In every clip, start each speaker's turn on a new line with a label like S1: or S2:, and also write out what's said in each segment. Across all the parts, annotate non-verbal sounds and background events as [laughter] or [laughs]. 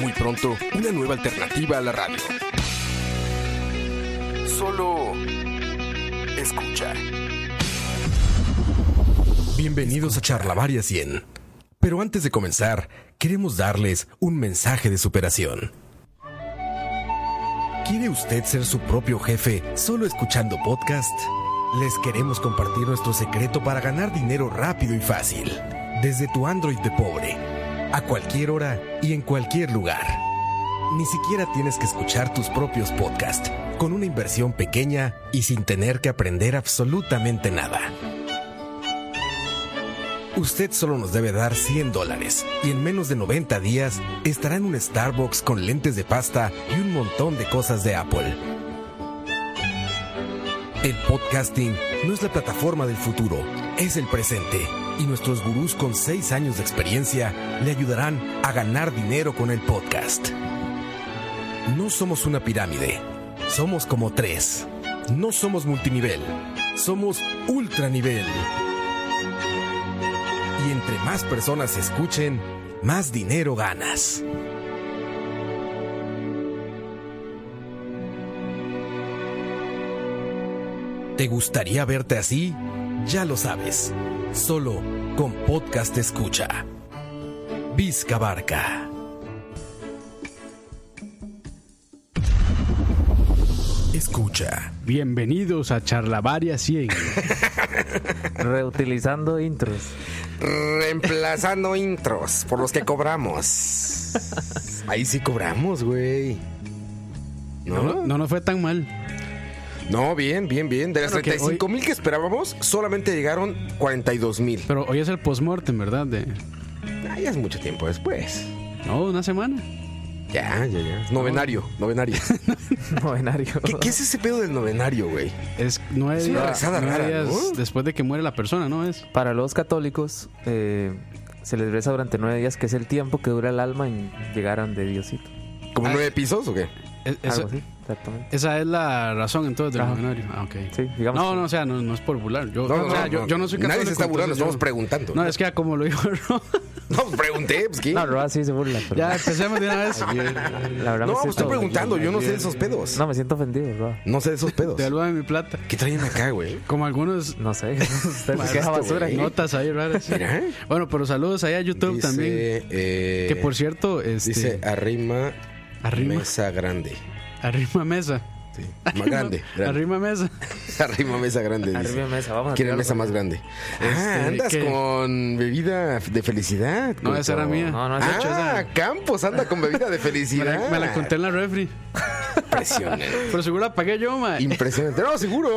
S1: Muy pronto, una nueva alternativa a la radio. Solo escucha. Bienvenidos a Charlavaria 100. Pero antes de comenzar, queremos darles un mensaje de superación. ¿Quiere usted ser su propio jefe solo escuchando podcast? Les queremos compartir nuestro secreto para ganar dinero rápido y fácil. Desde tu Android de pobre, a cualquier hora y en cualquier lugar. Ni siquiera tienes que escuchar tus propios podcasts, con una inversión pequeña y sin tener que aprender absolutamente nada. Usted solo nos debe dar 100 dólares y en menos de 90 días estará en un Starbucks con lentes de pasta y un montón de cosas de Apple. El podcasting no es la plataforma del futuro, es el presente. Y nuestros gurús con 6 años de experiencia le ayudarán a ganar dinero con el podcast. No somos una pirámide, somos como tres. No somos multinivel, somos ultranivel. Y entre más personas escuchen, más dinero ganas. ¿Te gustaría verte así? Ya lo sabes, solo con Podcast Escucha. Vizca Barca. Escucha.
S2: Bienvenidos a Charlavaria 100.
S3: Reutilizando intros. [laughs]
S1: Reemplazando [laughs] intros por los que cobramos. Ahí sí cobramos, güey.
S2: No,
S1: ¿No?
S2: no nos fue tan mal.
S1: No, bien, bien, bien. De las
S2: Claro que
S1: 35 mil que esperábamos, solamente llegaron 42 mil.
S2: Pero hoy es el postmortem, ¿verdad? De,
S1: Ah, ya es mucho tiempo después.
S2: no, una semana.
S1: Ya, ya, ya. Novenario, novenario.
S3: Novenario.
S1: Ah. [laughs] ¿Qué, qué es ese pedo del novenario, güey?
S2: Es nueve
S1: Es una
S2: días,
S1: rezada
S2: nueve
S1: rara,
S2: días
S1: ¿no?
S2: después de que muere la persona, ¿no es?
S3: Para los católicos, eh, se les reza durante nueve días, que es el tiempo que dura el alma en llegar ante Diosito.
S2: Ah.
S1: ¿Como nueve pisos o qué?
S2: Es-
S3: Algo
S2: esa,
S3: así, exactamente.
S2: esa es la razón entonces del
S3: Ajá.
S2: novenario. Ah, ok.
S3: Sí, digamos.
S2: No, no, o sea, no, no es por burlar. Yo o sea, yo, yo no soy
S1: Nadie
S2: católico,
S1: se está burlando,
S2: entonces yo-
S1: estamos preguntando.
S2: No, es que ah, como lo dijo [laughs] Ro,
S1: [laughs] No, pues pregunté, pues qué.
S3: No, Roa sí se burla. pero
S2: ya empecemos de una vez.
S3: la
S1: No,
S3: verdad me
S1: pues estoy
S3: siento,
S1: preguntando, yo no sé de esos pedos.
S3: No, me siento ofendido, Roa.
S1: No sé de esos pedos.
S2: Devuélvame mi plata.
S1: ¿Qué traen acá, güey?
S2: Como algunos
S3: No sé. [laughs] Usted se
S1: Maestro,
S3: queja basura.
S1: güey.
S3: No,
S2: notas ahí raras. [laughs]
S1: Mira.
S2: Bueno, pero saludos ahí a YouTube
S1: Dice,
S2: también.
S1: eh,
S2: Que por cierto, este,
S1: Dice arrima,
S2: arrima,
S1: mesa grande.
S2: arrima mesa.
S1: Sí.
S2: [laughs]
S1: Más grande. grande.
S2: Arrima mesa.
S1: [laughs] Arrima mesa grande. dice.
S3: Arriba mesa, vamos a
S1: ¿Quieren
S3: tirar-
S1: mesa más grande? ah,
S2: Este,
S1: andas
S2: ¿qué?
S1: con bebida de felicidad.
S2: No, esa
S1: Coco.
S2: era mía.
S3: No, no, esa-
S1: Ah, Campos anda con bebida
S2: [laughs]
S1: de
S2: Me
S1: felicidad.
S2: la, me la conté en la refri.
S1: Impresionante.
S2: Pero seguro la pagué yo, ma.
S1: Impresionante. No, seguro.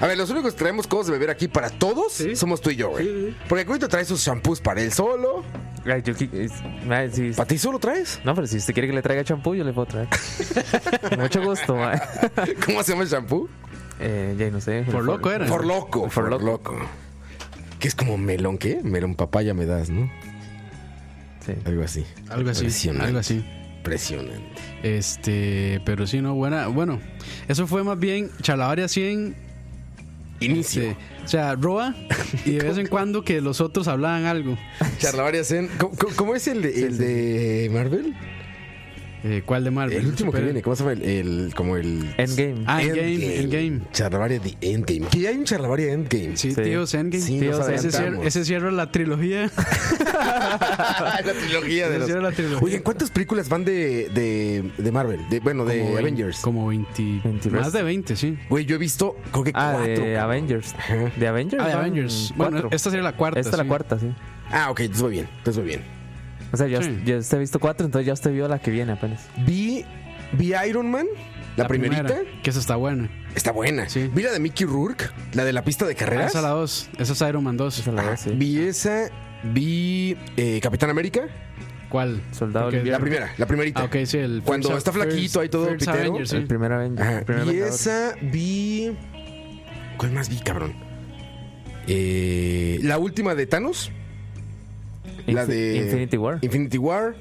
S1: A ver, los únicos que traemos cosas de beber aquí para todos
S2: Sí.
S1: somos tú y yo, güey.
S2: Sí, sí.
S1: Porque Cuito trae sus shampoos para él solo.
S3: Ay, yo qui- es- ma, si-
S1: ¿Para ti solo
S2: [laughs]
S1: traes?
S3: No, pero si usted quiere que le traiga champú, yo le
S1: [laughs]
S3: puedo traer. Con Mucho
S2: [laughs]
S3: gusto, ma.
S1: ¿Cómo se llama el shampoo?
S3: Eh, ya no sé.
S2: Por loco era.
S1: Por loco.
S3: Por
S1: Por
S3: loco.
S1: loco. Que es como melón, ¿qué? Melón papaya me das, ¿no?
S3: Sí.
S1: Algo así.
S2: Algo así.
S1: Impresionante.
S2: Algo así.
S1: Impresionante.
S2: Este, pero sí, no, buena. Bueno, eso fue más bien Chalabaria 100.
S1: Inicio.
S2: este, o sea, Roa. Y de vez en cuando que los otros hablaban algo.
S1: Charlavarias en. ¿Cómo, cómo- cómo es el de, el de Marvel?
S2: Eh, ¿Cuál de Marvel?
S1: El último que
S2: Super-
S1: viene, ¿cómo se llama? El, el- como el.
S3: Endgame.
S2: Ah, Endgame. Endgame.
S1: Charlavaria de Endgame. Que ya hay un Charlavaria Endgame. [laughs]
S2: Sí,
S3: Sí.
S2: tíos, Endgame.
S1: Sí,
S3: Tíos,
S1: nos
S2: ese, cierra,
S1: adelantamos.
S2: ese cierra la
S1: [laughs]
S2: trilogía.
S1: la trilogía de
S2: Ese
S1: los...
S2: cierra la trilogía.
S1: Oye, ¿cuántas películas van de, de, de Marvel? De, bueno, de
S2: Como vein-
S1: Avengers.
S2: Como 20,
S3: 20
S2: Más de 20, sí.
S1: Güey, yo he visto, creo que
S3: Ah,
S1: cuatro.
S3: de
S1: cabrón.
S3: Avengers.
S1: Ajá.
S3: De Avengers.
S2: Ah, de
S3: son
S2: Avengers. Bueno,
S3: cuatro.
S2: esta sería la cuarta.
S3: Esta es la
S2: sí.
S3: cuarta, sí.
S1: Ah, ok, entonces voy bien. Entonces voy bien.
S3: O sea, ya,
S2: Sí.
S3: ya usted ha visto cuatro, entonces ya usted vio la que viene apenas.
S1: Vi, vi Iron Man, la, primerita.
S2: primera, que esa está buena. Ah,
S1: Está buena.
S2: Sí.
S1: Vi la de Mickey Rourke, la de la pista de
S2: Ah,
S1: carreras.
S2: Esa es la 2. Esa es Iron Man 2.
S1: Ah,
S3: Esa es la
S1: Ajá.
S3: dos, sí.
S1: Vi esa, vi eh, Capitán América.
S2: ¿Cuál?
S3: Soldado
S2: Porque-
S3: del
S2: Bien.
S1: La primera, la primerita.
S2: Ah, ok, sí, el
S1: Cuando
S2: First-
S1: está flaquito, ahí todo
S2: First
S1: pitero.
S2: Avenger, sí.
S3: El primer Avenger.
S1: Ajá,
S3: el primer
S1: y
S3: Vengador.
S1: esa vi. ¿Cuál más vi, cabrón? Eh, la última de Thanos, la
S3: Infi-
S1: de-
S3: Infinity War.
S1: Infinity War.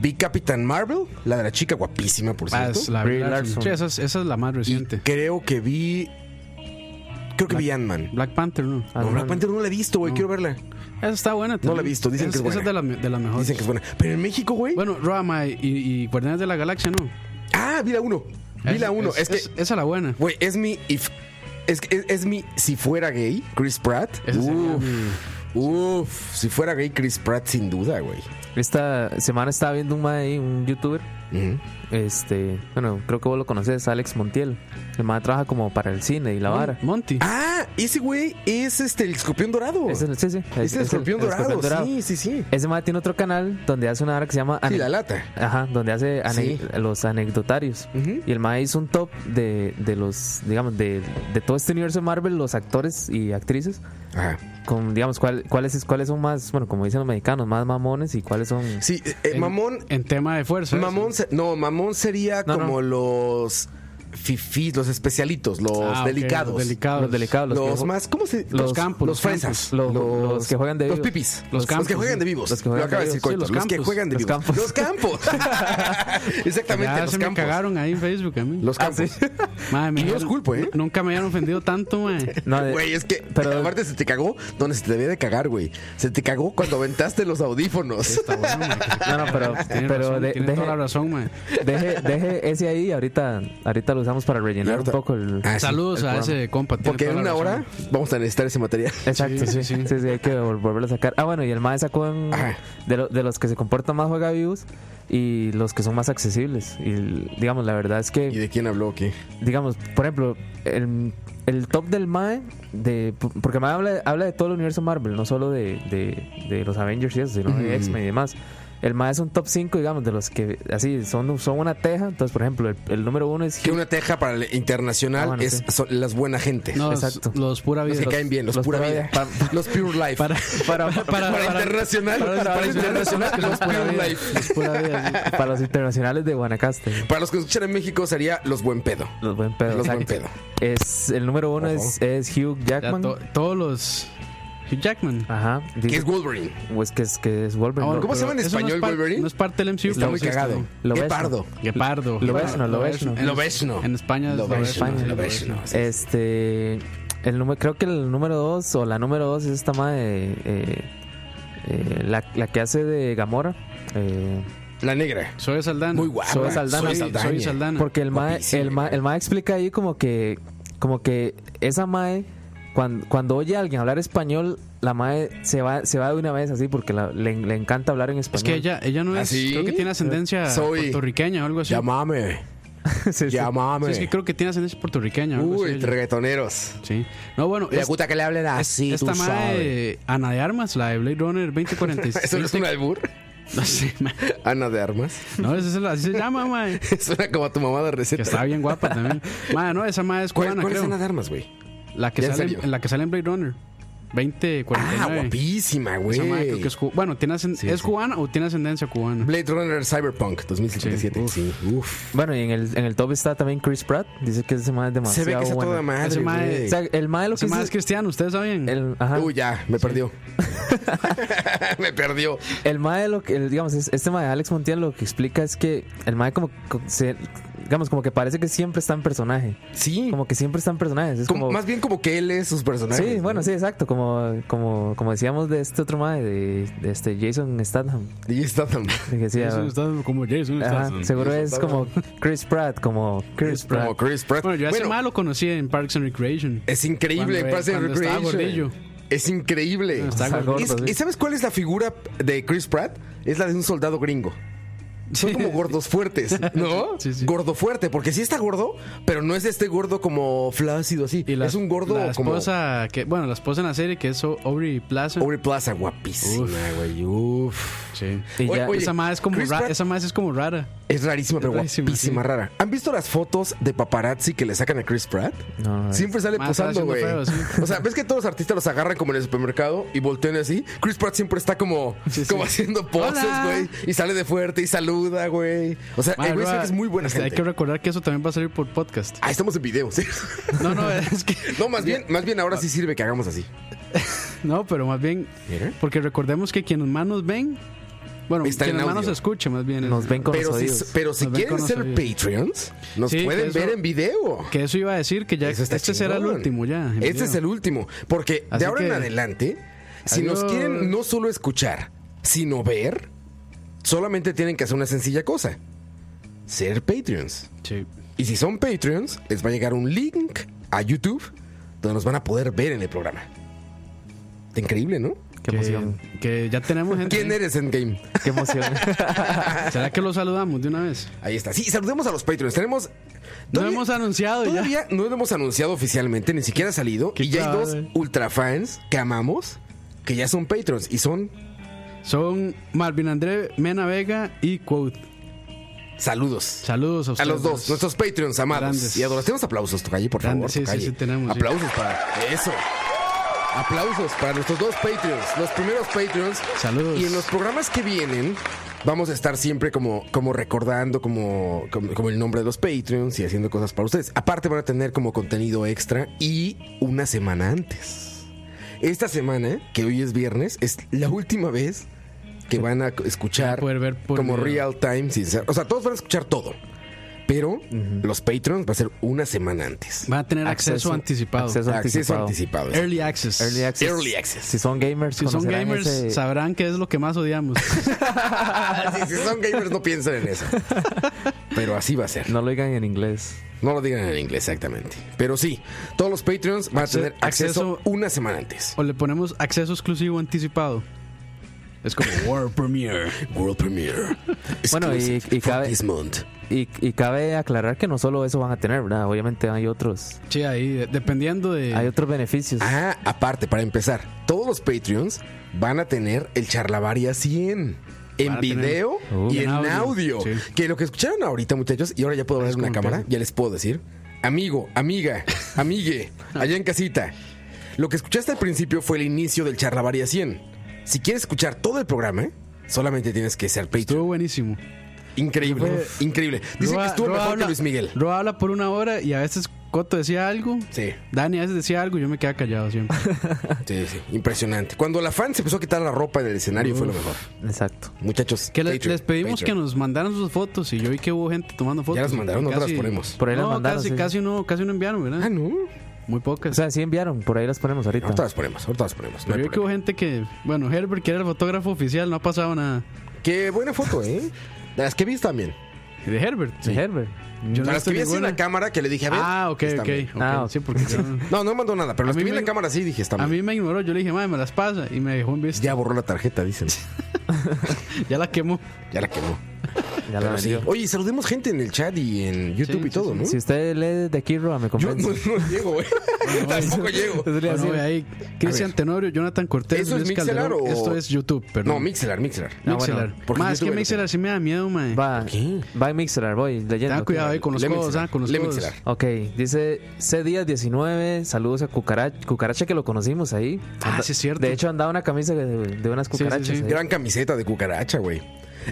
S1: Vi Captain Marvel, la de la chica guapísima, por
S2: Ah,
S1: cierto.
S2: es la
S3: Brie
S2: Larson.
S3: Larson.
S2: Sí, esa es, esa es la más
S1: Y
S2: reciente.
S1: creo que vi. Creo que
S2: La-
S1: vi Ant-Man.
S2: Black Panther, ¿no?
S3: Ah,
S1: No, Black Panther no la he visto, güey.
S2: No.
S1: Quiero verla.
S2: Esa está buena. también.
S1: Ah. la he visto, dicen que es
S2: Esa es de,
S1: buena.
S2: la- de las mejores.
S1: Dicen que es buena. Pero en México, güey.
S2: Bueno, Rama y, y Guardianes de la Galaxia, ¿no?
S1: Ah, vi la 1. Vi la 1. Es, que,
S2: esa es la buena.
S1: güey, es mi. if- es, que- es, es mi. Si fuera gay, Chris Pratt.
S2: Esa sería
S1: Uf.
S2: mi-
S1: Uf, si fuera gay Chris Pratt sin duda, güey.
S3: Esta semana estaba viendo un mae ahí, un youtuber.
S1: Ujú.
S3: Este, bueno, creo que vos lo conoces, Alex Montiel. El mae trabaja como para el cine y
S1: Oh,
S3: la vara.
S2: Monty.
S1: Ah, ese güey es este el escorpión dorado.
S3: Es el, sí, sí, es-
S1: es el
S3: es el-
S1: escorpión
S3: el
S1: dorado.
S3: escorpión dorado. Ah,
S1: Sí, sí, sí.
S3: Ese mae tiene otro canal donde hace una vara que se llama
S1: Sí,
S3: Ane-
S1: la lata.
S3: Ajá, donde hace ane- los anecdotarios.
S1: Ujú.
S3: Y el mae hizo un top de, de los, digamos, de, de todo este universo de Marvel, los actores y actrices,
S1: Ajá.
S3: con, digamos, cuál- cuáles cuáles son más, bueno, como dicen los mexicanos, más mamones y cuáles son...
S1: Sí, eh, eh,
S2: En-
S1: mamón.
S2: En tema de fuerza.
S1: Mamón, se- no, mamón sería
S3: No, no.
S1: como los fifís, los especialitos, los
S2: Ah, ok,
S1: delicados.
S2: Los delicados.
S3: Los delicados,
S1: Los,
S3: los, que, ju-
S1: más, ¿cómo se
S3: los
S2: campos,
S1: Los
S2: los
S1: fresas.
S3: campos, los- los que juegan de
S1: Los
S3: vivos.
S1: pipis.
S2: Los campos,
S1: que juegan de vivos.
S3: los que juegan
S1: Lo acaba de
S3: de
S1: decir Coito.
S3: vivos.
S2: Sí,
S1: los,
S2: los
S1: que
S2: campos,
S1: juegan de
S3: los
S1: vivos.
S3: campos.
S1: Los campos. Exactamente,
S2: Ya
S1: los
S2: se me
S1: campos.
S2: cagaron ahí en Facebook a mí.
S1: Los
S3: Ah,
S1: campos.
S3: sí.
S2: Madre, me
S1: Y no es
S2: habían-
S1: culpa, ¿eh?
S2: Nunca me habían ofendido
S1: [laughs]
S2: tanto, mae.
S3: No, de-
S1: Güey, es que
S3: pero-
S1: aparte se te cagó donde se te debía de cagar, güey. Se te cagó cuando aventaste los audífonos.
S2: Está bueno, mae, que se
S3: [laughs] No, no, pero,
S1: [laughs]
S2: Tiene
S3: pero
S2: razón,
S3: de-
S2: tiene
S3: deje,
S2: toda la razón, mae.
S3: deje, deje ese ahí, ahorita, ahorita lo usamos para rellenar un
S1: Ahorita-
S3: poco el...
S1: [laughs] Ah, sí.
S2: Saludos a ese compa. tiene
S1: Porque en
S2: toda la
S1: una hora
S2: [laughs] razón.
S1: vamos a necesitar ese material.
S3: Exacto,
S2: Sí,
S3: sí,
S2: sí,
S3: sí,
S2: sí.
S3: sí. hay que vol- volverlo a sacar. Ah, bueno, y el MAE sacó en-
S1: Ajá.
S3: de, lo- de los que se comportan más juega vivos y los que son más accesibles. Y l- digamos, la verdad es
S1: ¿Y
S3: que,
S1: de quién habló o qué?
S3: digamos, por ejemplo, el, el top del MAE, de, porque MAE habla, habla de todo el universo Marvel, no solo de, de- de los Avengers y eso, sino
S1: Ujú.
S3: de X-Men y demás. El MAE es un top 5, digamos, de los que así son, son una teja. Entonces, por ejemplo, el, el número uno es
S1: Que una teja para el internacional
S3: Ah, bueno,
S1: es
S3: sí.
S1: son las buena gente.
S2: No,
S3: Exacto.
S2: los- Los pura
S1: los
S2: vida.
S1: que caen bien, los,
S3: los
S1: pura
S3: pura
S1: vida. los pure life.
S2: Para, para,
S1: Para internacional. [laughs] Para, internacional, los pure life.
S2: Los pura vida. sí.
S3: para los internacionales de Guanacaste.
S1: Para los que escuchan en México sería los buen pedo.
S3: Los buen pedo.
S1: Los buen
S3: exacto.
S1: pedo.
S3: Es, el número uno
S1: Ajá.
S3: es, es Hugh
S2: Ya
S3: Jackman.
S2: to- todos los. Hugh Jackman.
S3: Ajá.
S1: Que
S3: Dice,
S1: es Wolverine.
S3: pues que es, que es
S2: Ah,
S3: Wolverine.
S2: bueno,
S1: Ah, ¿Cómo se
S2: pero
S1: llama en
S2: eso no
S1: español,
S2: es par-
S1: Wolverine?
S2: No es parte del MCU.
S1: Está
S2: pero
S1: muy
S2: sí
S1: cagado.
S3: Lo
S1: Qué
S3: ves,
S1: pardo.
S2: Guepardo.
S3: Lo ves, no, lo ves, no.
S2: En-
S1: Lo ves, no.
S2: En España es
S1: Lo ves,
S3: no,
S2: sí,
S3: lo
S1: ves, no.
S2: sí.
S3: Este. El número, creo que el número dos o la número dos es esta madre. de, eh, eh, la, la que hace de Gamora. Eh,
S1: La negra.
S2: Soy Saldana.
S1: Muy guapa.
S3: Zoe Saldana.
S1: Zoe
S2: Soy,
S1: Saldaña.
S2: soy Saldana.
S3: porque el mae,
S1: guapísima,
S3: el, mae,
S1: güey.
S3: el mae explica ahí como que. Como que esa mae. Cuando, cuando oye a alguien hablar español, la mae se va, se va de una vez así porque la- le, le encanta hablar en español.
S2: es que ella, ella no es.
S1: ¿Ah, sí?
S2: Creo que tiene ascendencia
S1: Soy-
S2: puertorriqueña o algo así.
S1: Llámame.
S3: [laughs] Sí, sí.
S2: Sí,
S1: Llámame.
S2: es que creo que tiene ascendencia puertorriqueña. o algo así,
S1: Uy,
S2: ella.
S1: reggaetoneros.
S2: Sí. No, bueno.
S1: Le
S2: es-
S1: gusta que le hablen
S2: es-
S1: así,
S2: esta
S1: Ah, tú sabes.
S2: madre, Ana de Armas, la de Blade Runner
S1: [laughs]
S2: 2046.
S1: ¿Eso no es un albur? [laughs]
S2: No sé, mae.
S1: Ana de Armas. [laughs]
S2: No, esa es la- así se llama, mae.
S1: Suena como a tu mamá de
S2: Que
S1: receta.
S2: está bien guapa también. Mae, no, esa mae es
S1: ¿Cuál,
S2: cubana,
S1: cuál es
S2: creo.
S1: Ana de Armas, güey? Ah,
S2: La que,
S1: ¿Ya en
S2: sale,
S1: serio?
S2: en la que sale en Blade Runner 2049.
S1: Ah, guapísima, güey.
S2: Esa madre creo que es, cu- bueno, tiene ascen-
S1: Sí,
S2: ¿es
S1: sí.
S2: cubana o tiene ascendencia cubana?
S1: Blade Runner Cyberpunk 2077. Sí, uf.
S3: Bueno, y en el, en el top está también Chris Pratt. Dice que ese mae
S1: Se
S3: es demasiado
S1: ve que está
S3: bueno.
S1: toda madre,
S2: Ese mae-
S1: güey.
S3: O sea, el mae lo que
S2: Ese
S3: hizo
S2: más es cristiano, ¿ustedes saben?
S3: el, ajá,
S1: Uy, ya, me perdió.
S3: [laughs]
S1: [laughs] me perdió.
S3: el mae lo que el- digamos es- este mae Alex Montiel lo que explica es que el mae como co- se- digamos como que parece que siempre está en personaje,
S1: Sí.
S3: como que siempre está en personajes, es
S1: Como-
S3: como
S1: más bien como que él es sus personajes.
S3: Sí,
S1: ¿no?
S3: bueno, sí, exacto, como como como decíamos de este otro mae de, de este Jason Statham,
S1: Y Statham.
S3: que decía,
S2: Jason Statham, como Jason
S3: ajá,
S2: Statham.
S3: seguro
S1: Jason
S3: es
S1: Statham.
S3: como Chris Pratt, como Chris Pratt.
S1: [laughs] Como Chris Pratt.
S2: Bueno, yo hace
S1: Bueno,
S2: más lo conocí en Parks and Recreation.
S1: es increíble.
S2: Cuando-
S1: Parks and
S2: cuando estaba
S1: Recreation.
S2: gordillo.
S1: Es increíble.
S2: Cuando estaba
S3: Está gordo,
S1: Es-
S3: sí.
S1: ¿Y sabes cuál es la figura de Chris Pratt? Es la de un soldado gringo. Son como gordos fuertes,
S3: [laughs]
S1: ¿no?
S2: Sí, sí.
S1: Gordo fuerte, porque sí está gordo, pero no es este gordo como flácido así.
S2: Y la-
S1: es un gordo
S2: la
S1: como
S2: esposa que, bueno, la esposa en la serie que es O- Aubrey Plaza.
S1: Aubrey Plaza, guapísima, güey. Uf.
S2: Sí, sí.
S3: Y
S2: Oye,
S3: ya-
S2: oye, esa madre es como
S1: Chris
S2: ra-
S1: Pratt- Eh,
S2: esa madre es como rara.
S1: Es rarísima, pero
S2: rarísima,
S1: guapísima,
S2: sí.
S1: rara. ¿Han visto las fotos de paparazzi que le sacan a Chris Pratt?
S3: No, no,
S1: Siempre sale
S2: Más está
S1: posando, güey.
S2: haciendo feo, sí.
S1: O sea, ves que todos los artistas los agarran como en el supermercado y voltean así. Chris Pratt siempre está como,
S2: Sí, sí.
S1: como haciendo poses,
S2: Hola.
S1: güey. Y sale de fuerte y saluda, güey. O sea, el
S2: Madre,
S1: güey se ve que es muy buena
S2: este, Hay
S1: gente.
S2: que recordar que eso también va a salir por podcast.
S1: Ah, estamos en video, sí. [laughs]
S2: No, no, es que
S1: No, más bien, más bien
S2: Ah.
S1: ahora sí sirve que hagamos así.
S2: no, pero más bien
S1: Mira.
S2: porque recordemos que quienes más nos ven, bueno,
S1: Está en
S2: quienes más
S1: audio.
S2: nos escuchan más bien.
S3: Nos ven con
S1: Pero
S3: los
S1: si,
S3: oídos.
S1: pero si
S2: Nos ven
S1: quieren
S2: con los
S1: ser
S2: oídos.
S1: Patreons, nos
S2: Sí,
S1: pueden
S2: eso-
S1: ver en video.
S2: Que eso iba a decir que ya
S1: Eso está
S2: este será el
S1: chingón.
S2: último ya. en
S1: Este
S2: video.
S1: es el último. Porque de
S2: Así
S1: ahora en
S2: que-
S1: adelante, si nos
S2: Adiós.
S1: quieren no solo escuchar, sino ver, solamente tienen que hacer una sencilla cosa: ser Patreons.
S2: Sí.
S1: Y si son Patreons, les va a llegar un link a YouTube donde nos van a poder ver en el programa. Está Increíble, ¿no?
S3: Qué
S2: Que-
S3: emoción.
S2: Que,
S1: [laughs]
S2: ya tenemos gente.
S1: ¿Quién eres Endgame?
S3: Qué emoción.
S2: [laughs] ¿Será que lo saludamos de una vez?
S1: Ahí está. Sí, saludemos a los Patreons. Tenemos.
S2: No
S1: todavía-
S2: hemos anunciado ya.
S1: Todavía no lo hemos anunciado oficialmente, ni siquiera ha salido.
S2: Qué
S1: y ya hay dos
S2: padre.
S1: ultra fans que amamos, que ya son patrons y son
S2: Son Marvin André, Mena Vega y Quote.
S1: saludos.
S2: Saludos a
S1: A
S2: ustedes.
S1: los dos, nuestros Patreons amados
S2: Grandes.
S1: y adorados. Tenemos aplausos, Tocalle, por favor.
S2: Grandes, sí, sí,
S1: Tocalle.
S2: sí, tenemos, sí.
S1: Aplausos para eso. Aplausos para nuestros dos Patreons, los primeros Patreons.
S2: Saludos.
S1: Y en los programas que vienen, vamos a estar siempre como, como recordando como, como, como el nombre de los Patreons y haciendo cosas para ustedes. Aparte van a tener como contenido extra y una semana antes. Esta semana, que hoy es viernes, es la última vez que van
S2: [laughs]
S1: a escuchar
S2: Poder ver por
S1: como
S2: video.
S1: real time. sin ser- o sea, todos van a escuchar todo. Pero los Patreons va a ser una semana antes.
S2: Van a tener acceso, anticipado.
S3: Acceso
S1: Acceso
S3: anticipado.
S1: anticipado. eso.
S2: Early access.
S3: Early access.
S1: Early access.
S3: Si son gamers,
S2: si son
S3: conocerán
S2: gamers,
S3: ese-
S2: sabrán que es lo que
S1: [laughs]
S2: más odiamos.
S1: Ah, sí, si son gamers, no piensen en
S3: [laughs]
S1: eso. Pero así va a ser.
S3: No lo digan en inglés.
S1: No lo digan en inglés, exactamente. Pero sí, todos los Patreons van a
S2: Acce-
S1: tener acceso,
S2: acceso-
S1: una semana antes.
S2: o le ponemos acceso exclusivo anticipado.
S1: [laughs]
S2: Es como World Premiere.
S1: World Premiere.
S3: Bueno, y-
S1: Exclusive
S3: y
S1: for
S3: cabe-
S1: this month.
S3: Y, y cabe aclarar que no solo eso van a tener, ¿verdad? Obviamente hay otros,
S2: Sí, ahí, de- dependiendo de.
S3: hay otros beneficios.
S1: Ah, aparte, para empezar, todos los Patreons van a tener el Charlavaria 100
S2: Van
S1: en
S2: a tener- Uh,
S1: video y
S2: en
S1: en audio.
S2: audio,
S1: Que lo que escucharon ahorita, muchachos, y ahora ya puedo hablar en una
S2: como un
S1: cámara,
S2: pedo.
S1: ya les puedo decir, amigo,
S2: [laughs]
S1: amiga, amigue, allá en casita, lo que escuchaste al principio fue el inicio del Charlavaria 100. Si quieres escuchar todo el programa, solamente tienes que ser Patreon.
S2: Estuvo buenísimo.
S1: Increíble,
S2: Fue-
S1: increíble. Dicen que estuvo mejor que Luis Miguel.
S2: Roa habla por una hora y a veces Coto decía algo.
S1: Sí.
S2: Dani a veces decía algo y yo me quedaba callado siempre.
S1: Sí, sí, impresionante. Cuando la fan se empezó a quitar la ropa del escenario fue lo mejor.
S3: Exacto.
S1: Muchachos,
S2: Que le-
S1: Patreon,
S2: les pedimos
S1: Patreon.
S2: que nos mandaran sus fotos y yo vi que hubo gente tomando fotos.
S1: Ya las mandaron,
S2: Casi-
S1: nosotros las ponemos.
S3: Por ahí las
S2: no,
S3: mandaron.
S2: casi,
S3: sí.
S2: casi, no, casi no enviaron, ¿verdad?
S1: Ah, no.
S2: Muy
S3: O
S2: pocas.
S3: sea, sí enviaron, por ahí las ponemos ahorita.
S1: Ahorita las ponemos, ahorita las ponemos. no
S2: Pero
S1: hay
S2: yo vi que hubo
S1: problema.
S2: gente que. Bueno, Herbert, que era el fotógrafo oficial, no ha pasado nada.
S1: Qué buena foto, ¿eh? De las que vi también.
S2: De Herbert.
S3: De Herbert.
S2: Yo
S1: De
S2: no he
S1: las
S2: visto
S1: que vi así en
S2: ninguna.
S1: la cámara que le dije a ver.
S2: Ah, ok,
S1: están
S2: ok.
S1: bien.
S2: ok.
S3: Ah,
S2: sí, porque yo-
S1: No, no mandó nada, pero las
S2: A
S1: que vi
S2: mí
S1: en la
S2: me-
S1: cámara sí dije, está
S2: a
S1: bien.
S2: mí me ignoró. Yo le dije, madre, me las pasa. Y me dejó en vista.
S1: Ya borró la tarjeta, dicen.
S2: Ya, la quemó.
S1: Ya la quemó.
S3: Ya la
S1: Pero sí.
S3: vendió.
S1: Oye, saludemos gente en el chat y en YouTube
S2: Sí,
S1: y todo, ¿no?
S3: Si usted lee de aquí, Roa, me
S1: Yo
S3: convence.
S1: no, [laughs] no llego,
S2: [laughs]
S1: ¿eh? Tampoco llego.
S3: Eso le iba a
S2: Bueno,
S3: decir.
S2: ve ahí. Cristian Tenorio, Jonathan Cortés.
S1: ¿Eso es
S2: Luis
S1: Mixelar
S2: Calderón.
S1: o-
S2: Esto es YouTube, perdón.
S1: No, Mixelar, Mixelar.
S3: Ah, bueno,
S2: Mixelar.
S1: porque
S2: Más que
S1: YouTube no
S2: Mixelar sí me da miedo, mae.
S3: Va,
S1: ¿Qué?
S3: va en Mixelar, voy leyendo.
S2: Tengan cuidado ahí con los
S1: Le
S2: codos,
S1: Mixelar,
S2: ah, con los
S1: le
S2: codos.
S1: Mixelar.
S3: Ok, dice C Díaz 19, saludos a Cucaracha, Cucaracha que lo conocimos ahí.
S2: Ah, sí es cierto.
S3: De hecho andaba una camisa de, de unas
S2: sí,
S3: cucarachas.
S2: sí.
S3: ahí.
S1: Gran camiseta de cucaracha, güey.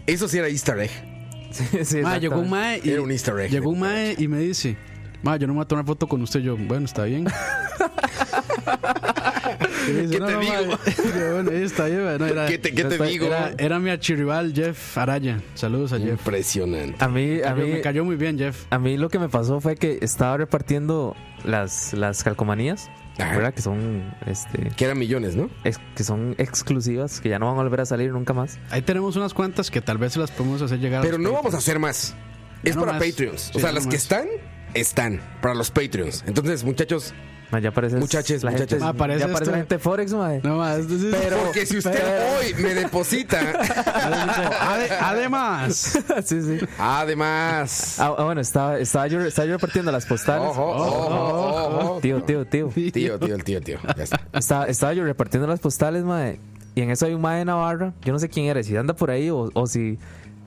S1: Eso sí era easter egg.
S3: [laughs] Sí, sí,
S2: Ma,
S3: exactamente.
S2: llegó un mae y
S1: Era un easter egg.
S2: llegó un mae y me dice, "Ma, yo no me voy a tomar foto con usted." Yo, "Bueno, está
S1: [laughs]
S2: bien." Y me dice,
S1: ¿Qué te
S2: ma."
S1: digo?
S2: Y yo, bueno, ahí está bien, ma. No, era,
S1: ¿Qué te, qué te
S3: Está-
S1: digo?
S2: era- era mi archirrival Jeff Araya. Saludos a Jeff.
S1: Impresionante.
S3: A mí, a
S2: Cayó-
S3: mí,
S2: me cayó muy bien Jeff.
S3: a mí lo que me pasó fue que estaba repartiendo las, las calcomanías,
S2: Ah.
S1: Ajá.
S3: ¿verdad? Que son, este,
S1: Que eran millones, ¿no?
S3: ex- que son exclusivas, que ya no van a volver a salir nunca más.
S2: Ahí tenemos unas cuantas que tal vez se las podemos hacer llegar.
S1: Pero
S2: los
S1: no
S2: Patreons.
S1: vamos a hacer más.
S2: Ya
S1: es
S2: no
S1: para
S2: más.
S1: Patreons.
S2: Sí,
S1: o sea,
S2: ya
S1: las
S2: no
S1: que
S2: más.
S1: están, están. Para los Patreons. Entonces, muchachos,
S3: Ma, Ya aparece
S1: Muchachos,
S3: la gente,
S1: muchachos.
S2: Ma, parece
S3: ya aparece
S2: esto-
S3: la gente Forex, madre.
S2: No, ma, esto sí es-
S1: porque si usted hoy me deposita,
S2: [laughs] Ade- además,
S3: [laughs]
S1: [laughs]
S3: sí, sí.
S1: además.
S3: Ah, ah, bueno, estaba, estaba, yo, estaba yo repartiendo las postales.
S1: Ojo, ojo, ojo.
S3: Tío, tío, tío.
S1: Tío, tío, el tío, tío. Ya está.
S3: Estaba, estaba yo repartiendo las postales, madre. Y en eso hay un mae de Navarra. Yo no sé quién era, si anda por ahí o, o si.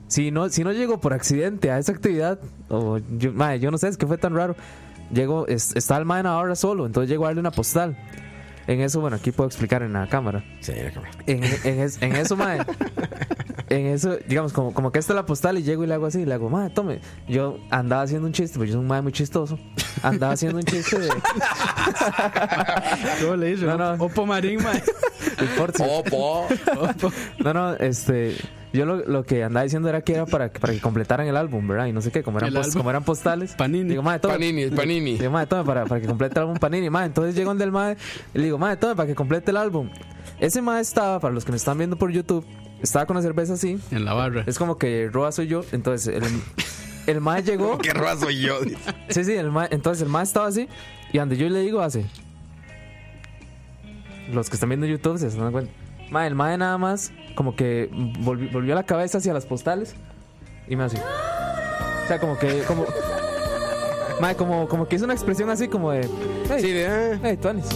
S3: Si no, si no llegó por accidente a esa actividad, o yo, mae, yo no sé, es que fue tan raro. Llegó, es- está el mae de Navarra solo, entonces llego a darle una postal. En eso, bueno, aquí puedo explicar en la cámara.
S1: Sí, mira que me-
S3: En, en es- en eso, mae. En eso, digamos, como, como que esta es la postal y llego y le hago así, y le hago, mae, tome. Yo andaba haciendo un chiste, porque yo soy un mae muy chistoso. Andaba haciendo un chiste de.
S2: ¿Cómo le dice?
S3: No, no.
S2: Opo Marín,
S3: [laughs]
S2: mae.
S3: de Forza.
S1: Opo.
S3: No, no, este. Yo lo, lo que andaba diciendo era que era para, que- para que completaran el álbum, ¿verdad? Y no sé qué, como eran,
S2: El
S3: pos-
S2: álbum.
S3: como eran postales.
S2: Panini.
S3: Digo, mae, tome.
S1: Panini, el panini.
S3: Digo, mae, tome, para, para que complete el álbum Panini. Mae, entonces llego donde el mae, y le digo, mae, tome, para que complete el álbum. Ese mae estaba, para los que me están viendo por YouTube, estaba con la cerveza así,
S2: En la barra.
S3: Es como que Roa soy yo. Entonces, el, el mae llegó.
S1: Qué raro soy yo.
S3: Sí, sí, el mae- entonces el mae estaba así. Y donde yo le digo, hace. Los que están viendo YouTube se dan cuenta. Mae, el mae nada más, como que volvi- volvió la cabeza hacia las postales. Y me hace. O sea, como que. Como, mae, como, como que hizo una expresión así como de. "Hey,
S1: Sí, de-
S3: hey, tuanis".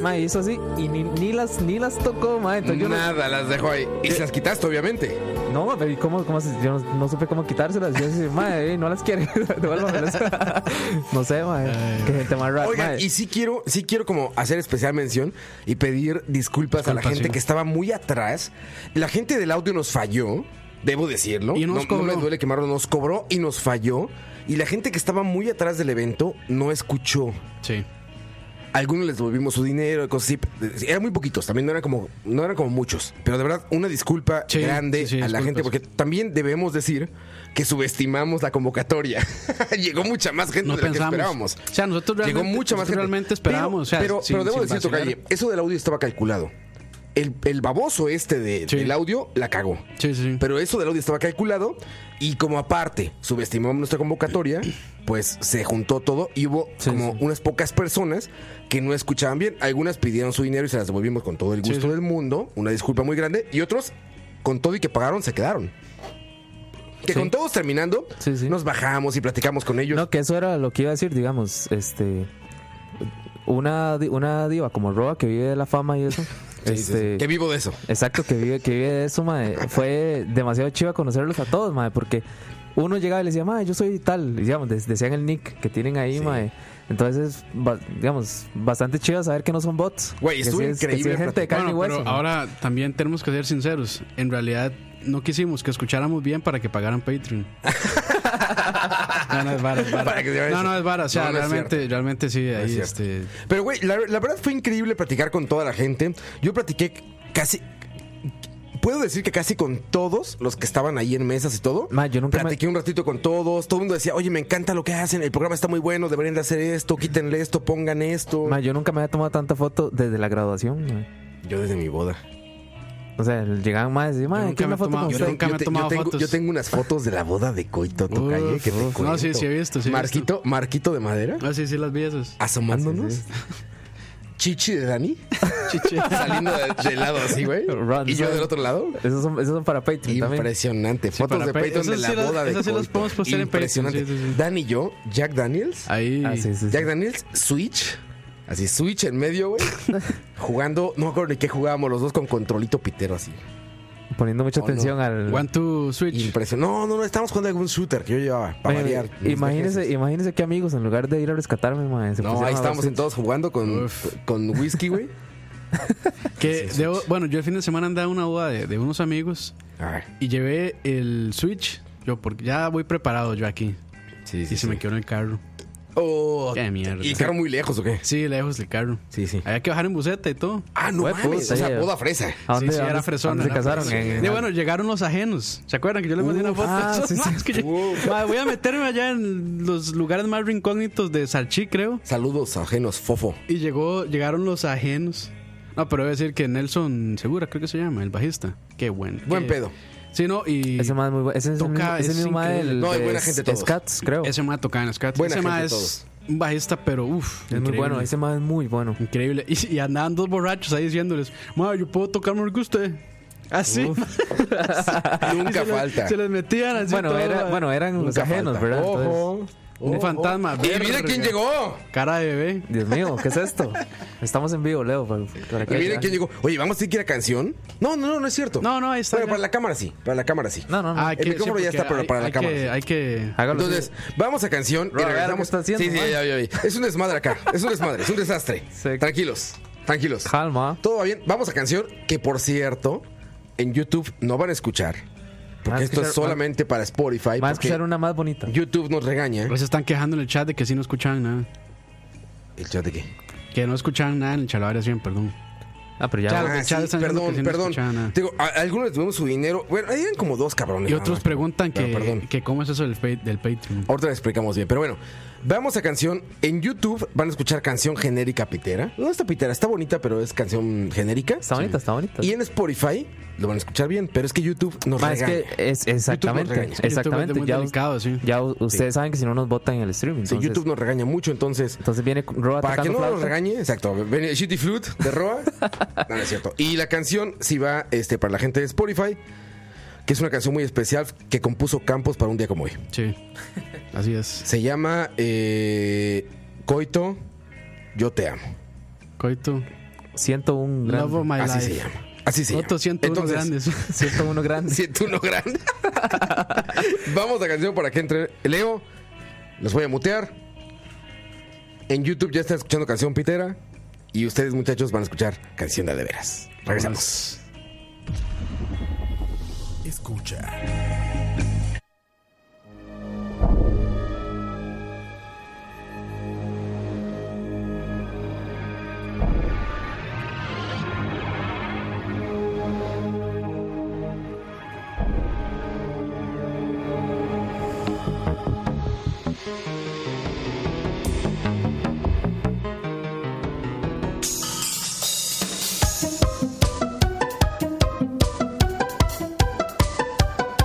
S3: Mae, hizo así. Y ni, ni las, ni las tocó, mae. Entonces yo no-
S1: Nada, las dejó ahí. Y se las quitaste, obviamente.
S3: no, pero ¿y cómo, cómo se- yo no, no supe cómo quitárselas. Yo decía, madre, no las quiere, [laughs] devuélvamelas. no sé, madre. Qué gente más rara. eh.
S1: Oigan,
S3: madre.
S1: y sí quiero, sí quiero como hacer especial mención y pedir disculpas a la
S2: Disculpas,
S1: gente
S2: sí.
S1: que estaba muy atrás. La gente del audio nos falló, debo decirlo.
S2: Y nos
S1: no, no
S2: cobró.
S1: me duele quemarlo, nos cobró y nos falló. Y la gente que estaba muy atrás del evento no escuchó.
S2: Sí.
S1: Algunos les devolvimos su dinero, y cosas así. Eran muy poquitos, también no eran como, no eran como muchos. Pero de verdad, una disculpa
S2: Sí,
S1: grande
S2: sí, sí,
S1: a la
S2: disculpas.
S1: gente, porque también debemos decir que subestimamos la convocatoria. [laughs] Llegó mucha más [laughs] gente
S2: No
S1: de la
S2: pensamos.
S1: que esperábamos.
S2: O sea, nosotros realmente,
S1: Llegó mucha más
S2: nosotros
S1: gente.
S2: realmente esperábamos.
S1: Pero,
S2: o sea,
S1: pero,
S2: sin-
S1: pero debo
S2: sin
S1: decir,
S2: vacilar.
S1: Tocaye, eso del audio estaba calculado. El, el baboso este de-
S2: Sí.
S1: del audio la cagó.
S2: Sí, sí, sí.
S1: Pero eso del audio estaba calculado y como aparte subestimamos nuestra convocatoria, pues se juntó todo y hubo
S3: Sí,
S1: como
S3: sí.
S1: unas pocas personas que no escuchaban bien. Algunas pidieron su dinero y se las devolvimos con todo el gusto
S2: Sí, sí.
S1: del mundo, una disculpa muy grande, y otros con todo y que pagaron se quedaron. Que
S3: Sí.
S1: con todos terminando,
S3: Sí, sí.
S1: nos bajamos y platicamos con ellos.
S3: No, que eso era lo que iba a decir, digamos, este. Una, di- una diva como Roa que vive de la fama
S2: [laughs]
S3: y eso.
S1: Sí, sí, sí.
S3: este,
S1: Que vivo de eso.
S3: Exacto, que vive, que vive de eso, madre. Fue demasiado chido conocerlos a todos, madre, porque uno llegaba y le decía, madre, yo soy tal, y, digamos, de- decían el nick que tienen ahí,
S1: Sí.
S3: madre. Entonces, ba- digamos, bastante chido saber que no son bots.
S1: Güey,
S3: Que
S1: estuvo
S3: sí es- que sí
S1: increíble
S3: es gente de carne
S2: Bueno,
S3: y hueso.
S2: pero ahora también tenemos que ser sinceros. En realidad no quisimos que escucháramos bien para que
S1: [laughs]
S2: pagaran Patreon. no, no es vara, es vara.
S1: Para que se vea
S2: no,
S1: eso.
S2: no es vara. O sea,
S1: No, no es
S2: realmente, realmente sí.
S1: es
S2: Ahí,
S1: cierto.
S2: este,
S1: Pero, güey, la, la verdad fue increíble platicar con toda la gente. Yo platiqué casi. Puedo decir que casi con todos los que estaban ahí en mesas y todo.
S3: Ma, yo nunca me-
S1: platiqué un ratito con todos. Todo el mundo decía, oye, me encanta lo que hacen. El programa está muy bueno. Deberían de hacer esto. Quítenle esto. Pongan esto.
S3: Madre, yo nunca me había tomado tanta foto desde la graduación, madre.
S1: Yo desde mi boda.
S3: O sea, llegaban más y decían, madre,
S2: nunca
S3: ¿qué
S2: me
S3: una
S2: he
S3: foto
S2: tomado
S3: con
S2: Yo
S3: usted?"
S2: nunca me he tomado
S1: tengo,
S2: fotos.
S1: Yo tengo unas fotos de la boda de Coito Tocalle.
S2: Uf,
S1: que te
S2: uf. No, sí,
S1: cuento.
S2: sí he visto, sí he
S1: Marquito, Marquito de madera.
S2: no, ah, sí, sí, las vi esas.
S1: Ah, Asomándonos.
S3: Sí,
S1: Chichi de
S2: [laughs]
S1: Dani.
S2: Chiche.
S1: Saliendo de- del lado así, güey.
S3: Run,
S1: Y yo
S3: run.
S1: del otro lado.
S3: Esos son, esos son para Patreon también.
S1: Impresionante.
S2: Sí,
S1: Fotos
S2: para
S1: de
S2: Pe-
S1: Peyton
S2: esas
S1: de la
S2: sí las-
S1: boda de
S2: esas sí las
S1: Coito.
S2: podemos postear en Patreon,
S1: Impresionante.
S2: sí, sí, sí.
S1: Dan y yo, Jack Daniels.
S2: Ahí.
S3: Ah, sí, sí, sí.
S1: Jack Daniels, Switch. Así, Switch en medio,
S2: [laughs]
S1: güey. jugando, no me acuerdo ni qué jugábamos los dos con controlito pitero así.
S3: Poniendo mucha
S1: Oh, no.
S3: atención al...
S2: One, two, switch.
S1: Impresionante. No, no, no, estábamos jugando algún shooter que yo llevaba. Para
S3: Oye,
S1: variar.
S3: Imagínense, imagínense qué amigos, en lugar de ir a rescatarme, madre, se
S1: No,
S3: pusieron a
S1: ahí estábamos
S3: hablar.
S1: entonces jugando con,
S2: Uf.
S1: con whisky,
S2: [laughs]
S1: güey.
S2: Que debo- bueno, yo el fin de semana andaba en una boda de, de unos amigos
S1: A ver.
S2: y llevé el Switch. Yo, porque ya voy preparado yo aquí.
S1: Sí,
S2: Y se me quedó en el carro.
S1: Oh,
S2: Qué mierda.
S1: ¿Y quedaron muy lejos o qué?
S2: Sí, lejos del carro.
S1: Sí, sí.
S2: Había que bajar en buseta y todo.
S1: Ah, no
S3: Güey,
S1: mames.
S3: puta,
S1: o sea,
S3: ya.
S1: boda fresa.
S3: ¿A
S2: sí,
S3: dónde,
S2: sí,
S3: a
S2: era
S3: dónde-
S2: fresona.
S3: dónde se
S2: era
S3: casaron? eh,
S2: fresona.
S3: En-
S2: Y bueno, llegaron los ajenos. ¿Se acuerdan que yo les mandé una foto?
S3: ah,
S2: Esos
S3: sí,
S2: [laughs]
S3: sí.
S2: más que yo-
S1: Uf.
S2: Madre, voy a meterme allá en los lugares más rincógnitos de Sarchi, creo.
S1: Saludos ajenos, fofo.
S2: Y llegó, llegaron los ajenos. No, pero debo decir que Nelson Segura, creo que se llama, el bajista. Qué buen.
S1: Buen
S2: qué-
S1: pedo.
S2: Sí, no, y.
S3: Ese más muy bueno. Ese es el
S2: Toca,
S3: mismo, ese
S2: es
S3: mismo mae
S2: increíble.
S3: del-
S1: No, hay
S3: de
S1: buena gente todos.
S3: Scats, creo. Es,
S2: Ese más toca en las catas.
S1: Buena
S2: Ese
S1: gente
S2: más
S1: todos.
S2: es un bajista, pero uff.
S3: muy bueno. Ese más es muy bueno.
S2: Increíble. Y, y andaban dos borrachos ahí diciéndoles, ma, yo puedo tocar mejor que usted.
S1: Ah,
S2: Así.
S1: Nunca
S2: se les-
S1: falta.
S2: se les metían así.
S3: Bueno,
S2: todo, ma.
S3: era, bueno, eran los
S1: Nunca
S3: ajenos,
S1: falta.
S3: ¿verdad?
S1: Ojo.
S2: Un fantasma.
S1: Y mira quién llegó.
S2: Cara de bebé.
S3: Dios mío, ¿qué es esto? Estamos en vivo, Leo. Para, para
S1: Y
S3: que
S1: mira
S3: haya-
S1: quién llegó. Oye, ¿vamos a decir que era canción? No, no, no, no es cierto.
S2: No, no, ahí está
S1: Bueno,
S2: ya.
S1: para la cámara sí. Para la cámara sí.
S3: No, no, no.
S2: Ah, que-
S1: micrófono ya
S2: porque
S1: está, pero
S2: hay-
S1: para la
S2: hay
S1: cámara.
S2: Que, hay que.
S3: Hágalo.
S1: Entonces, vamos a canción y
S3: Roa,
S1: regresamos.
S3: ¿qué está haciendo,
S1: sí, sí,
S3: man?
S1: ya, ya, ya. Es un desmadre acá. Es un desmadre, es un desastre.
S3: Sí.
S1: Tranquilos, tranquilos.
S3: calma.
S1: Todo va bien. Vamos a canción que, por cierto, en YouTube no van a escuchar.
S3: Van
S1: Porque
S3: a
S1: esto es
S3: escuchar-
S1: solamente para Spotify.
S3: Más
S1: porque
S3: que ser una más bonita.
S1: YouTube nos regaña.
S2: Pues están quejando en el chat de que sí no escuchan nada.
S1: ¿El chat de qué?
S2: Que no escuchan nada en el chalabariación, perdón.
S3: Ah, pero ya.
S2: Chao.
S1: Ah,
S2: el chat
S1: sí,
S2: está diciendo
S1: perdón,
S2: que sí no
S1: perdón.
S2: escuchaba nada.
S1: Te Digo, a- algunos les tuvimos su dinero. Bueno, ahí eran como dos cabrones.
S2: Y
S1: nada
S2: otros
S1: más.
S2: preguntan
S1: Pero
S2: que,
S1: perdón. Oh,
S2: que cómo es eso del, pa- del Patreon.
S1: Ahorita les explicamos bien, pero bueno, vamos a canción. En YouTube van a escuchar canción genérica pitera. No está pitera, está bonita, pero es canción genérica.
S3: Está bonita, está bonita.
S1: Y en Spotify lo van a escuchar bien, pero es que YouTube nos
S2: Ah,
S3: Ma, es
S1: regaña.
S3: que es exactamente,
S1: regaña. YouTube
S2: es
S3: exactamente.
S2: muy
S3: ya,
S2: delicado, sí.
S3: ya u- ustedes saben que si no nos votan en el streaming.
S1: Sí,
S3: Entonces,
S1: YouTube nos regaña mucho, entonces.
S3: entonces viene Roa
S1: Para que
S3: tocando
S1: no nos
S3: flauta.
S1: regañe, exacto. Ven, Shitty Flute de Roa. no, no es cierto. Y la canción, si va este, para la gente de Spotify, que es una canción muy especial que compuso Campos para un día como hoy.
S3: [laughs]
S2: Sí. Así es.
S1: Se llama eh, Coito, Yo Te Amo.
S2: Coito.
S3: Siento un
S2: Love of
S3: grande.
S2: my
S1: Así
S2: life.
S1: se llama. Así se
S2: Otros
S1: llama.
S2: 101
S1: [laughs]
S2: grandes.
S3: Siento uno grande.
S1: Siento uno grande. [laughs] Vamos a canción para que entre Leo. Los voy a mutear. En YouTube ya está escuchando canción pitera. Y ustedes, muchachos, van a escuchar canción de a de veras. Regresamos.
S4: Escucha.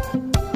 S5: Thank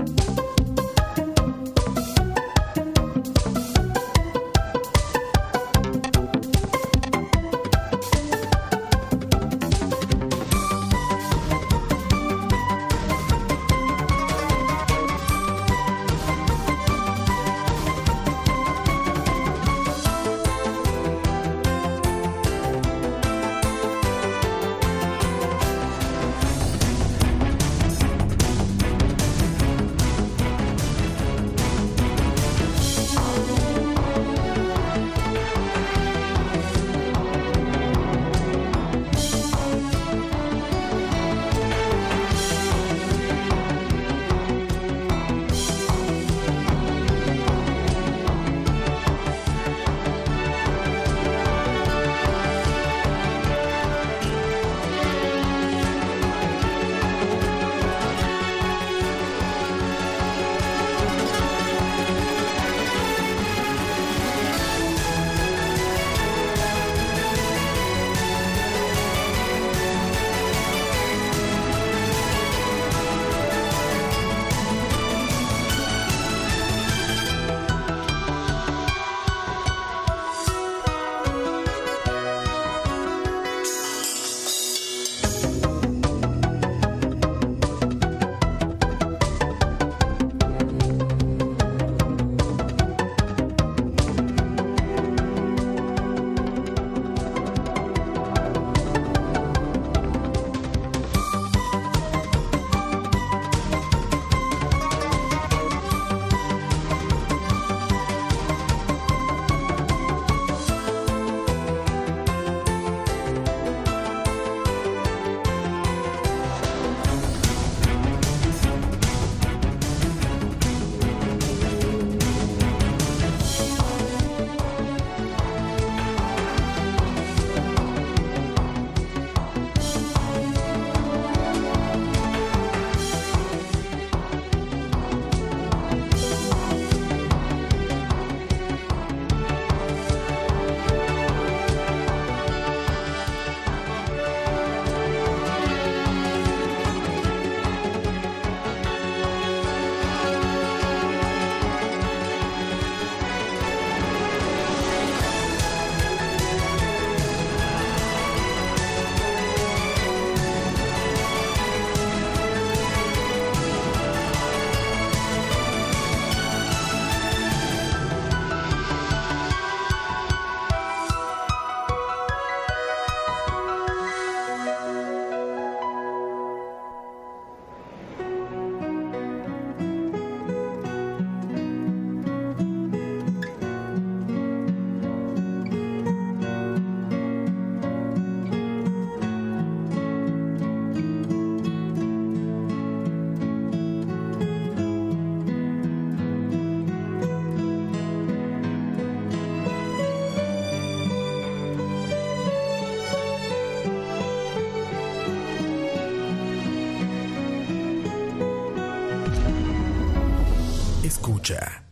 S4: escucha.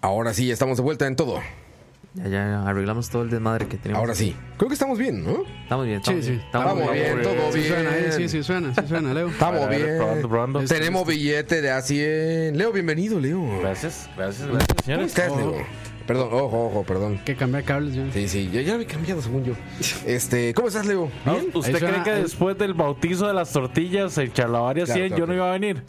S1: Ahora sí, ya estamos de vuelta en todo.
S3: Ya, ya, arreglamos todo el desmadre que tenemos.
S1: Ahora sí. Creo que estamos bien, ¿no?
S3: Estamos bien,
S2: Sí,
S3: estamos
S2: sí.
S3: bien. Estamos
S1: Vamos bien, todo
S2: Sí, suena, eh,
S1: bien.
S2: sí, sí, suena, sí, suena, Leo.
S1: Estamos
S5: A ver,
S1: bien.
S5: probando, probando.
S2: Eh, Es-
S1: Tenemos billete de A100. Leo, bienvenido, Leo.
S5: Gracias, gracias, gracias,
S1: ¿Cómo
S5: señores.
S1: estás, Leo? Perdón, ojo, ojo, perdón.
S2: Hay que cambiar cables ya.
S1: Sí, sí, ya, ya había cambiado según yo. Este, ¿cómo estás, Leo?
S5: Ah,
S2: Ahí
S5: ¿Usted
S2: suena-
S5: cree que
S2: ahí-
S5: después del bautizo de las tortillas, el charlavaria
S1: Claro,
S5: 100,
S1: claro,
S5: yo no
S1: claro.
S5: iba a venir?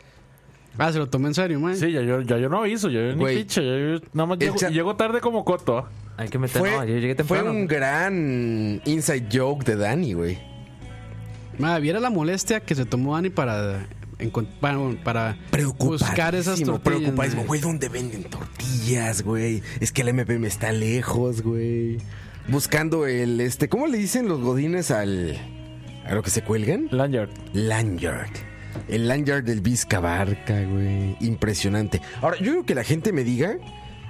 S2: Ah, se lo tomé en serio, man.
S5: Sí, ya yo, ya yo no aviso, ya yo ni
S1: Güey.
S5: picha, ya yo nada más
S1: El
S5: llego,
S1: cha-
S5: llego tarde como coto. ¿ah?
S3: Hay que meter.
S1: Fue,
S3: no, yo llegué
S1: fue
S3: temprano.
S1: un gran inside joke de Dani, güey.
S2: Ma, viera la molestia que se tomó Dani para, encon- para, para buscar esas
S1: Preocupadísimo,
S2: tortillas.
S1: preocupadísimo.
S2: ma.
S1: Güey, ¿dónde venden tortillas, güey? Es que el MPM está lejos, güey. Buscando el, este, ¿cómo le dicen los godines al, a lo que se cuelgan?
S5: Lanyard.
S1: Lanyard. El lanyard del Vizca Barca, güey. Impresionante. Ahora, yo creo que la gente me diga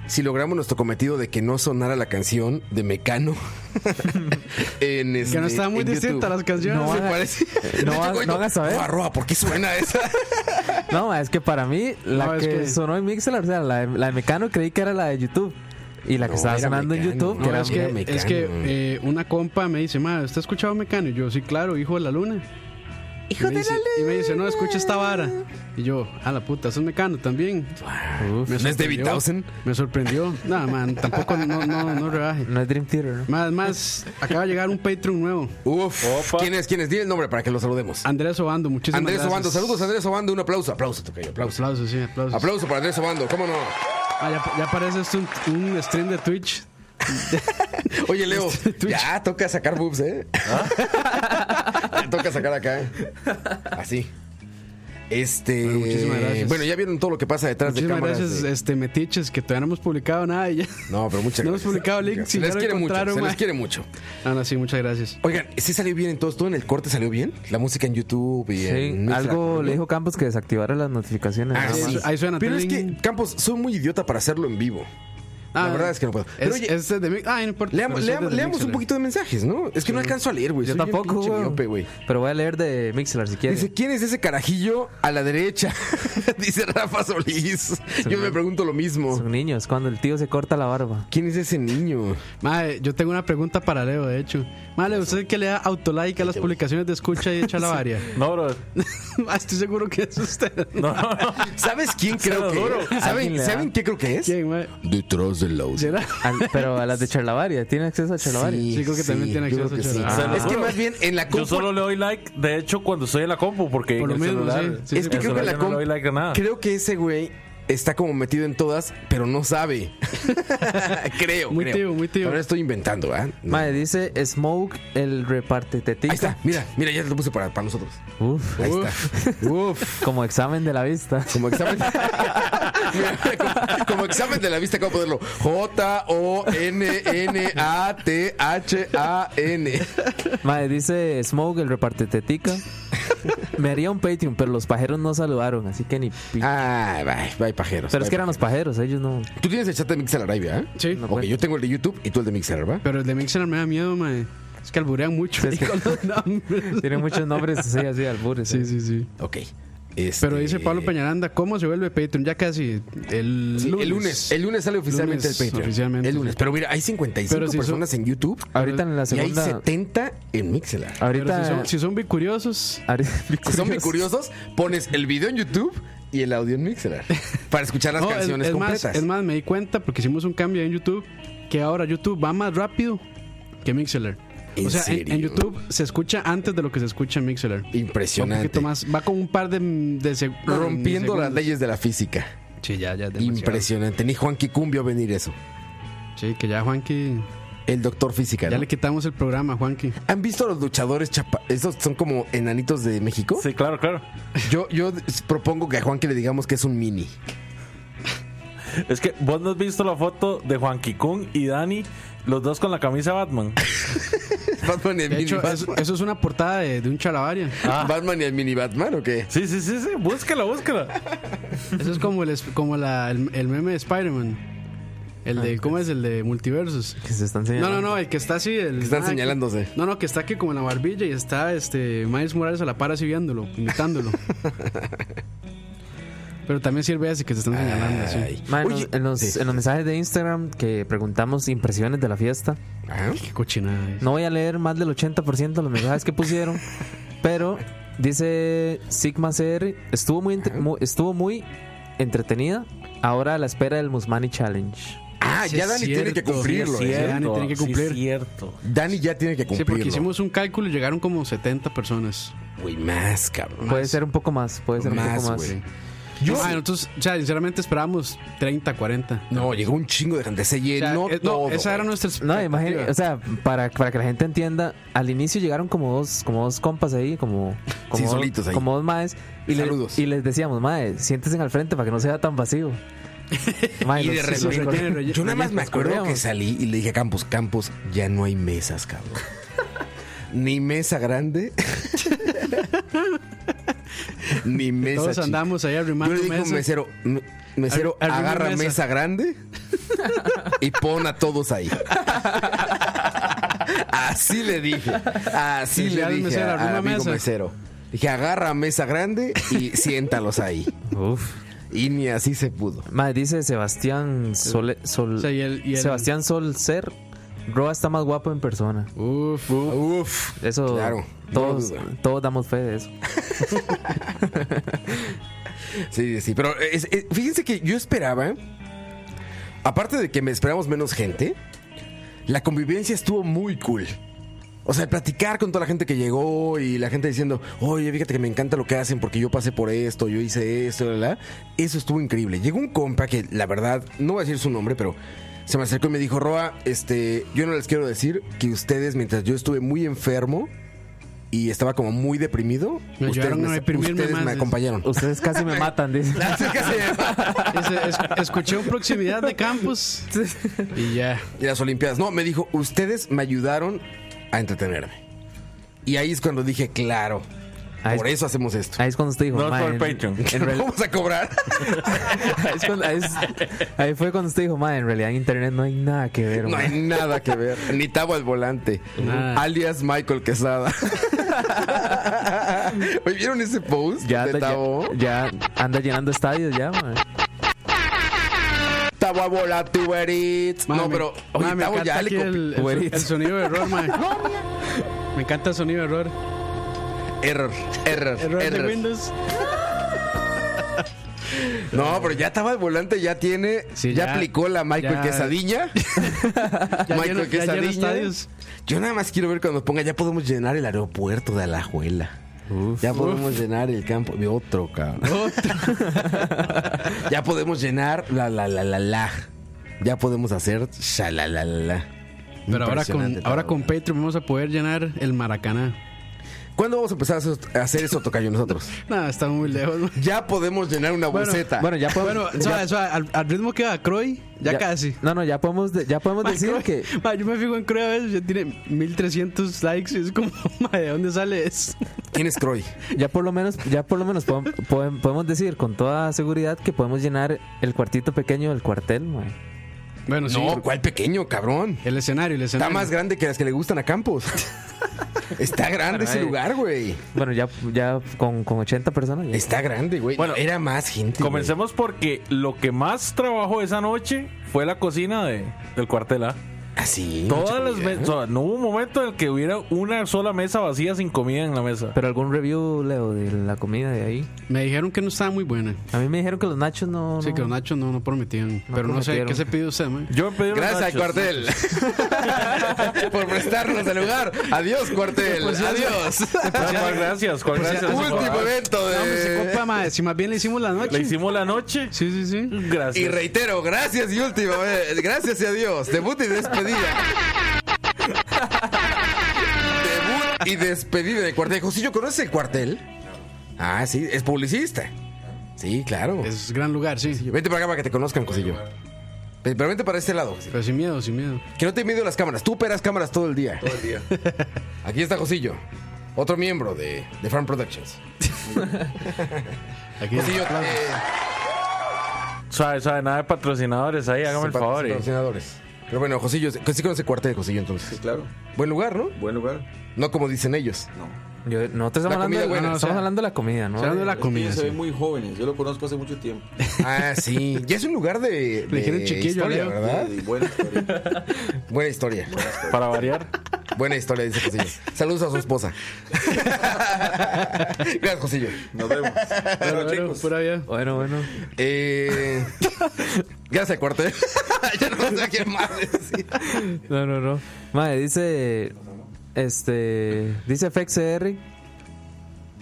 S1: si logramos nuestro cometido de que no sonara la canción de Mecano.
S2: [laughs]
S1: en
S2: Que no
S1: este-
S2: estaba muy
S1: en YouTube.
S2: distinta a las canciones.
S1: No,
S2: [laughs] No,
S1: se parece.
S3: [laughs] no
S1: De hecho,
S3: vas-
S1: güey,
S3: no vas a ver.
S1: Arroa, ¿por qué suena esa?
S3: No, ma, es que para mí, la
S2: No, es
S3: que,
S2: que-
S3: sonó en Mixler, o sea, la de, la de Mecano, creí que era la de YouTube. Y la que
S1: No,
S3: estaba
S1: era
S3: sonando en
S1: Mecano.
S3: YouTube, que era
S2: es que,
S1: mira,
S2: es que
S1: Mecano.
S2: eh, una compa me dice, ma, ¿usted ha escuchado Mecano? Y yo, sí, claro, hijo de la luna. Hijo de la luna. Y me dice, no, escucha esta vara. Y yo, a la puta, eso es Mecano también.
S3: Uf,
S2: Me
S1: ¿No es de
S2: sorprendió,
S1: Vitausen?
S2: Me sorprendió. No, man, tampoco, no, no, no rebaje.
S3: no es Dream Theater, ¿no?
S2: Más, más, acaba de llegar un Patreon nuevo.
S1: Uf.
S5: Opa.
S1: ¿Quién es? ¿Quién es? Dile el nombre para que lo saludemos.
S2: Andrés Obando, muchísimas
S1: Andrés
S2: gracias.
S1: Obando. Saludos, Andrés Obando. Un aplauso. Aplauso, tocayo. Aplauso.
S2: Aplausos, sí, aplausos.
S1: Aplauso para Andrés Obando. ¿Cómo no?
S2: Ah, ya, ya parece esto un, un stream de Twitch.
S1: Oye, Leo.
S2: Este
S1: ya toca sacar boobs, ¿eh?
S2: ¿Ah?
S1: ya toca sacar acá. ¿eh? Así. Este.
S2: Bueno, muchísimas gracias.
S1: Bueno, ya vieron todo lo que pasa detrás
S2: Muchísimas
S1: de cámaras.
S2: gracias,
S1: de-
S2: este Metiches, que todavía no hemos publicado nada y ya. [laughs]
S1: No, pero muchas gracias.
S2: No hemos publicado links,
S1: Se
S2: si
S1: les
S2: ya lo
S1: quiere mucho.
S2: encontraron,
S1: Se
S2: ma.
S1: les quiere mucho.
S2: Ah, no, sí, muchas gracias.
S1: Oigan, ¿sí salió bien entonces? ¿Todo en el corte salió bien? La música en YouTube y en.
S3: Sí, algo le dijo Campos que desactivara las notificaciones.
S1: Ah,
S3: nada
S2: sí.
S3: más.
S1: sí.
S2: Ahí suena,
S1: Pero es
S2: tling.
S1: que, Campos, soy muy idiota para hacerlo en vivo. La
S2: Ah,
S1: verdad es que no puedo. Pero
S2: Es,
S1: oye,
S2: es de mi- Ah, no importa.
S1: leam-
S2: pero sí es
S1: leam-
S2: de
S1: leamos
S2: Mixer.
S1: un poquito de mensajes, ¿no? Es que no alcanzo a leer, güey.
S3: Yo
S1: Soy bien
S3: tampoco,
S1: pinche
S3: güey.
S1: miope, güey.
S3: Pero voy a leer de Mixler si quieres.
S1: Dice, ¿quién es ese carajillo a la derecha? [laughs] Dice Rafa Solís. Yo me pregunto lo
S3: Es
S1: mismo.
S3: un niño, es cuando el tío se corta la barba.
S1: ¿Quién es ese niño?
S2: Mae, yo tengo una pregunta para Leo, de hecho. Mae, Leo, ¿usted que le da autolike a las publicaciones de escucha y
S1: [laughs]
S2: echa la varia? [laughs]
S5: No, bro.
S2: Mae, Estoy seguro que es usted.
S5: No, no, no.
S1: ¿Sabes quién creo
S5: lo juro.
S1: que es?
S3: Alguien
S1: ¿Saben,
S3: le da.
S1: ¿saben qué creo que es?
S2: [laughs] ¿Quién, mae?
S1: Detrás del audio.
S2: ¿Será?
S1: [laughs]
S3: Al- pero a las de Charlavaria, tiene acceso a Charlavaria.
S2: Sí, creo que también tiene
S1: yo
S2: acceso
S1: creo que
S2: a
S1: sí.
S2: Charlavaria.
S5: Ah.
S1: Es que más bien en la
S5: Yo
S1: compu-
S5: solo le doy like, de hecho, cuando estoy en la compu, porque
S2: Por
S5: en
S2: lo
S5: el
S2: mismo,
S5: celular-
S2: sí. sí,
S1: Es
S2: sí,
S1: que
S2: por-
S5: en
S1: creo que
S5: el
S1: la
S5: celular yo no
S1: comp-
S5: le doy like a nada.
S1: Creo que ese güey está como metido en todas, pero no sabe. [laughs] creo.
S2: Muy
S1: creo.
S2: tío, muy tío.
S1: Ahora estoy inventando, ¿ah? No.
S3: Madre, dice Smoke el reparte
S1: Ahí está, mira, mira, ya lo puse para, para nosotros.
S3: Uf,
S1: Ahí está. Uf.
S3: como examen de la vista.
S1: Como
S3: [laughs]
S1: examen. Mira, como, como examen de la vista, ¿cómo poderlo? J-O-N-N-A-T-H-A-N.
S3: Madre, dice Smoke el reparte
S1: [laughs]
S3: tetica. Me haría un Patreon, pero los pajeros no saludaron, así que ni pi-
S1: Ah, Ay, bye, bye, pajeros.
S3: Pero es
S1: bye,
S3: que eran los
S1: pajeros.
S3: pajeros, ellos no.
S1: Tú tienes el chat de Mixer Arabia, ¿eh?
S2: Sí.
S3: No.
S1: Ok, yo tengo el de YouTube y tú el de Mixer, ¿va?
S2: Pero el de Mixer me da miedo, mae. Es que alburean mucho.
S3: Sí, es que-
S2: ahí [laughs] con los nombres.
S3: Tienen muchos nombres así, así, albures. eh.
S2: sí, sí, sí.
S1: Ok. Este-
S2: Pero dice Pablo Peñaranda, ¿cómo se vuelve Patreon? Ya casi el,
S1: Sí,
S2: lunes.
S1: el lunes. El lunes sale oficialmente
S2: Lunes,
S1: el Patreon.
S2: oficialmente,
S1: el lunes.
S2: sí.
S1: Pero mira, hay 55
S2: Pero si
S1: personas en YouTube
S3: Ahorita en la
S1: y hay
S3: segunda.
S1: 70 en Mixelar.
S2: Pero
S3: Ahorita.
S2: si son, si son bicuriosos,
S3: ahorita- [laughs]
S1: Si son muy curiosos, pones el video en YouTube y el audio en Mixelar para escuchar las
S2: No, es-
S1: canciones
S2: es, más,
S1: completas.
S2: es más, me di cuenta porque hicimos un cambio en YouTube que ahora YouTube va más rápido que Mixler.
S1: ¿En
S2: O sea, en,
S1: serio?
S2: en YouTube se escucha antes de lo que se escucha en Mixler. Va un
S1: Impresionante.
S2: poquito más, va con un par de, de seg-
S1: Rompiendo
S2: de
S1: las
S2: segundos.
S1: leyes de la física.
S2: Sí, ya, ya. demasiado.
S1: Impresionante. Ni Juan Kikun vio venir eso.
S2: Sí, que ya Juanqui,
S1: El doctor física.
S2: ya
S1: ¿no?
S2: le quitamos el programa, Juanqui.
S1: ¿Han visto a los luchadores chapa? Esos son como enanitos de México.
S5: Sí, claro, claro.
S1: Yo, yo propongo que a Juan que le digamos que es un mini. [laughs]
S5: Es que vos no has visto la foto de Juan Kikun y Dani, los dos con la camisa Batman.
S1: Batman y el
S2: De
S1: mini
S2: hecho,
S1: Batman.
S2: eso, eso es una portada de, de un chalabaria.
S1: ¿Batman y el mini Batman o qué?
S5: Sí, sí, sí, sí. Búscala, búscala.
S2: Eso es como el, es- como la- el, el meme de Spider-Man. El
S1: Ah,
S2: de, ¿cómo es? El de multiversos.
S3: que se están
S2: No,
S3: señalando.
S2: no, no, el que está así. El,
S1: Que están
S2: ah,
S1: señalándose.
S2: No, no, que está aquí como en la barbilla y
S1: [laughs]
S2: está este Miles Morales a la par así viéndolo, imitándolo. Pero también sirve ese que se están señalando.
S1: Ay.
S2: Sí.
S3: Ma, en,
S1: Oye,
S3: los, en los-
S1: sí.
S3: en los mensajes de Instagram que preguntamos impresiones de la fiesta,
S1: Ajá.
S2: Qué cochinada. es.
S3: no voy a leer más del 80% de los mensajes
S2: [laughs]
S3: que pusieron, pero dice Sigma CR, estuvo muy, entre- mu- estuvo muy entretenida, ahora a la espera del Musmani Challenge.
S1: Ah,
S2: Sí,
S1: ya
S2: es
S1: Dani tiene que
S2: cierto,
S1: cumplirlo.
S5: Sí,
S2: es
S5: es
S1: ¿eh?
S2: cierto.
S5: cierto,
S2: tiene que
S5: sí, es
S2: cumplir.
S5: cierto.
S1: Dani ya tiene que
S2: Sí,
S1: cumplirlo.
S2: porque hicimos un cálculo y llegaron como 70 personas.
S1: Güey, más, cabrón.
S3: Puede ser un poco más, puede ser un
S1: Más,
S3: poco más.
S1: güey.
S2: Yo, nosotros, Ah, o sea, sinceramente esperábamos 30, 40.
S1: No, llegó un chingo de gente. Se
S2: O sea,
S1: llenó
S2: eh, no,
S1: todo.
S2: esa era nuestra
S3: No,
S2: expectativa.
S3: imagínate, o sea, para, para que la gente entienda, al inicio llegaron como dos, como dos compas ahí, como, como,
S1: Sí,
S3: dos-
S1: solitos ahí.
S3: como dos maes, y, le-
S1: Saludos.
S3: y les decíamos, maes, siéntense al frente para que no sea
S1: [laughs]
S3: tan vacío. Mae,
S1: Y de
S3: los-
S1: repente-
S3: los-
S2: Relleno, relleno.
S1: Yo nada más me
S3: rellenos,
S1: acuerdo que
S3: corríamos.
S1: salí y le dije a Campos, Campos, ya no hay mesas, cabrón. [laughs] Ni mesa grande. [laughs] Ni mesa
S2: Todos
S1: chica.
S2: andamos ahí
S1: Yo
S2: arrimando
S1: le dije a un
S2: mesas.
S1: mesero, "Me- mesero,
S2: Ar- arrima
S1: agarra
S2: mesa".
S1: mesa. grande y pon a todos ahí. Así le dije. Así
S2: Decía
S1: le
S2: al
S1: dije
S2: mesero,
S1: a- al
S2: "Arrima
S1: amigo
S2: mesa".
S1: mesero. Dije, agarra mesa grande y siéntalos ahí.
S3: Uf.
S1: Y ni así se pudo.
S3: Mae, dice Sebastián Sol, Sol-
S2: O sea, y el- y el-
S3: Sebastián Sol Ser, Roa está más guapo en persona.
S2: Uf,
S1: Uf.
S3: Eso,
S1: Claro,
S3: todos,
S1: no lo dudo.
S3: todos damos fe
S1: [laughs]
S3: de eso.
S1: Sí, sí, pero es- es- fíjense que yo esperaba, aparte de que me esperamos menos gente, la convivencia estuvo muy cool. O sea, el platicar con toda la gente que llegó y la gente diciendo, oye, fíjate que me encanta lo que hacen porque yo pasé por esto, yo hice esto, bla, bla. Eso estuvo increíble. Llegó un compa que, la verdad, no voy a decir su nombre, pero se me acercó y me dijo, Roa, este, yo no les quiero decir que ustedes, mientras yo estuve muy enfermo y estaba como muy deprimido,
S2: Me
S1: ustedes,
S2: ayudaron a deprimirme
S1: ustedes
S2: más.
S1: me acompañaron.
S3: Ustedes casi me matan, dice.
S1: [laughs] Así que se-
S2: Ese- es- escuché un proximidad de campus y ya.
S1: Y las Olimpiadas. No, me dijo, ustedes me ayudaron a entretenerme. Y ahí es cuando dije, claro,
S3: Ahí
S1: por
S3: es-
S1: eso hacemos esto.
S3: Ahí es cuando usted dijo,
S5: No es
S3: mae,
S5: por
S3: en-
S5: Patreon.
S3: en real-
S1: Vamos a cobrar.
S3: Ahí, [laughs] es cuando- ahí es- ahí fue cuando usted dijo, madre, en realidad en internet no hay nada que ver.
S1: No
S3: mae".
S1: hay nada que ver. Ni Tavo al volante.
S2: Nada.
S1: Alias Michael
S2: [laughs]
S1: Quesada. Oye, ¿Vieron ese post
S3: ya,
S1: de
S3: anda,
S1: Tavo?
S3: ya, ya anda llenando estadios ya, mae.
S1: Tavo a volante, Uber Eats.
S2: Mami,
S1: no, pero oye,
S2: mami, me
S1: Tavo
S2: encanta
S1: ya le
S2: aquí
S1: copió.
S2: el, el-
S3: Uber Eats.
S2: el sonido de error, mae. Me encanta el sonido de error.
S1: Error, error,
S2: Error
S1: error.
S2: de Windows.
S1: No, pero ya Tavo al volante, ya tiene.
S2: Sí,
S1: ya,
S2: ya-
S1: aplicó la Michael
S2: ya-
S1: Quesadilla.
S2: Ya
S1: Michael
S2: lleno- ya lleno
S1: Quesadilla.
S2: estadios.
S1: Yo nada más quiero ver cuando ponga, ya podemos llenar el aeropuerto de Alajuela. ya podemos llenar el campo de otro,
S2: [laughs]
S1: cabrón.
S2: Otro.
S1: ya podemos llenar la la la la la. Ya podemos hacer shalalala.
S2: Pero ahora con,
S1: Impresionante,
S2: ahora
S1: cabrón.
S2: con Patreon vamos a poder llenar el Maracaná.
S1: ¿Cuándo vamos a empezar a hacer- a hacer eso, Tocayo, nosotros?
S2: Nada, estamos muy lejos. mae.
S1: Ya podemos llenar una
S2: Bueno,
S1: buceta.
S3: Bueno, ya podemos.
S2: Bueno,
S3: ya-
S2: suave, suave, al, al ritmo que va Croy, ya, casi.
S3: No, no, ya podemos, de- ya podemos
S2: Mae,
S3: decir
S2: Croy-
S3: que.
S2: mae, yo me fijo en Croy a veces, ya tiene 1300 likes y es como, [laughs] mae, ¿de dónde sale eso?
S1: ¿Quién es Croy?
S3: Ya por lo menos, ya por lo menos podem- podem- podemos, decir con toda seguridad que podemos llenar el cuartito pequeño del cuartel, mae.
S2: Bueno, sí.
S1: No, ¿cuál pequeño, cabrón?
S2: El escenario, el
S1: Está
S2: escenario.
S1: más grande que las que le gustan a Campos. Está grande ese
S3: Caray.
S1: lugar, güey.
S3: Bueno, ya, ya con, con 80 personas. ya.
S1: Está grande, güey.
S5: Bueno,
S1: era más gente. güey.
S5: Comencemos porque lo que más trabajó esa noche fue la cocina de, del cuartel A.
S1: Así. mucha
S5: Todas las
S1: Ah, comida, ¿eh?
S5: mesas, o sea, no hubo un momento en el que hubiera una sola mesa vacía sin comida en la mesa.
S3: Pero algún review, Leo, de la comida de ahí.
S2: Me dijeron que no estaba muy buena.
S3: A mí me dijeron que los nachos no.
S2: Sí,
S3: no-
S2: que los nachos no, no prometían.
S3: No
S2: pero no sé
S3: prometieron.
S2: qué se pidió usted, mae?
S5: Yo pedí unos
S1: Gracias,
S5: nachos.
S1: cuartel. [laughs] Por prestarnos el lugar. Adiós, cuartel. [laughs] Adiós.
S5: Ah, ¿cuál gracias, ¿Cuál gracias.
S1: Último evento
S2: No, hombre, se
S1: de.
S2: copa, mae, Si más bien Eh, le hicimos la
S5: Le
S2: noche.
S5: hicimos la noche.
S2: Sí, sí, sí.
S5: Gracias.
S1: Y reitero, gracias y último. eh, Gracias y adiós. Debut y despedida. Debut y despedida de cuartel. Josillo, ¿conoces el cuartel? Ah, sí, es publicista. Sí, claro.
S2: Es gran lugar, sí.
S1: Vente para acá para que te conozcan, Josillo. Ven, Pero vente para este lado. Josillo.
S2: Pero sin miedo, sin miedo.
S1: Que no te miedo las cámaras. Tú operas cámaras todo el día. Todo el día. [laughs] Aquí está Josillo, otro miembro de, de Farm Productions.
S2: Aquí
S1: Josillo,
S2: aplausos.
S1: eh,
S5: Sabe, sabe, nada de patrocinadores ahí, hágame el
S1: pat-
S5: favor. eh.
S1: patrocinadores. Pero bueno, Josillo, sí conoce el cuartel de Josillo entonces.
S6: Claro,
S1: Buen lugar, ¿no?
S6: buen lugar.
S1: No como dicen ellos.
S6: No.
S3: Yo- nosotros
S1: La
S3: estamos,
S1: comida
S3: hablando,
S1: buena.
S3: no, no, estamos
S2: O sea,
S3: hablando de la comida, ¿no?
S2: estamos hablando de la
S6: Es que
S2: comida,
S6: ellos Se
S2: sí.
S6: ven muy jóvenes, yo lo conozco hace mucho tiempo.
S1: Ah, sí. Ya es un lugar de, de
S2: dijeron chiquillo,
S1: historia,
S2: Leo.
S1: ¿verdad?
S6: Y buena historia.
S1: Buena historia.
S5: Para variar.
S1: Buena historia, dice Josillo. Saludos a su
S5: [laughs]
S1: esposa. Gracias, Josillo.
S3: [laughs]
S6: Nos vemos.
S2: Pero,
S6: Bueno,
S2: pero,
S6: chicos.
S2: pura vida.
S3: Bueno, bueno.
S1: Eh, gracias al cuartel. [laughs] ya no sé qué más decir.
S3: No, no, no. Mae, dice. Este. Dice FXR.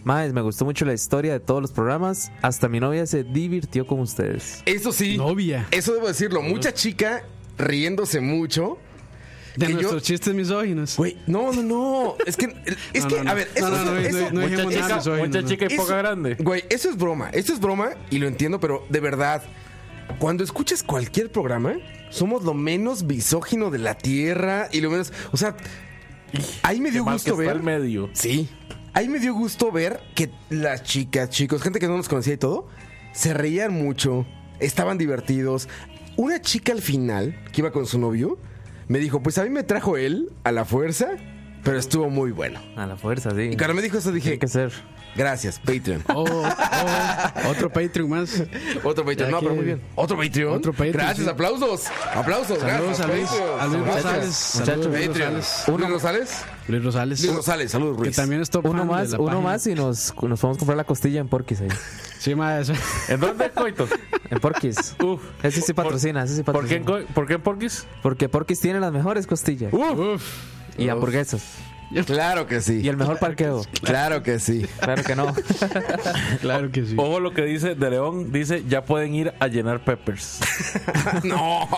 S3: Mae, me gustó mucho la historia de todos los programas. Hasta mi novia se divirtió con ustedes.
S1: Eso sí.
S2: Novia.
S1: Eso debo decirlo. Mucha chica riéndose mucho.
S2: De
S1: que yo-
S2: nuestros chistes misóginos.
S1: Güey, no, no, no. Es que, [laughs] es
S2: No,
S1: que,
S2: no, no.
S1: a ver,
S2: No,
S1: eso,
S2: no, no,
S1: eso-
S2: no
S1: mucha
S2: dijimos nada
S1: chica-
S2: de eso. soy,
S5: mucha
S2: no,
S5: chica y
S1: Eso-
S5: poca grande.
S1: Güey, eso es broma. Eso es broma y lo entiendo, pero de verdad, cuando escuchas cualquier programa, somos lo menos misógino de la tierra y lo menos. O sea, ahí me dio
S5: Más que
S1: gusto
S5: está
S1: ver.
S5: al medio.
S1: Sí. Ahí me dio gusto ver que las chicas, chicos, gente que no nos conocía y todo, se reían mucho, estaban divertidos. Una chica al final, que iba con su novio, me dijo: Pues a mí me trajo él a la fuerza, pero estuvo muy bueno.
S3: A la fuerza, sí.
S1: Y cuando me dijo eso dije,
S3: Tiene que ser.
S1: gracias,
S2: [laughs]
S1: Patreon.
S2: Oh, oh, otro Patreon más.
S1: Otro Patreon.
S2: Ya
S1: No,
S2: que-
S1: pero muy bien. Otro Patreon.
S2: Otro Patreon,
S1: Gracias,
S2: sí.
S1: aplausos. Aplausos.
S2: Saludos
S1: gracias,
S2: a Luis,
S1: Patreon.
S2: a Luis
S1: Gracias.
S2: Rosales. Saludos, Luis
S1: Patreon.
S2: Rosales.
S1: Luis Rosales.
S2: Luis Rosales.
S1: Luis Rosales. Saludos,
S2: Que
S1: Luis.
S2: también es top fan
S3: Uno
S2: de
S3: más,
S2: la
S3: uno
S2: página.
S3: más y nos, nos podemos comprar la costilla en Porquis ahí.
S2: Sí, ma, eso.
S5: ¿En dónde, Coito?
S1: [laughs]
S3: En Porquis.
S1: Uh.
S5: Uf.
S3: Ese sí patrocina, ese sí
S5: ¿Por qué,
S3: patrocina.
S5: en Coi- ¿Por qué en Porquis?
S3: Porque Porquis tiene las mejores costillas.
S1: Uh.
S2: Uf.
S3: y hamburguesas.
S1: Claro que
S3: Y
S1: sí.
S3: el mejor parqueo.
S1: Claro que sí.
S3: Claro que
S1: [laughs]
S3: no.
S2: Claro que sí.
S5: Ojo lo que dice De León. Dice, ya pueden ir a llenar peppers.
S1: [laughs] no.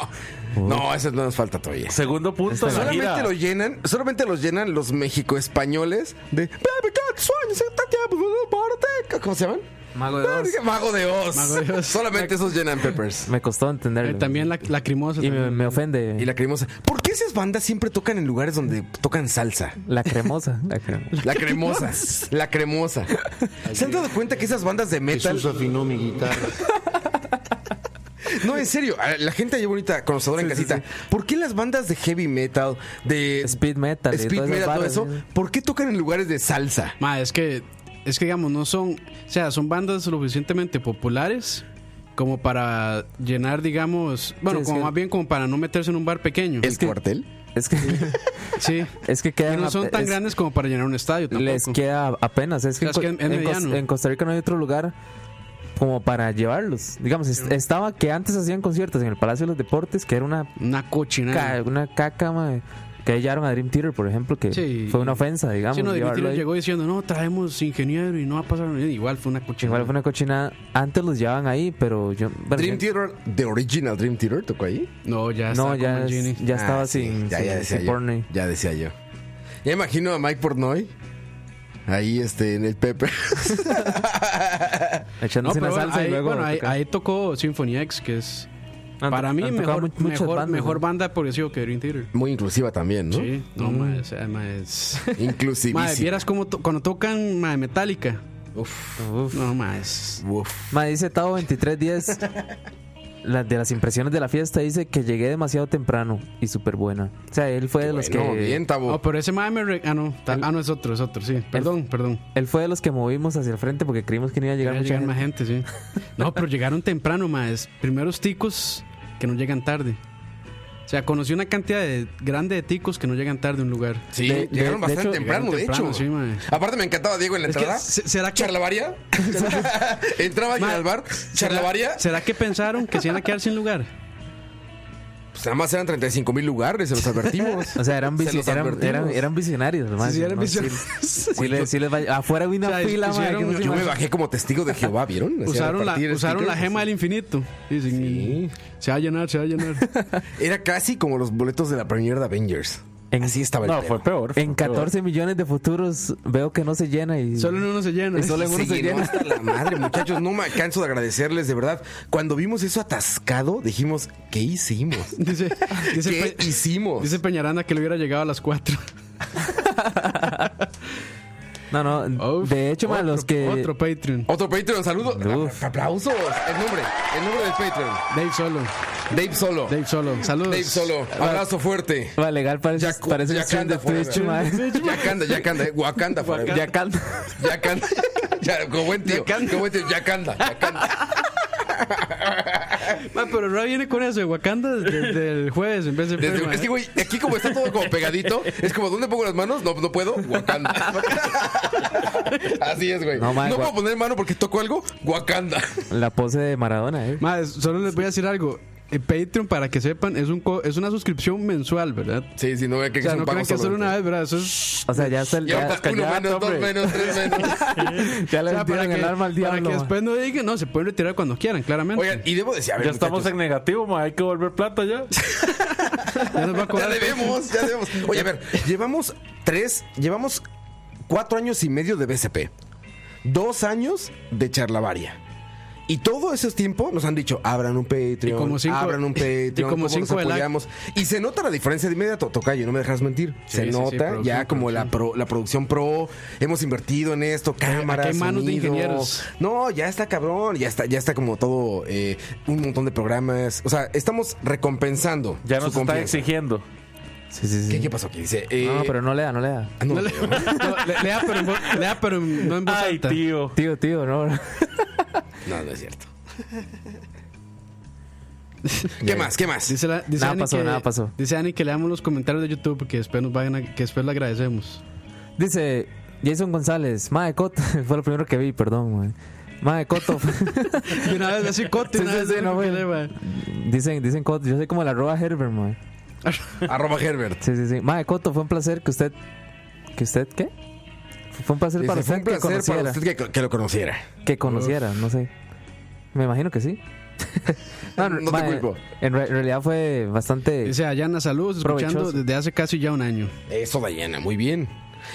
S1: No, eso no nos falta todavía.
S5: Segundo punto, la
S1: Pues Solamente
S5: gira.
S1: lo llenan, solamente los llenan los mexicoespañoles de Baby Cat, sueños, está tiempo, no parte. ¿Cómo se llaman?
S3: Mago de Oz.
S1: Mago de Oz.
S2: Mago de Oz.
S1: Solamente esos llenan
S5: [laughs]
S1: Peppers.
S3: Me costó
S2: Eh,
S3: entenderlo.
S2: también la lacrimosa.
S3: Y me,
S2: también.
S3: me ofende.
S1: Y la cremosa. ¿Por qué esas bandas siempre tocan en lugares donde tocan salsa?
S3: La cremosa. La cremosa.
S1: [laughs] La cremosa. La cremosa. ¿Se han dado cuenta que esas bandas de metal.
S7: afinó mi guitarra.
S1: No, en serio, a la gente allá bonita, conocedora en casita. ¿Por qué las bandas de heavy metal, de
S3: Speed metal. y
S1: speed
S3: todas esas
S1: metal, todo
S3: varas,
S1: eso,
S3: sí.
S1: por qué tocan en lugares de salsa?
S2: Ma, es que, es que digamos, no son, o sea, son bandas lo suficientemente populares como para llenar, digamos, bueno,
S3: Sí, es
S2: como
S3: que-
S2: más bien como para no meterse en un bar pequeño.
S1: ¿El cuartel?
S3: Es que, [laughs]
S2: Sí.
S3: es que
S2: Que
S3: quedan.
S2: no son
S3: ap-
S2: tan
S3: es-
S2: grandes como para llenar un estadio tampoco.
S3: Les queda apenas. Es que,
S2: O sea, es
S3: en,
S2: que es
S3: en Cos-
S2: mediano.
S3: en Costa Rica no hay otro lugar como para llevarlos. Digamos, es- estaba que antes hacían conciertos en el Palacio de los Deportes, que era una,
S2: Una
S3: ca-
S2: cochinada.
S3: una caca, mae, Que ahí llevaron a Dream Theater, por ejemplo, que
S2: Sí.
S3: fue una ofensa, digamos.
S2: Sí, no,
S3: llevarlo
S2: Dimitri
S3: ahí.
S2: llegó diciendo, no, traemos ingeniero y no va a pasar nada. Igual fue una
S3: Igual
S2: cochinada.
S3: fue una cochinada. Antes los llevaban ahí, pero yo. bueno,
S1: Dream
S3: yo-
S1: Theater, The Original Dream Theater, tocó ahí.
S2: No, ya
S3: No,
S2: está
S3: ya,
S2: como el
S3: es-
S2: Genie.
S3: ya
S1: Ah,
S3: estaba
S1: sí,
S3: sin,
S1: ya,
S3: sin-
S1: ya decía
S3: sin
S1: yo,
S3: Portnoy.
S1: Ya decía yo. Ya imagino a Mike Portnoy ahí este, en el Pepe. [laughs]
S2: No,
S3: Echándose
S2: pero
S3: una
S2: bueno,
S3: salsa y
S2: ahí,
S3: luego.
S2: bueno, ahí,
S3: tocar.
S2: ahí tocó Symphony X, que es
S3: Han-
S2: para
S3: han
S2: mí
S3: tocado
S2: mejor,
S3: mu- muchas
S2: mejor,
S3: bandas,
S2: mejor
S3: ¿no?
S2: banda progresiva que Dream Theater.
S1: Muy inclusiva también, ¿no?
S2: Sí, no,
S3: Mm.
S2: ma, o sea, ma, es...
S1: Inclusivísima.
S2: Madre, vieras cómo to- cuando tocan madre, Metallica.
S3: Uf.
S2: No, más.
S1: Uf.
S3: Ma, dice Tao 2310. la- de las impresiones de la fiesta dice que llegué demasiado temprano y súper buena. O sea, él fue de los
S1: Bueno,
S3: que.
S1: bien, Tabo.
S2: No, pero ese madre me. re- Ah, no. ta- ah, no, es otro, es otro, sí. Perdón, perdón.
S3: Él fue de los que movimos hacia el frente porque creímos que no iba a llegar
S2: Llegar,
S3: mucha
S2: llegar
S3: gente.
S2: más gente, sí. No,
S1: [laughs]
S2: pero llegaron temprano, más. Primeros ticos que no llegan tarde. O sea, conocí una cantidad de, grande de ticos que no llegan tarde a un lugar.
S1: Sí,
S3: de-
S1: llegaron
S3: de- de
S1: bastante
S3: hecho,
S1: temprano, de
S2: temprano,
S1: hecho.
S2: sí, mae.
S1: Aparte me encantaba Diego en la
S2: Es que,
S1: entrada.
S2: se- ¿será que-
S3: [laughs]
S1: Charlavaria. Entraba alguien
S2: Mae,
S1: al bar. Charlavaria.
S2: ¿Será que pensaron que se iban a quedar sin lugar?
S1: Pues nada más eran 35 mil lugares, se los advertimos.
S3: [laughs] O sea, eran,
S1: Se
S3: visi-
S1: los
S3: eran,
S1: advertimos.
S3: eran, eran visionarios. ma,
S2: sí, eran
S3: ¿no?
S2: visionarios. [laughs]
S3: Sí, [laughs] sí les- sí les va- afuera vi una
S2: O sea,
S3: fila, ma,
S2: hicieron-
S3: que
S1: Yo
S3: no se
S1: me
S3: imagina.
S1: bajé como testigo de Jehová, ¿vieron? Hacía
S2: Usaron, la,
S1: repartir
S2: usaron la
S1: stickers.
S2: gema del infinito. Dicen,
S1: Sí.
S2: Se va a llenar, se va a llenar.
S1: Era casi como los boletos de la premiere de Avengers.
S3: En-
S1: Así estaba el
S5: No,
S1: pedo.
S5: fue peor. fue
S3: En
S5: peor.
S3: 14 millones de futuros veo que no se llena y.
S2: Solo en uno se llena.
S3: Y solo en uno
S1: Sí, no,
S3: se llena.
S1: hasta la madre, muchachos. No me canso de agradecerles, de verdad. Cuando vimos eso atascado, dijimos, ¿qué hicimos?
S2: [laughs] Dice, dice,
S1: ¿Qué
S2: Pe-
S1: hicimos?
S2: dice Peñaranda que le hubiera llegado a las 4.
S3: No, no.
S2: Uf,
S3: de hecho, ma,
S2: otro-
S3: los que.
S2: Otro Patreon.
S1: Otro Patreon, saludos.
S3: Uf.
S1: Aplausos. El nombre, el nombre del Patreon.
S2: Dave Solo.
S1: Dave Solo. Dave,
S2: Dave Solo. Saludos.
S1: Solo. Abrazo fuerte.
S3: Ma, legal, parece,
S1: Yaku-
S3: pues, parece un ¿eh? stream de
S1: Yakanda
S3: Twitch, ma.
S1: forever. Yakanda, Yakanda, eh, Wakanda [laughs] forever.
S3: Ya canta.
S1: Yakanda. [laughs] Ya, como buen tío.
S2: Yakanda.
S1: Como buen tío. Yakanda. Yakanda.
S2: Ma, pero Ra viene con eso de Wakanda desde, el jueves en vez de.
S1: Desde-
S2: Prima,
S1: es que,
S2: ¿eh?
S1: güey, aquí como está todo como pegadito, es como, ¿dónde pongo las manos? No, no puedo. Wakanda. Así es, güey. No,
S3: No, man,
S1: puedo
S3: Wa-
S1: poner mano porque toco algo. Wakanda.
S3: La pose de Maradona, eh.
S2: Ma, es- solo les voy a decir algo. El Patreon, para que sepan, es, un co- es una suscripción mensual, ¿verdad?
S1: Sí, sí, no vean que
S2: O sea,
S1: es un
S2: no
S1: pago
S2: crean que es
S1: solo.
S2: solo una vez, ¿verdad? Eso es.
S3: O sea, ya está el.
S1: Y
S3: Ya,
S1: ahora uno
S3: callate,
S1: menos, dos
S3: hombre.
S1: menos, tres menos.
S3: Ya
S2: o
S3: le
S2: sea,
S3: metieron el arma al diablo.
S2: para que
S3: ma.
S2: después no digan, no, se pueden retirar cuando quieran, claramente.
S1: Oigan, y debo decir, a ver,
S5: Ya estamos
S1: muchachos,
S5: en negativo, ma. Hay que volver plata [laughs] ya.
S2: ya nos va a
S1: Ya
S2: cobrar.
S1: debemos, ya debemos. Oye, a ver, llevamos tres, llevamos cuatro años y medio de BCP, dos años de charlavaria. Y todo ese tiempo nos han dicho, abran un Patreon,
S2: Y como cinco-
S1: abran un Patreon,
S2: [laughs] y como
S1: ¿cómo nos
S2: cinco de like.
S1: apoyamos. Y se nota la diferencia de inmediato, Tocayo, no me dejas mentir.
S2: Sí,
S1: se
S2: sí, sí,
S1: nota
S2: producción,
S1: ya como la, pro- la producción pro, hemos invertido en esto, cámaras,
S2: hay manos de
S1: sonido.
S2: ingenieros.
S1: No, ya está cabrón, ya está, ya está como todo, eh, un montón de programas. O sea, estamos recompensando
S5: Ya
S1: su
S5: nos está
S1: confianza.
S5: exigiendo.
S3: Sí, sí, sí.
S1: ¿Qué, qué pasó aquí? Dice, eh,
S3: Este, No, pero no lea, no lea.
S1: ah, no,
S2: No le, [laughs] no, le- lea, pero en vo- lea, pero en- no en voz
S5: Ay,
S2: alta.
S5: tío.
S3: Tío, tío, no. [laughs]
S1: no, no es cierto. ¿Qué más? ¿Qué más?
S2: Dice la- dice
S3: Nada
S2: Ani
S3: pasó,
S2: que-
S3: nada pasó.
S2: Dice Ani que leamos los comentarios de YouTube que después nos vayan a- que después le agradecemos.
S3: Dice Jason González, Mae Coto. [laughs] Fue lo primero que vi, perdón, mae. Mae Coto. [laughs]
S2: De una vez así cote,
S3: Sí,
S2: una
S3: sí,
S2: vez
S3: sí,
S2: así
S3: no,
S2: que
S3: güey.
S2: le va.
S3: dicen, dicen Coto. Yo soy como la arroba Herbert, mae.
S1: [laughs] Arroba Herbert.
S3: Sí, sí, sí. Mae Coto, fue un placer que usted. ¿Que usted qué? Fue un placer
S1: Dice,
S3: para
S1: fue
S3: usted
S1: un
S3: que
S1: placer para
S3: conociera.
S1: usted que, que lo conociera.
S3: Que conociera, no sé. Me imagino que sí.
S1: [laughs] No te culpo.
S3: En, re- en realidad fue bastante.
S2: Dice Ayana, saludos, escuchando
S3: Provechoso.
S2: desde hace casi ya un año.
S1: Eso, Dayana, muy bien.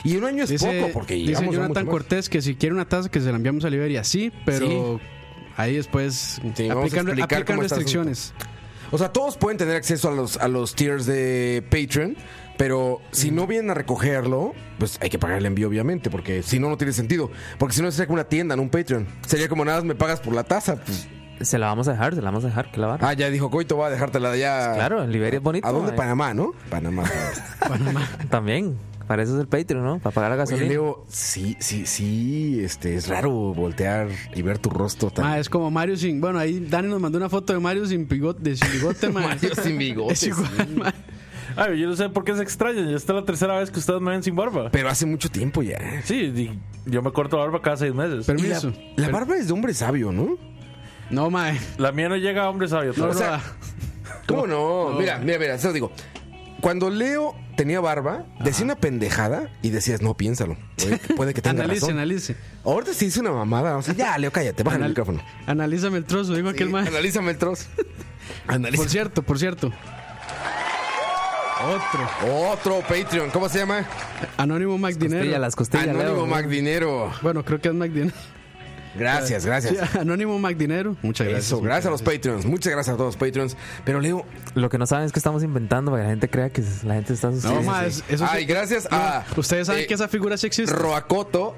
S1: Y un año es
S2: Dice,
S1: poco, porque
S2: dice
S1: llevamos ya
S2: Jonathan
S1: mucho más.
S2: Cortés que si quiere una taza que se la enviamos a Liberia, sí, pero ahí
S1: Sí,
S2: después
S1: vamos a
S2: aplican,
S1: explicar
S2: aplican
S1: cómo está el
S2: restricciones.
S1: O sea, todos pueden tener acceso a los, a los tiers de Patreon, pero si no vienen a recogerlo, pues hay que pagar el envío, obviamente, porque si no, no tiene sentido. Porque si no, sería como una tienda, no un Patreon. Sería como nada más me pagas por la taza. pues.
S3: Se la vamos a dejar, se la vamos a dejar, que la van.
S1: Ah, ya dijo Coito, va a dejártela ya.
S3: Claro, en Liberia es bonito.
S1: Ah, ¿A dónde?
S3: mae.
S1: Panamá, ¿no? eh. Panamá.
S3: También. Para eso es el Patreon, ¿no? Para pagar la
S1: Oye,
S3: gasolina.
S1: Leo, sí, sí, sí, este, es raro voltear y ver tu rostro tan...
S2: Ma, es como Mario sin. Bueno, ahí Dani nos mandó una foto de Mario sin bigote, de sin
S1: [laughs]
S2: bigote, ma.
S1: Mario sin bigote,
S2: [laughs] Es igual,
S1: sí.
S2: ma.
S5: Ay, yo no sé por qué se extrañan. Ya está la tercera vez que ustedes me ven sin barba.
S1: Pero hace mucho tiempo ya.
S5: Sí, y yo me corto la barba cada seis meses.
S1: Y la,
S2: Permiso.
S1: la barba es de hombre sabio, ¿no?
S2: No, ma.
S5: La mía no llega a hombre sabio.
S2: No,
S5: todavía.
S1: O sea,
S2: no,
S1: ¿Cómo no? Mira, mira, mira, se lo digo. Cuando Leo tenía barba, decía una pendejada y decías, no, piénsalo. Puede, puede que tenga
S2: analice,
S1: razón.
S2: analice.
S1: Ahorita sí hice una mamada. O sea, ya, Leo, cállate, baja el
S2: Anal-
S1: micrófono.
S2: Analízame el trozo, digo aquel
S1: Sí,
S2: ma.
S1: Analízame el trozo.
S2: [laughs] Por
S1: Analízame.
S2: cierto, por cierto. Otro.
S1: Otro Patreon, ¿cómo se llama?
S2: Anónimo Mac
S3: Costilla,
S2: Dinero.
S3: las costillas,
S1: Anónimo
S3: Leo.
S1: Magdinero.
S2: Bueno, creo que es Mac Dinero. [laughs]
S1: Gracias, gracias.
S2: Sí, Anónimo Mac Dinero. Muchas gracias.
S1: Eso, gracias a los Patreons. Muchas gracias a todos los Patreons. Pero Leo,
S3: Lo que no saben es que estamos inventando para que la gente crea que la gente está
S2: No,
S3: asustando.
S2: ma, es- eso sí-
S1: Ay, gracias a-
S2: Ustedes saben
S1: eh,
S2: que esa figura sí existe. [laughs]
S1: Roacoto.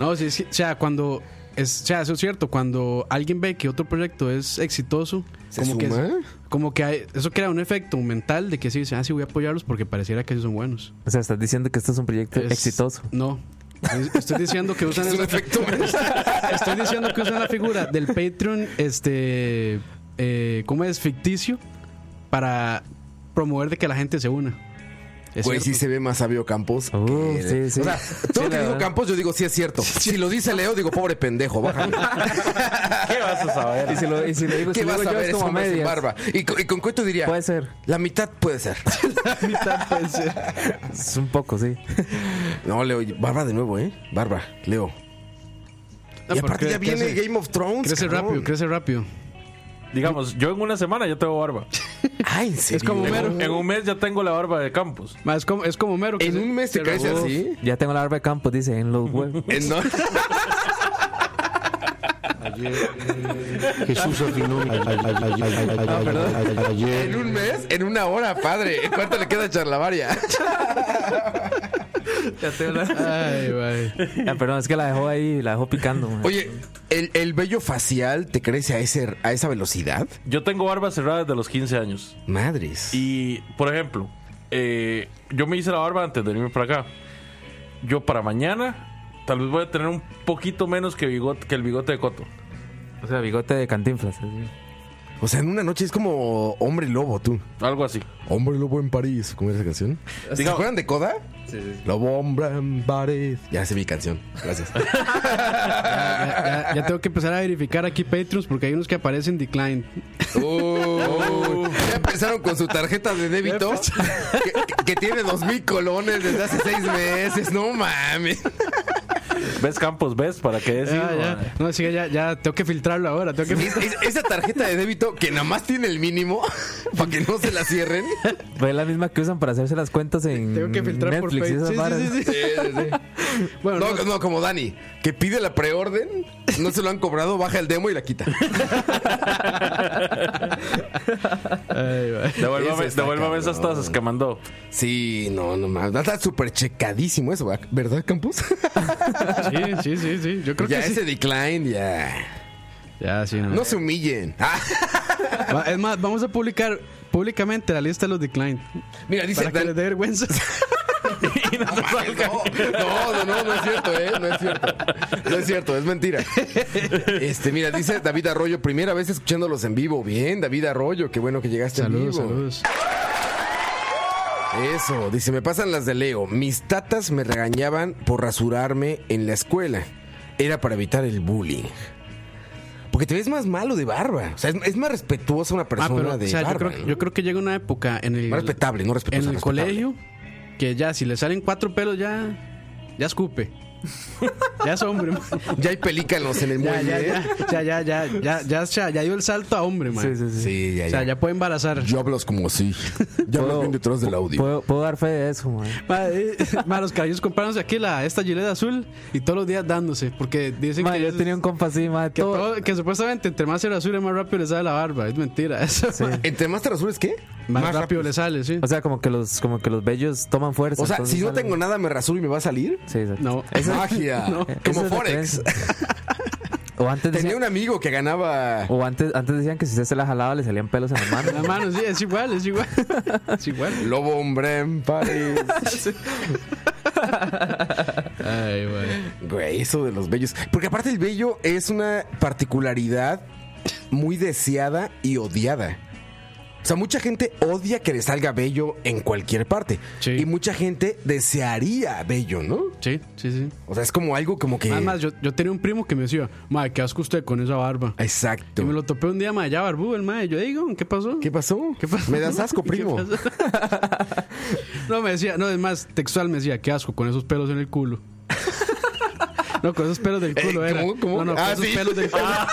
S2: No, sí, sí, o sea, cuando. Es, o sea, eso es cierto. Cuando alguien ve que otro proyecto es exitoso,
S1: ¿Se
S2: como
S1: suma?
S2: que. Como que hay- eso crea un efecto mental de que sí, dice, ah, sí, voy a apoyarlos porque pareciera que sí son buenos.
S3: O sea, estás diciendo que esto es un proyecto
S2: Es-
S3: exitoso.
S2: No. Es- Estoy diciendo que
S1: [laughs]
S2: usan
S1: es un
S2: esa, [laughs]
S1: efecto.
S2: Estoy diciendo que usan la figura del Patreon, este. Eh, ¿Cómo es? Ficticio. Para promover de que la gente se una. Es
S1: Güey,
S2: cierto.
S1: sí se ve más sabio Campos. que-
S3: Uh, sí, sí.
S1: O sea,
S3: Sí,
S1: todo lo
S3: la
S1: que dijo
S3: verdad.
S1: Campos, yo digo, sí es cierto. Si lo dice Leo, digo, pobre pendejo, bájale.
S5: ¿Qué vas a saber?
S3: [laughs] Y si lo, y si lo digo, si
S1: ¿Qué
S3: lo
S1: vas
S3: digo
S1: a
S3: yo
S1: ver? Es
S3: es como Pues-
S1: hombre sin
S3: media.
S1: barba. Y, co- y con cuento diría,
S3: Puede ser.
S1: la mitad puede ser.
S2: La mitad puede ser.
S3: Es un poco, sí.
S1: No, Leo, barba de nuevo, ¿eh? Barba, Leo.
S2: No,
S1: y
S2: pero
S1: aparte
S2: cre-
S1: ya viene
S2: Ah, crece-
S1: Game of Thrones.
S2: Crece
S1: cabrón.
S2: rápido, crece rápido.
S5: Digamos, yo en una semana ya tengo barba.
S1: Ay, Ah, en serio.
S2: como Homero.
S5: En un mes ya tengo la barba de Campos.
S2: Ma, Ah, es, como, es como mero.
S1: En un mes te crece así.
S3: Ya tengo la barba de campo, dice, en los huevos.
S1: En no-
S7: Jesús afinó mi-
S1: En un mes, en una hora, padre. ¿Cuánto le queda a Charlavaria?
S3: Ya te la-
S2: Ay, mae.
S3: Ah, perdón, es que la dejó ahí, la dejó picando. mae.
S1: Oye, ¿el, el vello facial te crece a, ese, a esa velocidad?
S5: Yo tengo barba cerrada desde los 15 años.
S1: Madres.
S5: Y, por ejemplo, eh, yo me hice la barba antes de venirme para acá. Yo para mañana, tal vez voy a tener un poquito menos que, bigote, que el bigote de Coto.
S3: O sea, bigote de cantinflas. así.
S1: O sea, en una noche es como hombre lobo, tú.
S5: Algo así.
S1: Hombre lobo en París. ¿Cómo era esa canción? ¿Se
S5: Digamos-
S1: acuerdan de Coda? Sí, Lobo hombre en París. Ya sé mi canción. Gracias.
S2: Ya, ya- ya tengo que empezar a verificar aquí Patreons porque hay unos que aparecen decline.
S1: [laughs] Uh, ya empezaron con su tarjeta de débito que, que- que tiene dos mil colones desde hace seis meses. No mames.
S5: ¿Ves, Campos? ¿Ves? ¿Para qué decir?
S2: Ya, Ah, ya.
S5: mae?
S2: No, sí, ya, ya tengo que filtrarlo ahora. Tengo que
S1: Es- es- esa tarjeta de débito que nada más tiene el mínimo [laughs] para que no se la cierren.
S3: Fue la misma que usan para hacerse las cuentas en
S2: Tengo que filtrar
S3: Netflix y
S2: por
S3: esas varas.
S2: Patreon. Sí, sí, sí, sí. Bueno,
S1: No,
S2: no,
S1: no, como Dani, que pide la preorden, no se lo han cobrado, baja el demo y la quita.
S2: Ay, mae.
S5: Devuélvame,
S1: Eso está
S5: devuélvame esas
S1: cabrón.
S5: tazas que mandó.
S1: Sí, no, no mames. Está súper checadísimo eso, ¿verdad, Campus?
S2: Sí, sí, sí, sí. Yo [laughs] creo
S1: ya
S2: que sí.
S1: ese decline, ya.
S2: Ya, sí, no.
S1: No se humillen. Ah,
S2: Va- Es más, vamos a publicar públicamente la lista de los decline.
S1: mira, dice
S2: Para que
S1: Dan-
S2: les dé
S1: [laughs]
S2: vergüenza.
S5: Y no
S1: No,
S5: te
S1: mames,
S5: salgan.
S1: no, no, no, no, no es cierto, ¿eh? No es cierto. No es cierto, es mentira. Este, mira, dice David Arroyo, primera vez escuchándolos en vivo. Bien, David Arroyo, qué bueno que llegaste
S2: Saludos,
S1: en vivo.
S2: saludos. Ah,
S1: Eso, dice, me pasan las de Leo. Mis tatas me regañaban por rasurarme en la escuela. Era para evitar el bullying. Porque te ves más malo de barba. O sea, es, es más respetuosa una
S2: Ah,
S1: persona
S2: pero,
S1: de
S2: o sea, yo
S1: barba.
S2: creo, que-
S1: ¿no?
S2: yo creo que llega una época en el,
S1: Más respetable, no respetuosa.
S2: en el
S1: respetable.
S2: colegio que ya, si le salen cuatro pelos, ya, ya escupe. ya es hombre.
S1: [laughs]
S2: man.
S1: Ya hay pelícanos en el
S2: [laughs] Ya,
S1: muelle.
S2: ya,
S1: ¿eh?
S2: ya, ya, ya, ya, ya, ya, ya, ya dio el salto a hombre, man.
S3: Sí, sí, sí.
S1: Sí, ya,
S2: O
S1: ya.
S2: sea, ya puede embarazar.
S1: Yo hablas como
S2: [laughs]
S1: así. Ya hablas
S3: Puedo-
S1: bien detrás del audio.
S3: Puedo, puedo dar fe de eso, mae.
S2: Ma, eh, [laughs] ma, los caballos comprándose aquí la, esta gilet azul y todos los días dándose, porque dicen
S3: Mae,
S2: que,
S3: yo
S2: es-
S3: tenía un compa así, mae,
S2: que,
S3: todo-
S2: todo- que supuestamente entre más cera azul es más rápido le sale la barba. Es mentira eso. [laughs]
S3: Sí.
S2: ma.
S1: ¿Entre más te rasuras qué?
S2: Más, rápido, le sale, sí.
S3: O sea, como que los, como que los bellos toman fuerza.
S1: O sea,
S3: entonces
S1: si no
S3: salen-
S1: tengo nada, me rasuro y me va a salir.
S3: Sí,
S1: [laughs]
S3: exacto.
S2: no.
S1: Magia.
S2: [laughs] No.
S3: Esa
S1: Como
S3: es la
S1: Forex.
S3: O
S1: [laughs]
S3: antes
S1: Tenía
S3: decían,
S1: un amigo que ganaba.
S3: o antes, antes decían que si usted se la jalaba le salían pelos en la
S2: [laughs]
S3: mano.
S2: La mano, sí, es igual,
S1: [laughs]
S2: es igual. Es igual.
S1: Lobo hombre en París.
S2: Ay, güey.
S1: Güey, eso de los bellos. Porque aparte el bello es una particularidad muy deseada y odiada. O sea, mucha gente odia que le salga bello en cualquier parte.
S2: Sí.
S1: Y mucha gente desearía bello, ¿no?
S2: Sí, sí, sí.
S1: O sea, es como algo como que.
S2: Además, yo, yo tenía un primo que me decía, madre, qué asco usted con esa barba. Y
S1: Exacto.
S2: me lo topé un día, madre, ya barbudo el madre. Yo digo, ¿qué pasó?
S1: ¿Qué pasó?
S2: ¿Qué pasó?
S1: Me das asco, primo.
S2: [laughs] ¿Qué pasó? no, me decía, no, es más, textual me decía, qué asco con esos pelos en el culo. [laughs] No, con esos pelos del
S1: Eh,
S2: culo era.
S1: ¿cómo? ¿Cómo?
S2: No, no, con
S1: [laughs] Ah,
S2: esos
S1: sí.
S2: pelos del culo.
S5: Ah,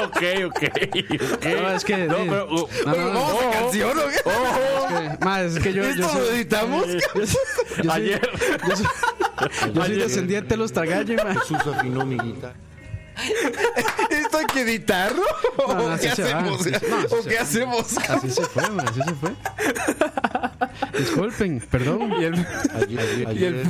S5: [laughs] ok, ok. ok.
S2: No, es que-
S5: No, pero. uh,
S2: No,
S1: Bueno,
S2: no, no,
S1: ¿Vamos a Oh, canción o qué?
S2: es que- madre, es que Oh, yo...
S1: ¿Esto
S2: yo
S1: lo
S2: soy-
S1: editamos?
S2: yo soy- yo soy-
S5: Ayer.
S2: Yo soy, yo soy descendiente de los Targaryen, madre.
S6: Jesús afinó mi guitarra.
S1: ¿Esto hay que editarlo?
S2: No, no,
S1: ¿O
S2: así
S1: qué
S2: se va,
S1: hacemos?
S2: así se- no, así
S1: ¿O
S2: se
S1: qué
S2: va.
S1: hacemos?
S2: Así se fue, madre, así se fue. Disculpen, perdón.
S6: Ayer, ayer,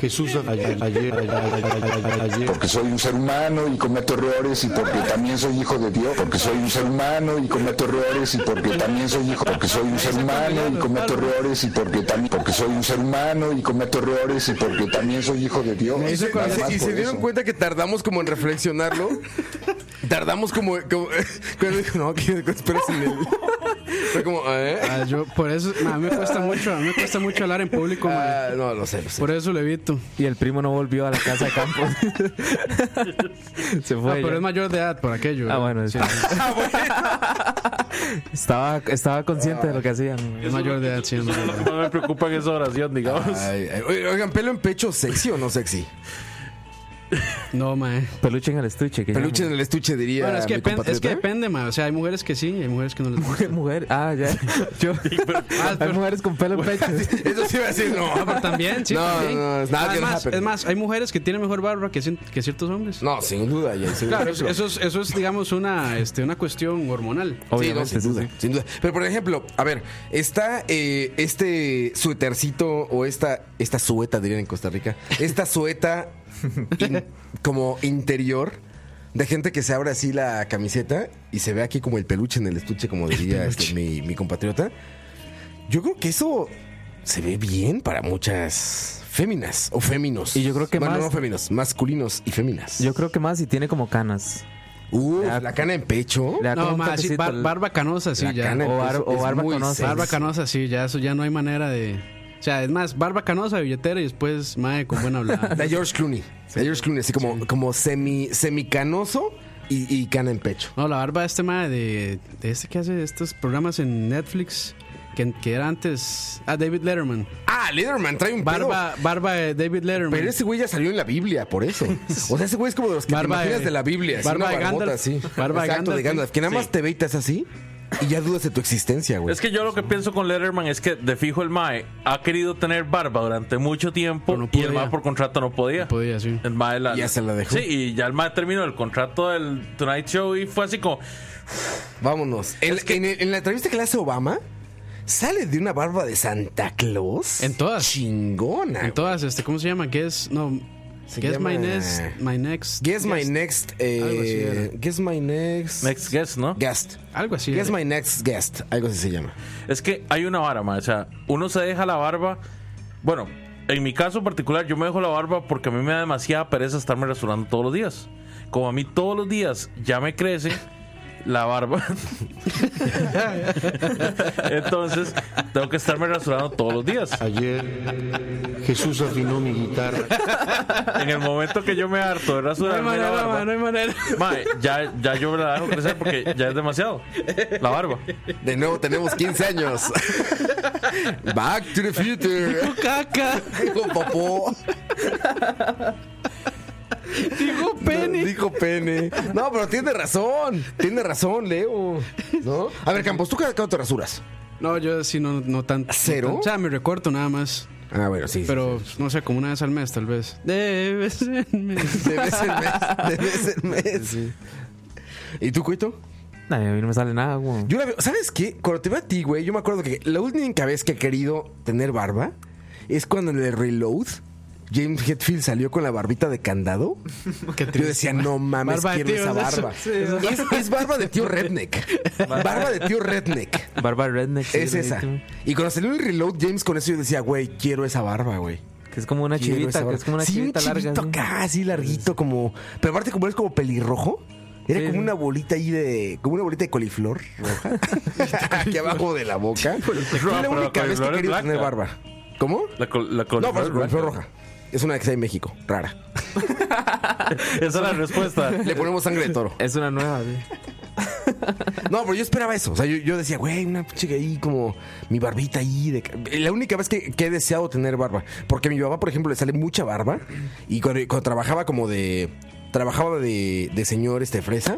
S6: Jesús ayer, ayer, ayer, ayer, ayer.
S7: porque soy un ser humano y cometo errores y porque también soy hijo de Dios, porque soy un ser humano y cometo errores y porque también soy hijo, porque soy un ser humano y cometo errores y porque también, porque soy un ser humano y cometo errores y porque también soy hijo de Dios.
S1: Y se-
S7: Nada más
S1: y se
S7: por
S1: dieron
S7: eso.
S1: cuenta que tardamos como en reflexionarlo. Tardamos como. como cuando dijo, no, que espera sin él. Fue como, ¿eh?
S2: Ah, yo, por eso, madre, a mí me cuesta mucho, a mí me cuesta mucho hablar en público, madre.
S1: Ah, no, lo sé, lo sé.
S2: Por eso lo evito.
S3: Y el primo no volvió a la casa de Campos. [laughs] se fue.
S2: Ah, pero
S3: ya.
S2: es mayor de edad por aquello.
S3: Ah, bueno, sí.
S2: [laughs]
S3: [laughs] estaba, estaba consciente de lo que hacían.
S2: Es mayor de edad, sí. es
S5: Eso es
S2: mayor
S5: lo
S2: de
S5: que
S2: edad.
S5: más Ah, me preocupa en esa oración, digamos.
S1: Ay, ay, oigan, pelo en pecho, sexy o no sexy.
S2: No, mae.
S3: Peluche en el estuche. Que
S1: Peluches en el estuche, diría.
S2: Bueno, es que,
S1: mi
S2: depen- es que
S1: compatriota.
S2: depende, mae. O sea, hay mujeres que sí, hay mujeres que no les gusta.
S3: Mujer, [laughs] mujer. Ah,
S2: [laughs]
S3: ya. Yo.
S2: Ah,
S3: Hay
S2: pero-
S3: mujeres con pelo
S2: [laughs]
S3: en pecho.
S1: [laughs] Eso sí iba a decir,
S2: Ah, [laughs]
S1: no.
S2: pero también, sí.
S1: No,
S2: también.
S1: no, it's not
S2: Ah, es,
S1: gonna
S2: más,
S1: happen.
S2: es más, hay mujeres que tienen mejor barba que, cien- que ciertos hombres.
S1: No, sin duda, ya. sin
S2: Claro,
S1: duda.
S2: eso es, eso es, digamos, una, este, una cuestión hormonal.
S3: Obviamente,
S1: sí, no,
S3: sí,
S1: sin duda,
S3: sí.
S1: sin duda. Pero por ejemplo, a ver, está eh, este suétercito o esta esta sueta dirían en Costa Rica, esta
S3: [laughs]
S1: sueta in- como interior de gente que se abre así la camiseta y se ve aquí como el peluche en el estuche, como diría este, mi, mi compatriota. Yo creo que eso se ve bien para muchas féminas o féminos.
S3: Y yo creo que
S1: Bueno,
S3: más-
S1: no féminos, masculinos y féminas.
S3: Yo creo que más si tiene como canas.
S1: Uh,
S3: La-
S1: la cana en pecho.
S3: Le da como
S2: No,
S3: un
S2: mae, sí,
S3: toquecito
S2: bar-
S3: al-
S2: barba canosa, sí,
S1: la
S2: ya.
S1: cana en
S3: O bar-
S1: pecho
S3: o
S1: es
S3: barba
S1: muy
S3: canosa.
S1: sexy.
S2: Barba canosa, sí, ya eso ya no hay manera de. O sea, es más, barba canosa, billetera y después, mae, con
S1: [laughs]
S2: buena hablada.
S1: De George Clooney. De George Clooney, así como, como semi, semicanoso y, y cana en pecho.
S2: No, la barba de este mae de, de este que hace estos programas en Netflix, que, que era antes. Ah, David Letterman.
S1: Ah, Letterman trae un pedo.
S2: Barba, barba de David Letterman.
S1: Pero ese güey ya salió en la Biblia, por
S2: [laughs]
S1: eso. O sea, ese güey es como de los que
S2: Barba
S1: te imaginas de,
S2: de-
S1: la Biblia. así,
S2: barba
S1: una
S2: de
S1: barbota
S2: Gandalf.
S1: así.
S2: Barba de
S1: Exacto, de
S2: Gandalf,
S1: Gandalf. Que nada más
S5: Sí.
S1: te ve y te haces así y ya dudas de tu existencia, güey.
S5: Es que yo lo que pienso con Letterman es que de fijo el Mae ha querido tener barba durante mucho tiempo
S2: Pero no
S5: y el
S2: podía.
S5: Mae por contrato no podía.
S2: Podía, sí.
S5: El Mae la-
S1: Ya se la dejó.
S5: Sí, y ya el Mae terminó el contrato del Tonight Show y fue así como.
S1: Vámonos. En, en el- en la entrevista que le hace Obama, sale de una barba de Santa Claus.
S2: En todas.
S1: Chingona. güey.
S2: En todas, este, ¿cómo se llama? Guess, no.
S1: Se
S2: guess my
S1: llama- eh,
S2: next. My next.
S1: Guess my next. eh,
S2: Algo así era.
S1: guess my next.
S5: Next guest, ¿no?
S1: Guest.
S2: Algo así. eh.
S1: Guess
S2: era.
S1: my next guest. Algo así se llama.
S5: Es que hay una vara, Mae. O sea, uno se deja la barba. Bueno, en mi caso particular, yo me dejo la barba porque a mí me da demasiada pereza estarme rasurando todos los días. Como a mí todos los días ya me crece la barba. [laughs] Entonces, tengo que estarme rasurando todos los días.
S6: Ayer Jesús afinó mi guitarra.
S5: En el momento que yo me harto de
S2: No hay
S5: rasurarme la
S2: manera,
S5: barba,
S2: ma, no hay manera.
S5: mae, ya, ya yo me la dejo crecer porque ya es demasiado la barba.
S1: De nuevo tenemos 15 años. Back to the future.
S2: Caca,
S1: Dijo popó.
S2: digo pene.
S1: Dijo pene. No, pero tiene razón. Tiene razón, Leo. ¿No? A ver, Campos, ¿tú cada cuánto te rasuras?
S2: No, yo sí no, no tanto.
S1: ¿Cero?
S2: No tanto. O sea, me recorto nada más.
S1: Ah, bueno, sí. sí.
S2: Pero no sé, como una vez al mes, tal vez. Debes en mes.
S1: De vez en mes. De vez en mes. ¿Y tú, Cuito?
S3: Nah, a mí no me sale nada, güey.
S1: Yo la veo. ¿Sabes qué? Cuando te veo a ti, güey, yo me acuerdo que la única vez que he querido tener barba es cuando en el reload. James Hetfield salió con la barbita de candado. Yo decía, no mames,
S2: Barba de
S1: quiero
S2: tío,
S1: esa
S2: eso-
S1: barba.
S2: sí, eso-
S1: es, es barba de tío redneck. Barba de tío redneck.
S3: Barba redneck. sí,
S1: Es esa.
S3: redneck,
S1: Y cuando salió el reload, James con eso yo decía, güey, quiero esa barba, güey.
S3: Que es como una
S1: Quiero esa
S3: chivita, que
S1: barba.
S3: es como una
S1: sí,
S3: chivita
S1: un
S3: larga.
S1: chivito
S3: así.
S1: acá, así larguito, como. Pero aparte, como es como pelirrojo. Era
S3: Sí,
S1: como
S3: sí.
S1: una bolita ahí de. Como una bolita de coliflor roja. Aquí abajo de la boca. Fue
S5: No,
S1: la
S5: pero
S1: única
S5: la
S1: vez que
S5: coliflor
S1: he
S5: es
S1: querido
S5: blanca.
S1: tener barba. ¿Cómo?
S5: La, col- la
S1: No, pues, pero es
S5: coliflor
S1: coliflor
S5: blanca.
S1: roja. Es una que está en México, rara.
S5: [laughs] Esa es la respuesta.
S1: Le ponemos sangre de toro.
S3: Es una nueva, sí.
S1: No, pero yo esperaba eso. O sea, yo, yo decía, güey, una chica ahí como mi barbita ahí. de- La única vez que, que he deseado tener barba. Porque a mi papá, por ejemplo, le sale mucha barba. Y cuando, cuando trabajaba como de. Trabajaba de, de señor este fresa.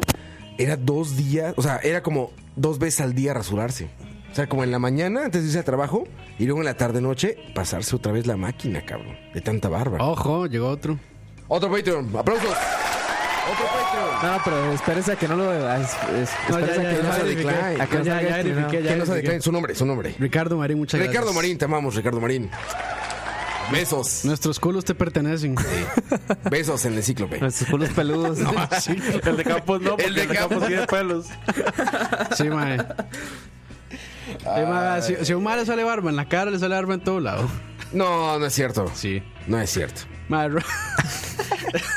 S1: Era dos días. O sea, era como dos veces al día rasurarse. O sea, como en la mañana antes de irse al trabajo. Y luego en la tarde-noche pasarse otra vez la máquina, cabrón. De tanta barba.
S2: Ojo, llegó otro.
S1: Otro Patreon. Aplausos. Otro Patreon.
S3: No, no, pero espérese a que no lo. a- es- es-
S2: No,
S3: espérese
S2: ya,
S3: a que
S2: ya,
S3: no
S2: ya
S3: se
S2: verifiqué.
S3: declare. A que no
S2: Ya,
S3: salga
S2: ya
S3: este,
S2: verifiqué,
S3: ¿no?
S2: ya
S1: Que no se
S2: verifiqué.
S1: declaren su nombre, su nombre.
S2: Ricardo Marín, muchas
S1: Ricardo
S2: gracias.
S1: Marín, te amamos, Ricardo Marín. Besos.
S2: Nuestros culos te pertenecen.
S1: Besos en el encíclope.
S3: Nuestros culos peludos.
S2: Sí,
S5: El de Campos no, porque el de, Campos tiene pelos.
S2: sí mae. Sí, mae, Si, si a un mae le sale barba en la cara, le sale barba en todo lado.
S1: No, no es cierto.
S2: Sí.
S1: No es cierto.
S2: Mae, ro-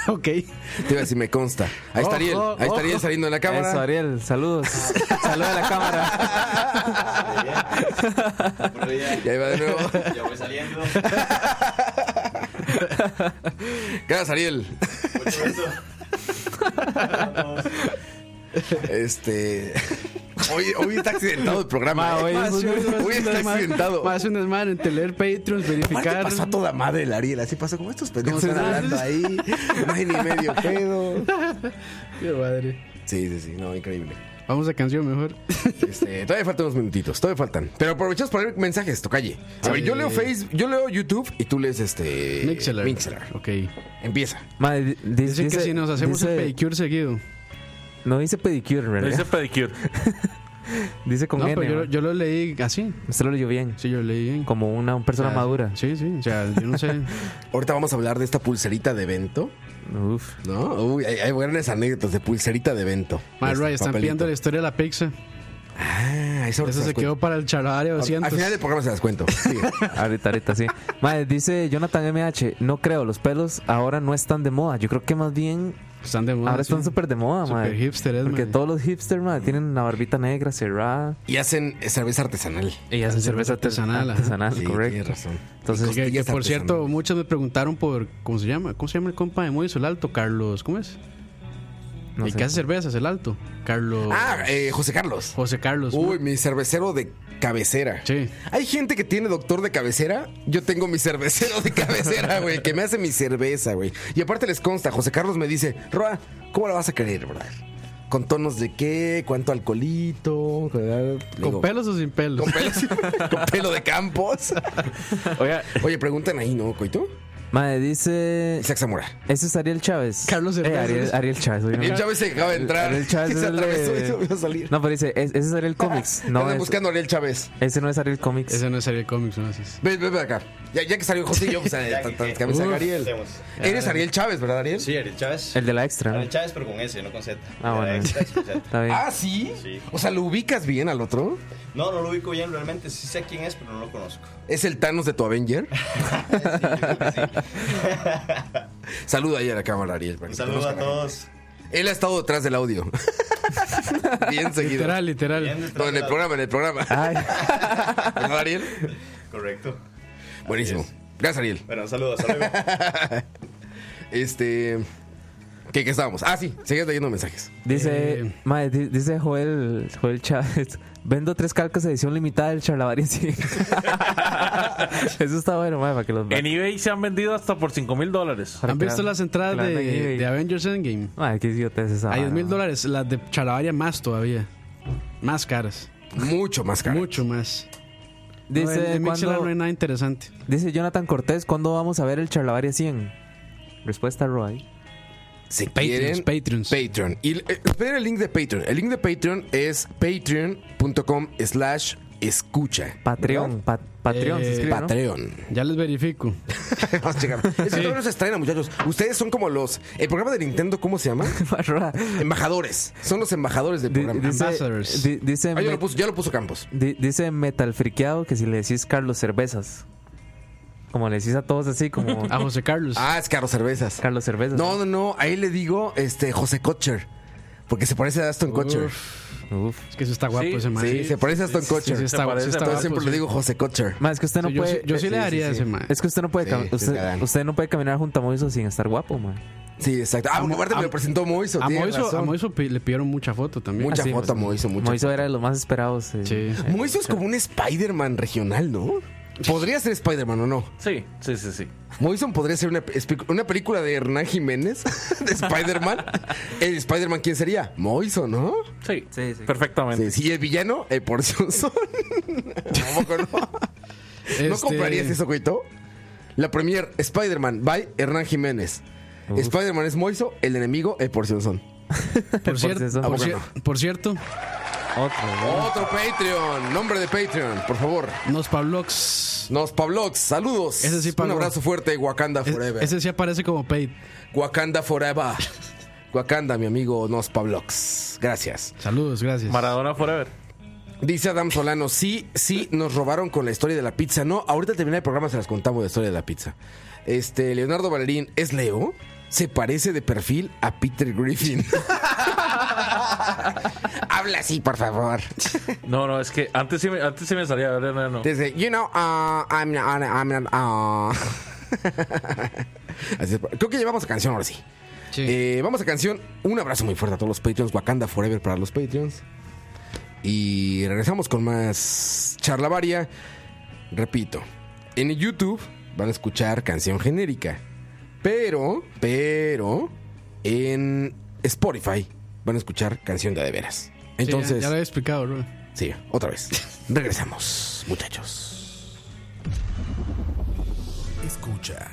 S2: ok.
S1: Te iba a decir, me consta. Ahí está Ariel. Ahí está Ariel saliendo de la
S3: Eso,
S1: cámara.
S3: Ariel, saludos. Saludos a la
S1: [laughs]
S3: cámara.
S1: Y ahí va de nuevo.
S8: Ya
S3: [laughs]
S8: voy saliendo.
S1: Gracias, Ariel. Este. Hoy, hoy está accidentado el programa.
S3: Ma,
S1: eh.
S3: hoy es
S2: pues,
S1: hoy,
S3: un-
S1: está accidentado.
S2: Más un desmadre entre leer Patreons,
S1: Aparte
S2: verificar.
S1: pasó a toda madre el Ariel, así pasó como estos pendejos están hablando ahí,
S3: [laughs]
S1: no hay ni medio pedo.
S2: Qué madre.
S1: Sí, sí, sí, no, increíble.
S2: Vamos a canción mejor.
S1: Este, todavía faltan unos minutitos, todavía faltan. Pero aprovechamos para leer mensajes, tocalle. A ver, yo leo Facebook, yo leo YouTube y tú lees este
S2: Mixelar. Ok.
S1: Empieza.
S3: Madre, di- di-
S2: Dice, que si nos hacemos
S3: dice-
S2: el pedicure seguido.
S3: No dice pedicure, en
S5: No
S3: realidad. [laughs]
S5: dice pedicure.
S3: Dice con
S2: No,
S3: N.
S2: pero yo,
S3: ma.
S2: lo- yo lo leí así.
S3: Usted lo leyó bien.
S2: Sí, yo lo leí bien.
S3: Como una un persona
S2: Ah, sí.
S3: madura.
S2: Sí, sí. O sea, yo no
S3: [laughs]
S2: sé.
S1: Ahorita vamos a hablar de esta pulserita de evento,
S3: Uf.
S1: ¿no? Uy, hay, hay buenas anécdotas de pulserita de evento.
S2: Madre,
S1: Este,
S2: Ray, están
S1: papelito.
S2: pidiendo la historia de la pizza.
S1: Ah, eso,
S2: Eso se quedó para el charadario
S1: Al
S2: 200.
S1: final del programa se las cuento.
S2: [laughs]
S1: Sigue.
S3: Ahorita, ahorita, sí. Madre, dice Jonathan MH, no creo, los pelos ahora no están de moda. Yo creo que más bien
S2: Están de moda.
S3: ahora están
S2: Ah, sí.
S3: súper de moda,
S2: Súper
S3: madre.
S2: hipster es,
S3: Porque
S2: madre.
S3: todos los hipsters, madre, tienen la barbita negra cerrada.
S1: Y hacen cerveza artesanal.
S3: Y hacen cerveza artesanal.
S2: artesanal, ajá.
S3: Artesanal,
S1: Sí, tienes
S3: Ah, correcto.
S1: razón.
S3: Entonces,
S2: Que, que, por
S1: Costillas
S2: cierto,
S1: artesanales.
S2: muchos me preguntaron por. ¿Cómo se llama? ¿Cómo se llama el compa de Mois el Alto? Carlos. ¿Cómo es?
S3: no
S2: el
S3: sé.
S2: que hace cervezas, el Alto. Carlos.
S1: Ah, eh, José Carlos.
S2: José Carlos.
S1: Uy, mi cervecero de cabecera.
S2: Sí.
S1: Hay gente que tiene doctor de cabecera. Yo tengo mi cervecero de cabecera, güey, que me hace mi cerveza, güey. Y aparte les consta, José Carlos me dice, Roa, ¿cómo la vas a querer, brother? ¿Con tonos de qué? ¿Cuánto alcoholito? ¿Con
S2: ¿Con pelos o sin pelos?
S1: ¿Con pelos? ¿Con pelo de campos?
S5: Oiga,
S1: Oye, preguntan ahí, ¿no, Coito?
S3: Madre, dice.
S1: Isaac Zamora.
S3: Ese es Ariel Chávez.
S2: Carlos
S3: Eh,
S2: Hernández.
S3: Ariel, Ariel Chávez.
S1: Y
S3: obviamente.
S1: el Chávez se acaba de entrar. [laughs]
S3: Ariel Chávez
S1: se
S3: es el
S1: atravesó
S3: de-
S1: y se volvió a salir.
S3: No, pero dice, es- ese es Ariel Comics. No,
S1: Andan
S3: es-
S1: buscando a Ariel Chávez.
S3: ese no es Ariel
S2: [laughs]
S3: Comics.
S2: Ese no es serie de cómics, no Ese es.
S1: Ven, ven, ven acá. Ya, ya que salió José y yo, pues, eh, tan- tan- camisa de
S2: Uf.
S1: Ariel. Eres Ariel Chávez, ¿verdad, Ariel?
S8: Sí, Ariel Chávez.
S3: El de la extra, ¿no?
S8: Ariel Chávez, pero con S, no con Z.
S3: Ah, bueno.
S8: Ariel Chávez con Z.
S3: Está bien.
S1: Ah, ¿sí?
S8: Sí.
S1: O sea, ¿lo ubicas bien al otro?
S8: No, no lo ubico bien realmente. Sí sé quién es, pero no lo conozco.
S1: ¿Es el Thanos de tu Avenger?
S8: Sí, yo creo que sí.
S1: Saluda ahí a la cámara, Ariel. para
S8: Un
S1: que
S8: saludo
S1: conozcan
S8: a todos.
S1: gente. Él ha estado detrás del audio. [laughs]
S2: [laughs]
S1: bien seguido.
S2: Literal, Ah. literal.
S8: Bien detrás
S1: No, en
S8: de
S1: el
S8: la-
S1: programa, en el programa. [laughs]
S3: Ay,
S1: ¿Verdad, Ariel?
S8: Correcto.
S1: Buenísimo.
S8: es.
S1: Gracias, Ariel.
S8: Bueno, un saludo, hasta luego.
S1: Este... ¿Qué, qué estábamos? Ah, sí. Seguías leyendo mensajes.
S3: dice,
S2: Eh.
S3: madre, di- dice Joel, Joel Chávez. Vendo tres calcas edición limitada del Charlavaria. sí". [laughs] Eso está bueno, madre, para que los
S5: en
S3: vean.
S5: eBay se han vendido hasta por 5 mil dólares.
S3: Para
S2: ¿Han
S3: que
S2: visto
S3: vean-
S2: las entradas
S3: que la vean en
S2: de,
S3: eBay.
S2: de Avengers Endgame?
S3: Madre, qué idiota es esa.
S2: A 10 mil
S3: vara,
S2: dólares. Las de Chalabaria más todavía. Más caras.
S1: Mucho más caro.
S2: Mucho más.
S3: madre.
S2: No, en-
S3: Dice,
S2: en Mixelar
S3: ¿cuándo-
S2: no hay nada interesante.
S3: dice Jonathan Cortés, ¿cuándo vamos a ver el Charlavaria 100? Respuesta, Roy.
S1: Si
S2: Patreons,
S1: quieren,
S2: Patreons.
S1: Patreon. Y eh, les pedí el link de Patreon. El link de Patreon es patreon.com slash escucha.
S3: Patreon. pa- Patreon, se
S2: Eh,
S3: escribe, ¿no? [laughs]
S1: Patreon.
S2: Ya les verifico.
S1: [laughs] Vamos a checar. Es que todavía no se estrena, muchachos. Ustedes son como los. El programa de Nintendo, ¿cómo se llama?
S3: Roa,
S1: Embajadores. Son los embajadores del
S3: di-
S1: programa.
S3: dice,
S2: Ambassadors.
S3: di- dice
S1: Ah, ya
S3: me-
S1: lo puso, ya lo puso Campos.
S3: Di- dice metalfriqueado que si le decís Carlos Cervezas. Como le decís a todos así,
S2: [laughs]
S3: como
S2: A José Carlos.
S1: [laughs] Ah, es Caro Cervezas.
S3: Carlos Cervezas.
S1: No, no, no. Ahí le digo este, José Kotcher. Porque se parece a Aston Kutcher.
S3: Uf.
S2: Es que eso está guapo
S5: Sí,
S2: ese man.
S1: Sí, se parece a Aston Kutcher.
S2: sí, está-
S5: parece,
S2: sí está
S1: Entonces
S5: pero
S2: guapo,
S1: siempre
S2: sí.
S1: le digo José Kutcher.
S3: Ma, es que usted no
S2: Sí, yo
S3: puede.
S2: sí- yo sí le daría a ese man.
S3: Es que usted no puede,
S1: Sí,
S3: cam-
S1: sí,
S3: usted,
S1: cagán.
S3: usted no puede caminar junto a Moiso sin estar guapo, man.
S1: Sí, exacto. Ah, porque aparte me
S2: a-
S1: lo presentó Moiso.
S2: A
S1: tiene
S2: Moiso, a
S1: razón.
S2: Moiso pi- le pidieron mucha foto también.
S1: Mucha
S3: Ah, sí,
S1: foto a
S3: pues,
S1: Moiso, mucha
S3: Moiso era de los más esperados. eh.
S2: Sí.
S3: Eh,
S1: Moiso es como un Spider-Man regional, ¿no? Podría ser Spider-Man o no.
S5: Sí, sí, sí, sí.
S1: Moison podría ser una, espe- una película de Hernán Jiménez, [laughs] de Spider-Man. ¿El Spider-Man quién sería? Moison, ¿no?
S5: Sí,
S3: Sí, sí.
S5: perfectamente.
S1: Sí, sí, el villano, el porción [laughs] son. no? ¿No
S2: Este,
S1: comprarías eso, Cuito? La premier Spider-Man by Hernán Jiménez. Spider-Man es Moiso, el enemigo, el porción son.
S2: Por, cierto,
S3: cierto.
S2: por,
S1: Ah,
S2: cier- por cierto,
S3: Otro, ¿no?
S1: Otro Patreon, nombre de Patreon, por favor.
S2: nos Pablox.
S1: Nos Pablox, saludos.
S2: Ese sí
S1: Un
S2: pagó.
S1: abrazo fuerte, Wakanda
S2: Es-
S1: Forever.
S2: e- ese sí aparece como paid.
S1: Wakanda [laughs] Forever. Wakanda, mi amigo Nos Pablox. Gracias.
S2: Saludos, gracias.
S5: Maradona Forever.
S1: Dice Adam Solano, sí, sí, nos robaron con la historia de la pizza. No, ahorita termina el programa, se las contamos de la historia de la pizza. Este, Leonardo Valerín, ¿es Leo? Se parece de perfil a Peter Griffin. [laughs] Habla así, por favor.
S5: No, no, es que antes sí me, antes sí me salía. ahora No, no.
S1: Dice, you know, ah, I'm not, uh. [laughs] I'm not- ah". Así es. creo que llevamos la canción ahora sí.
S2: Sí.
S1: Eh, vamos a canción. Un abrazo muy fuerte a todos los Patreons. Wakanda Forever para los Patreons. Y regresamos con más charla varia. Repito, en YouTube van a escuchar canción genérica. Pero, pero, en Spotify van a escuchar canción de a de veras.
S2: Sí, ya-
S1: Entonces,
S2: ya, lo había explicado, bro.
S1: sí, otra vez. Regresamos, muchachos.
S4: Escucha.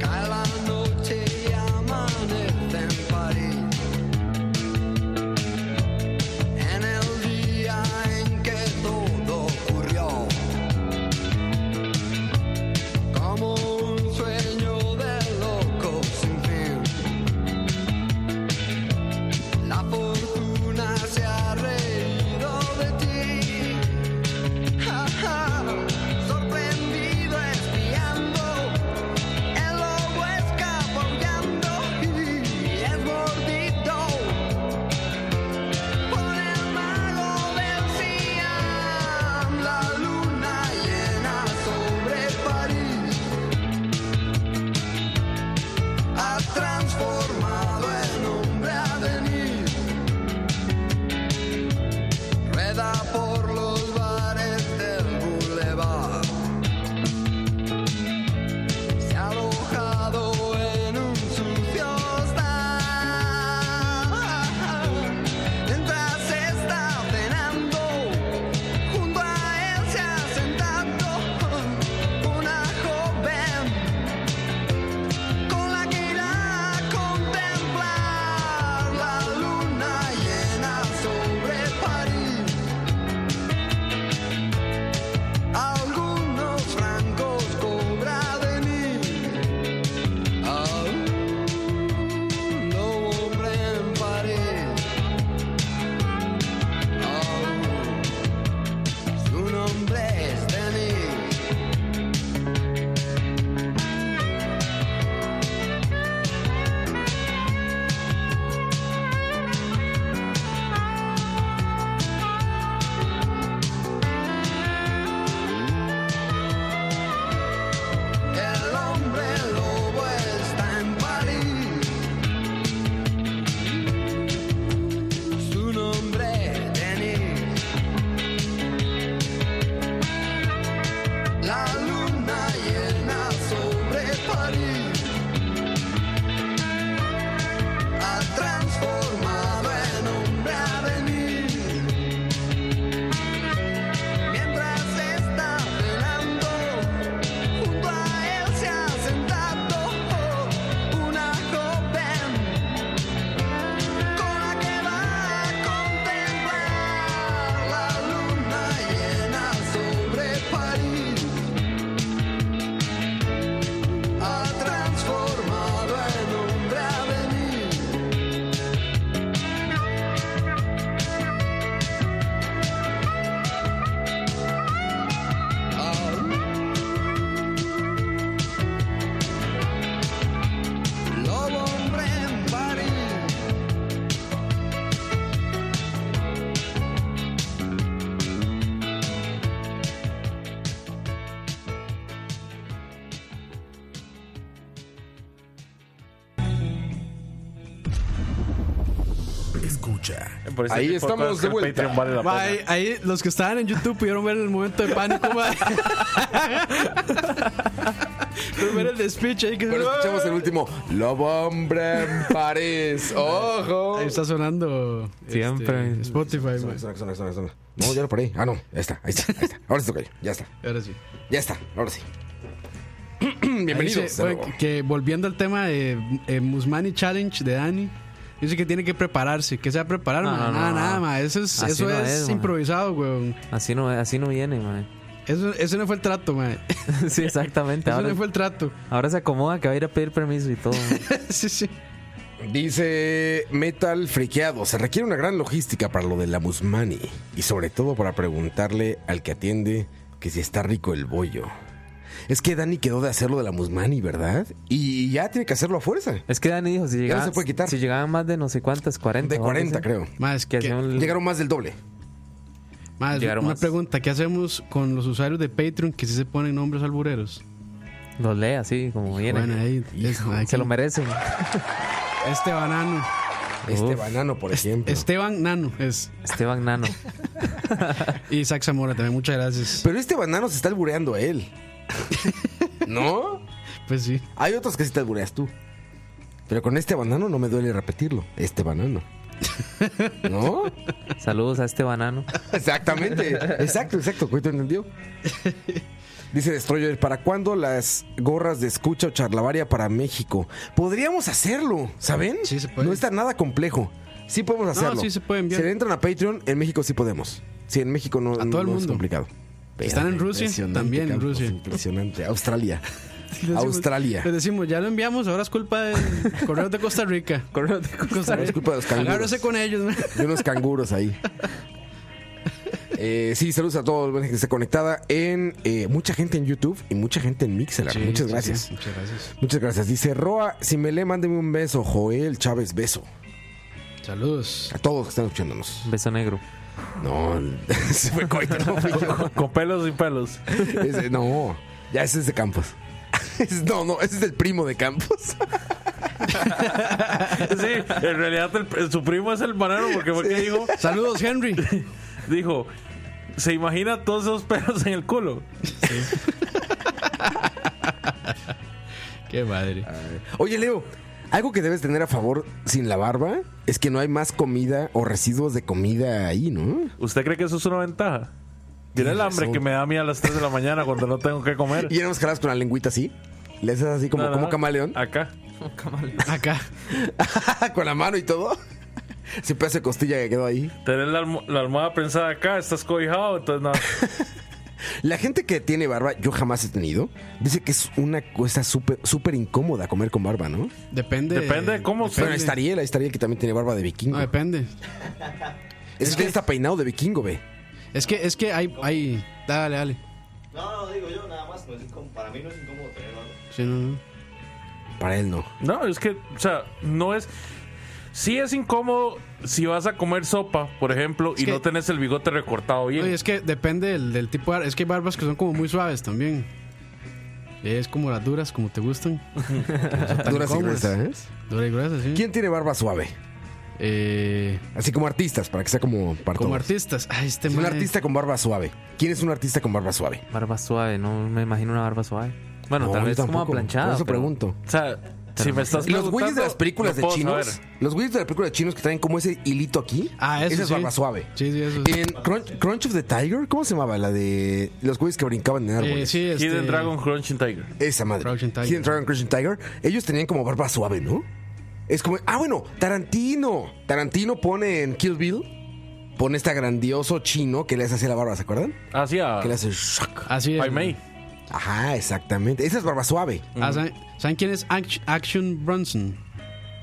S9: Cada noche amanece en París, en el día en que todo ocurrió, como un sueño de loco sin fin. La fortuna se ha reído de ti. Sorprendido espiando el lobo escapando y es mordido por el mago del Siam. La luna llena sobre París ha transformado en hombre a venir. Rueda por los bares del boulevard se ha alojado en un sucio hostal. Mientras está cenando, junto a él se ha sentado una joven con la que irá a contemplar la luna llena sobre París. Algunos francos cobra de mí a un lobo hombre en París. Aún su nombre es Denis. El hombre lobo está en París. Su nombre es Denis. La luna llena sobre París. Ha transformado en hombre a venir. Mientras está velando. Junto a él se ha sentado una joven con la que va a contemplar la luna llena sobre París. Ha transformado en hombre a venir. Lobo hombre en París.
S4: Escucha.
S5: Por ese
S1: Ahí
S5: tipo
S1: estamos de
S5: cosas que el
S1: vuelta.
S5: Patreon vale la pena.
S2: Ahí, ahí los que estaban en YouTube pudieron ver el momento de pánico, [laughs] mae. Pudieron ver el despiche ahí que
S1: Pero escuchamos el último. Lobo hombre en París. Ojo.
S2: "Oh". Ahí está sonando este,
S3: Siempre.
S2: Spotify, mae.
S1: Suena, suena, suena, suena, suena. No, ya lo paré. Ah, no. Ahí está, ahí está, ahí está. Ahora sí toca yo. Ya está,
S2: Ahora sí.
S1: ya está. Ahora sí.
S2: Ahí
S1: Bienvenidos.
S2: dice,
S1: de
S2: bueno,
S1: nuevo.
S2: que, que volviendo al tema de eh, Musmani Challenge de Dani, dice que tiene que prepararse. que se va a preparar?
S3: No,
S2: man?
S3: no,
S2: nada,
S3: no.
S2: nada, man. Eso es,
S3: Así
S2: eso
S3: no
S2: es,
S3: es, man.
S2: improvisado, weón.
S3: Así no, así no viene, mae.
S2: Eso, ese no fue el trato, man.
S3: [laughs] sí, exactamente.
S2: Eso
S3: Ahora,
S2: no fue el trato. [laughs]
S1: [laughs]
S3: ahora se acomoda que va a ir a pedir permiso y todo. mae.
S2: sí, sí.
S1: Dice Metal Friqueado, se requiere una gran logística para lo de la Musmani y sobre todo para preguntarle al que atiende que si está rico el bollo. Es que Dani quedó de hacerlo de la Musmani, ¿verdad? Y ya tiene que hacerlo a fuerza.
S3: Es que Dani dijo, si
S1: Ya no
S3: llegaban,
S1: se puede quitar.
S3: si llegaban más de no sé cuántas, 40.
S1: De 40, creo.
S2: Más
S3: Que
S2: que,
S3: hacían el-
S1: Llegaron más del doble.
S2: más
S3: llegaron
S2: una
S3: más.
S2: pregunta, ¿qué hacemos con los usuarios de Patreon que sí se ponen nombres albureros?
S3: Los lee así, como viene.
S2: Bueno, ahí es- aquí.
S3: Se lo merecen.
S2: Este banano,
S1: Este
S3: Uf.
S1: banano, por
S2: Es-
S1: ejemplo.
S2: Esteban Nano es
S3: Esteban Nano.
S2: y Isaac Zamora también, muchas gracias.
S1: Pero este banano se está albureando a él. ¿No?
S2: Pues sí.
S1: Hay otros que sí te albureas tú. Pero con este banano no me duele repetirlo. Este banano. ¿No?
S3: Saludos a este banano.
S1: Exactamente. Exacto, exacto. ¿Cuánto entendió? Dice Destroyer, ¿para cuándo las gorras de escucha o charlavaria para México? Podríamos hacerlo, ¿saben?
S2: Sí, se puede.
S1: No está nada complejo. Sí podemos hacerlo.
S2: sí se puede enviar.
S1: Si le entran a Patreon, en México sí podemos. Sí, en México no,
S2: A todo el
S1: no es
S2: mundo.
S1: complicado.
S2: Si están en Rusia,
S1: Impresionante,
S2: también en
S1: Campos,
S2: Rusia.
S1: Impresionante.
S2: [laughs]
S1: Australia.
S2: Les decimos-
S1: Australia.
S2: Les decimos, ya lo enviamos, ahora es culpa de Correos de Costa
S3: [laughs]
S2: Rica.
S3: Correo de
S2: Costa
S1: Es
S2: Rica.
S1: culpa de los canguros.
S2: Agárrese con ellos.
S1: De unos canguros ahí. Eh, sí, saludos a todos los que está conectada en eh, mucha gente en YouTube y mucha gente en Mixelar.
S2: Sí,
S1: muchas
S2: sí,
S1: gracias.
S2: sí, muchas gracias.
S1: Muchas gracias. Dice Roa, si me lee, mándeme un beso. Joel Chávez, beso.
S2: Saludos.
S1: A todos los que están escuchándonos.
S3: Beso negro.
S1: No, [laughs] ese fue coito, no fui yo.
S5: Con pelos
S1: [laughs]
S5: y pelos.
S1: Ese, no, ya ese es de Campos. [laughs] Ese- No, no, ese es el primo de Campos. [laughs]
S5: Sí, en realidad el- su primo es el banano porque fue que dijo,
S2: Saludos,
S3: [laughs]
S2: Henry.
S5: dijo, ¿se imagina todos esos pelos en el culo?
S2: Qué madre.
S1: Oye, Leo, algo que debes tener a favor sin la barba es que no hay más comida o residuos de comida ahí, ¿no?
S5: ¿Usted cree que eso es una ventaja? Tiene el hambre
S1: razón.
S5: que me da a mí a las 3 de la mañana cuando no tengo
S3: [laughs]
S5: que comer.
S1: Y ya no nos jalas con la lengüita así. Le haces así como,
S5: No, no,
S1: como
S5: no.
S1: camaleón.
S5: Acá.
S2: Acá.
S1: [laughs] con la mano y todo. Siempre hace costilla que quedó ahí.
S5: Tener la, alm- la almohada prensada acá, estás cobijado, entonces nada.
S1: La gente que tiene barba, yo jamás he tenido, dice que es una cosa súper súper incómoda comer con barba, ¿no?
S2: Depende.
S5: Depende de cómo
S1: Pero ahí
S5: Sí.
S1: está Ariel, ahí está Ariel que también tiene barba de vikingo.
S2: No, depende.
S1: es que está peinado de vikingo, ve.
S2: Es que, es que hay, hay. Dale, dale.
S8: No, no, digo yo, nada más. No es incómodo, para mí no es incómodo tenerlo.
S2: Sí, no, no.
S1: Para él no.
S5: No, es que, o sea, no es. Sí es incómodo si vas a comer sopa, por ejemplo, y
S2: que-
S5: no tenés el bigote recortado bien.
S2: No, y es que depende del, del tipo de bar- Es que hay barbas que son como muy suaves también. Es como las duras, como
S1: [laughs]
S2: te gustan.
S1: Dura y
S2: incómodas.
S1: gruesa, ¿eh?
S2: Dura y gruesa, sí.
S1: ¿Quién tiene barba suave?
S2: Eh,
S1: Así como artistas, para que sea como para
S2: como
S1: todos.
S2: artistas. Ay, este
S1: Un
S2: mae.
S1: artista con barba suave. ¿Quién es un artista con barba suave?
S3: Barba suave, no me imagino una barba suave. Bueno,
S1: No,
S3: tal
S1: yo
S3: vez como
S1: tampoco.
S3: aplanchada.
S1: Por eso
S3: pero-
S1: pregunto.
S5: O sea, si me estás
S1: Los güeyes de las
S5: preguntando,
S1: películas
S5: no
S1: de
S5: puedo
S1: chinos,
S5: saber.
S1: los güeyes de las películas de chinos que traen como ese hilito aquí,
S2: Ah, eso
S1: esa es
S2: sí.
S1: barba suave.
S2: Sí, sí, eso sí.
S1: En Crunch, Crunch of the Tiger, ¿cómo se llamaba? La de los güeyes que brincaban en
S2: Eh,
S1: árboles.
S2: sí, este,
S5: Hidden Dragon Crunching Tiger.
S1: Esa madre.
S2: Crouching Tiger.
S1: Hidden Dragon, Crouching Tiger. Ellos tenían como barba suave, ¿no? Es como. Ah, bueno, Tarantino. Tarantino pone en Kill Bill. Pone este grandioso chino que le hace así la barba, ¿se acuerdan?
S5: Así Ah, a
S1: Que le hace. shock.
S2: Así es.
S5: Pai Mei.
S1: Ajá, exactamente. Esa es barba suave.
S2: Ah, ¿saben, saben quién es Act- Action Bronson?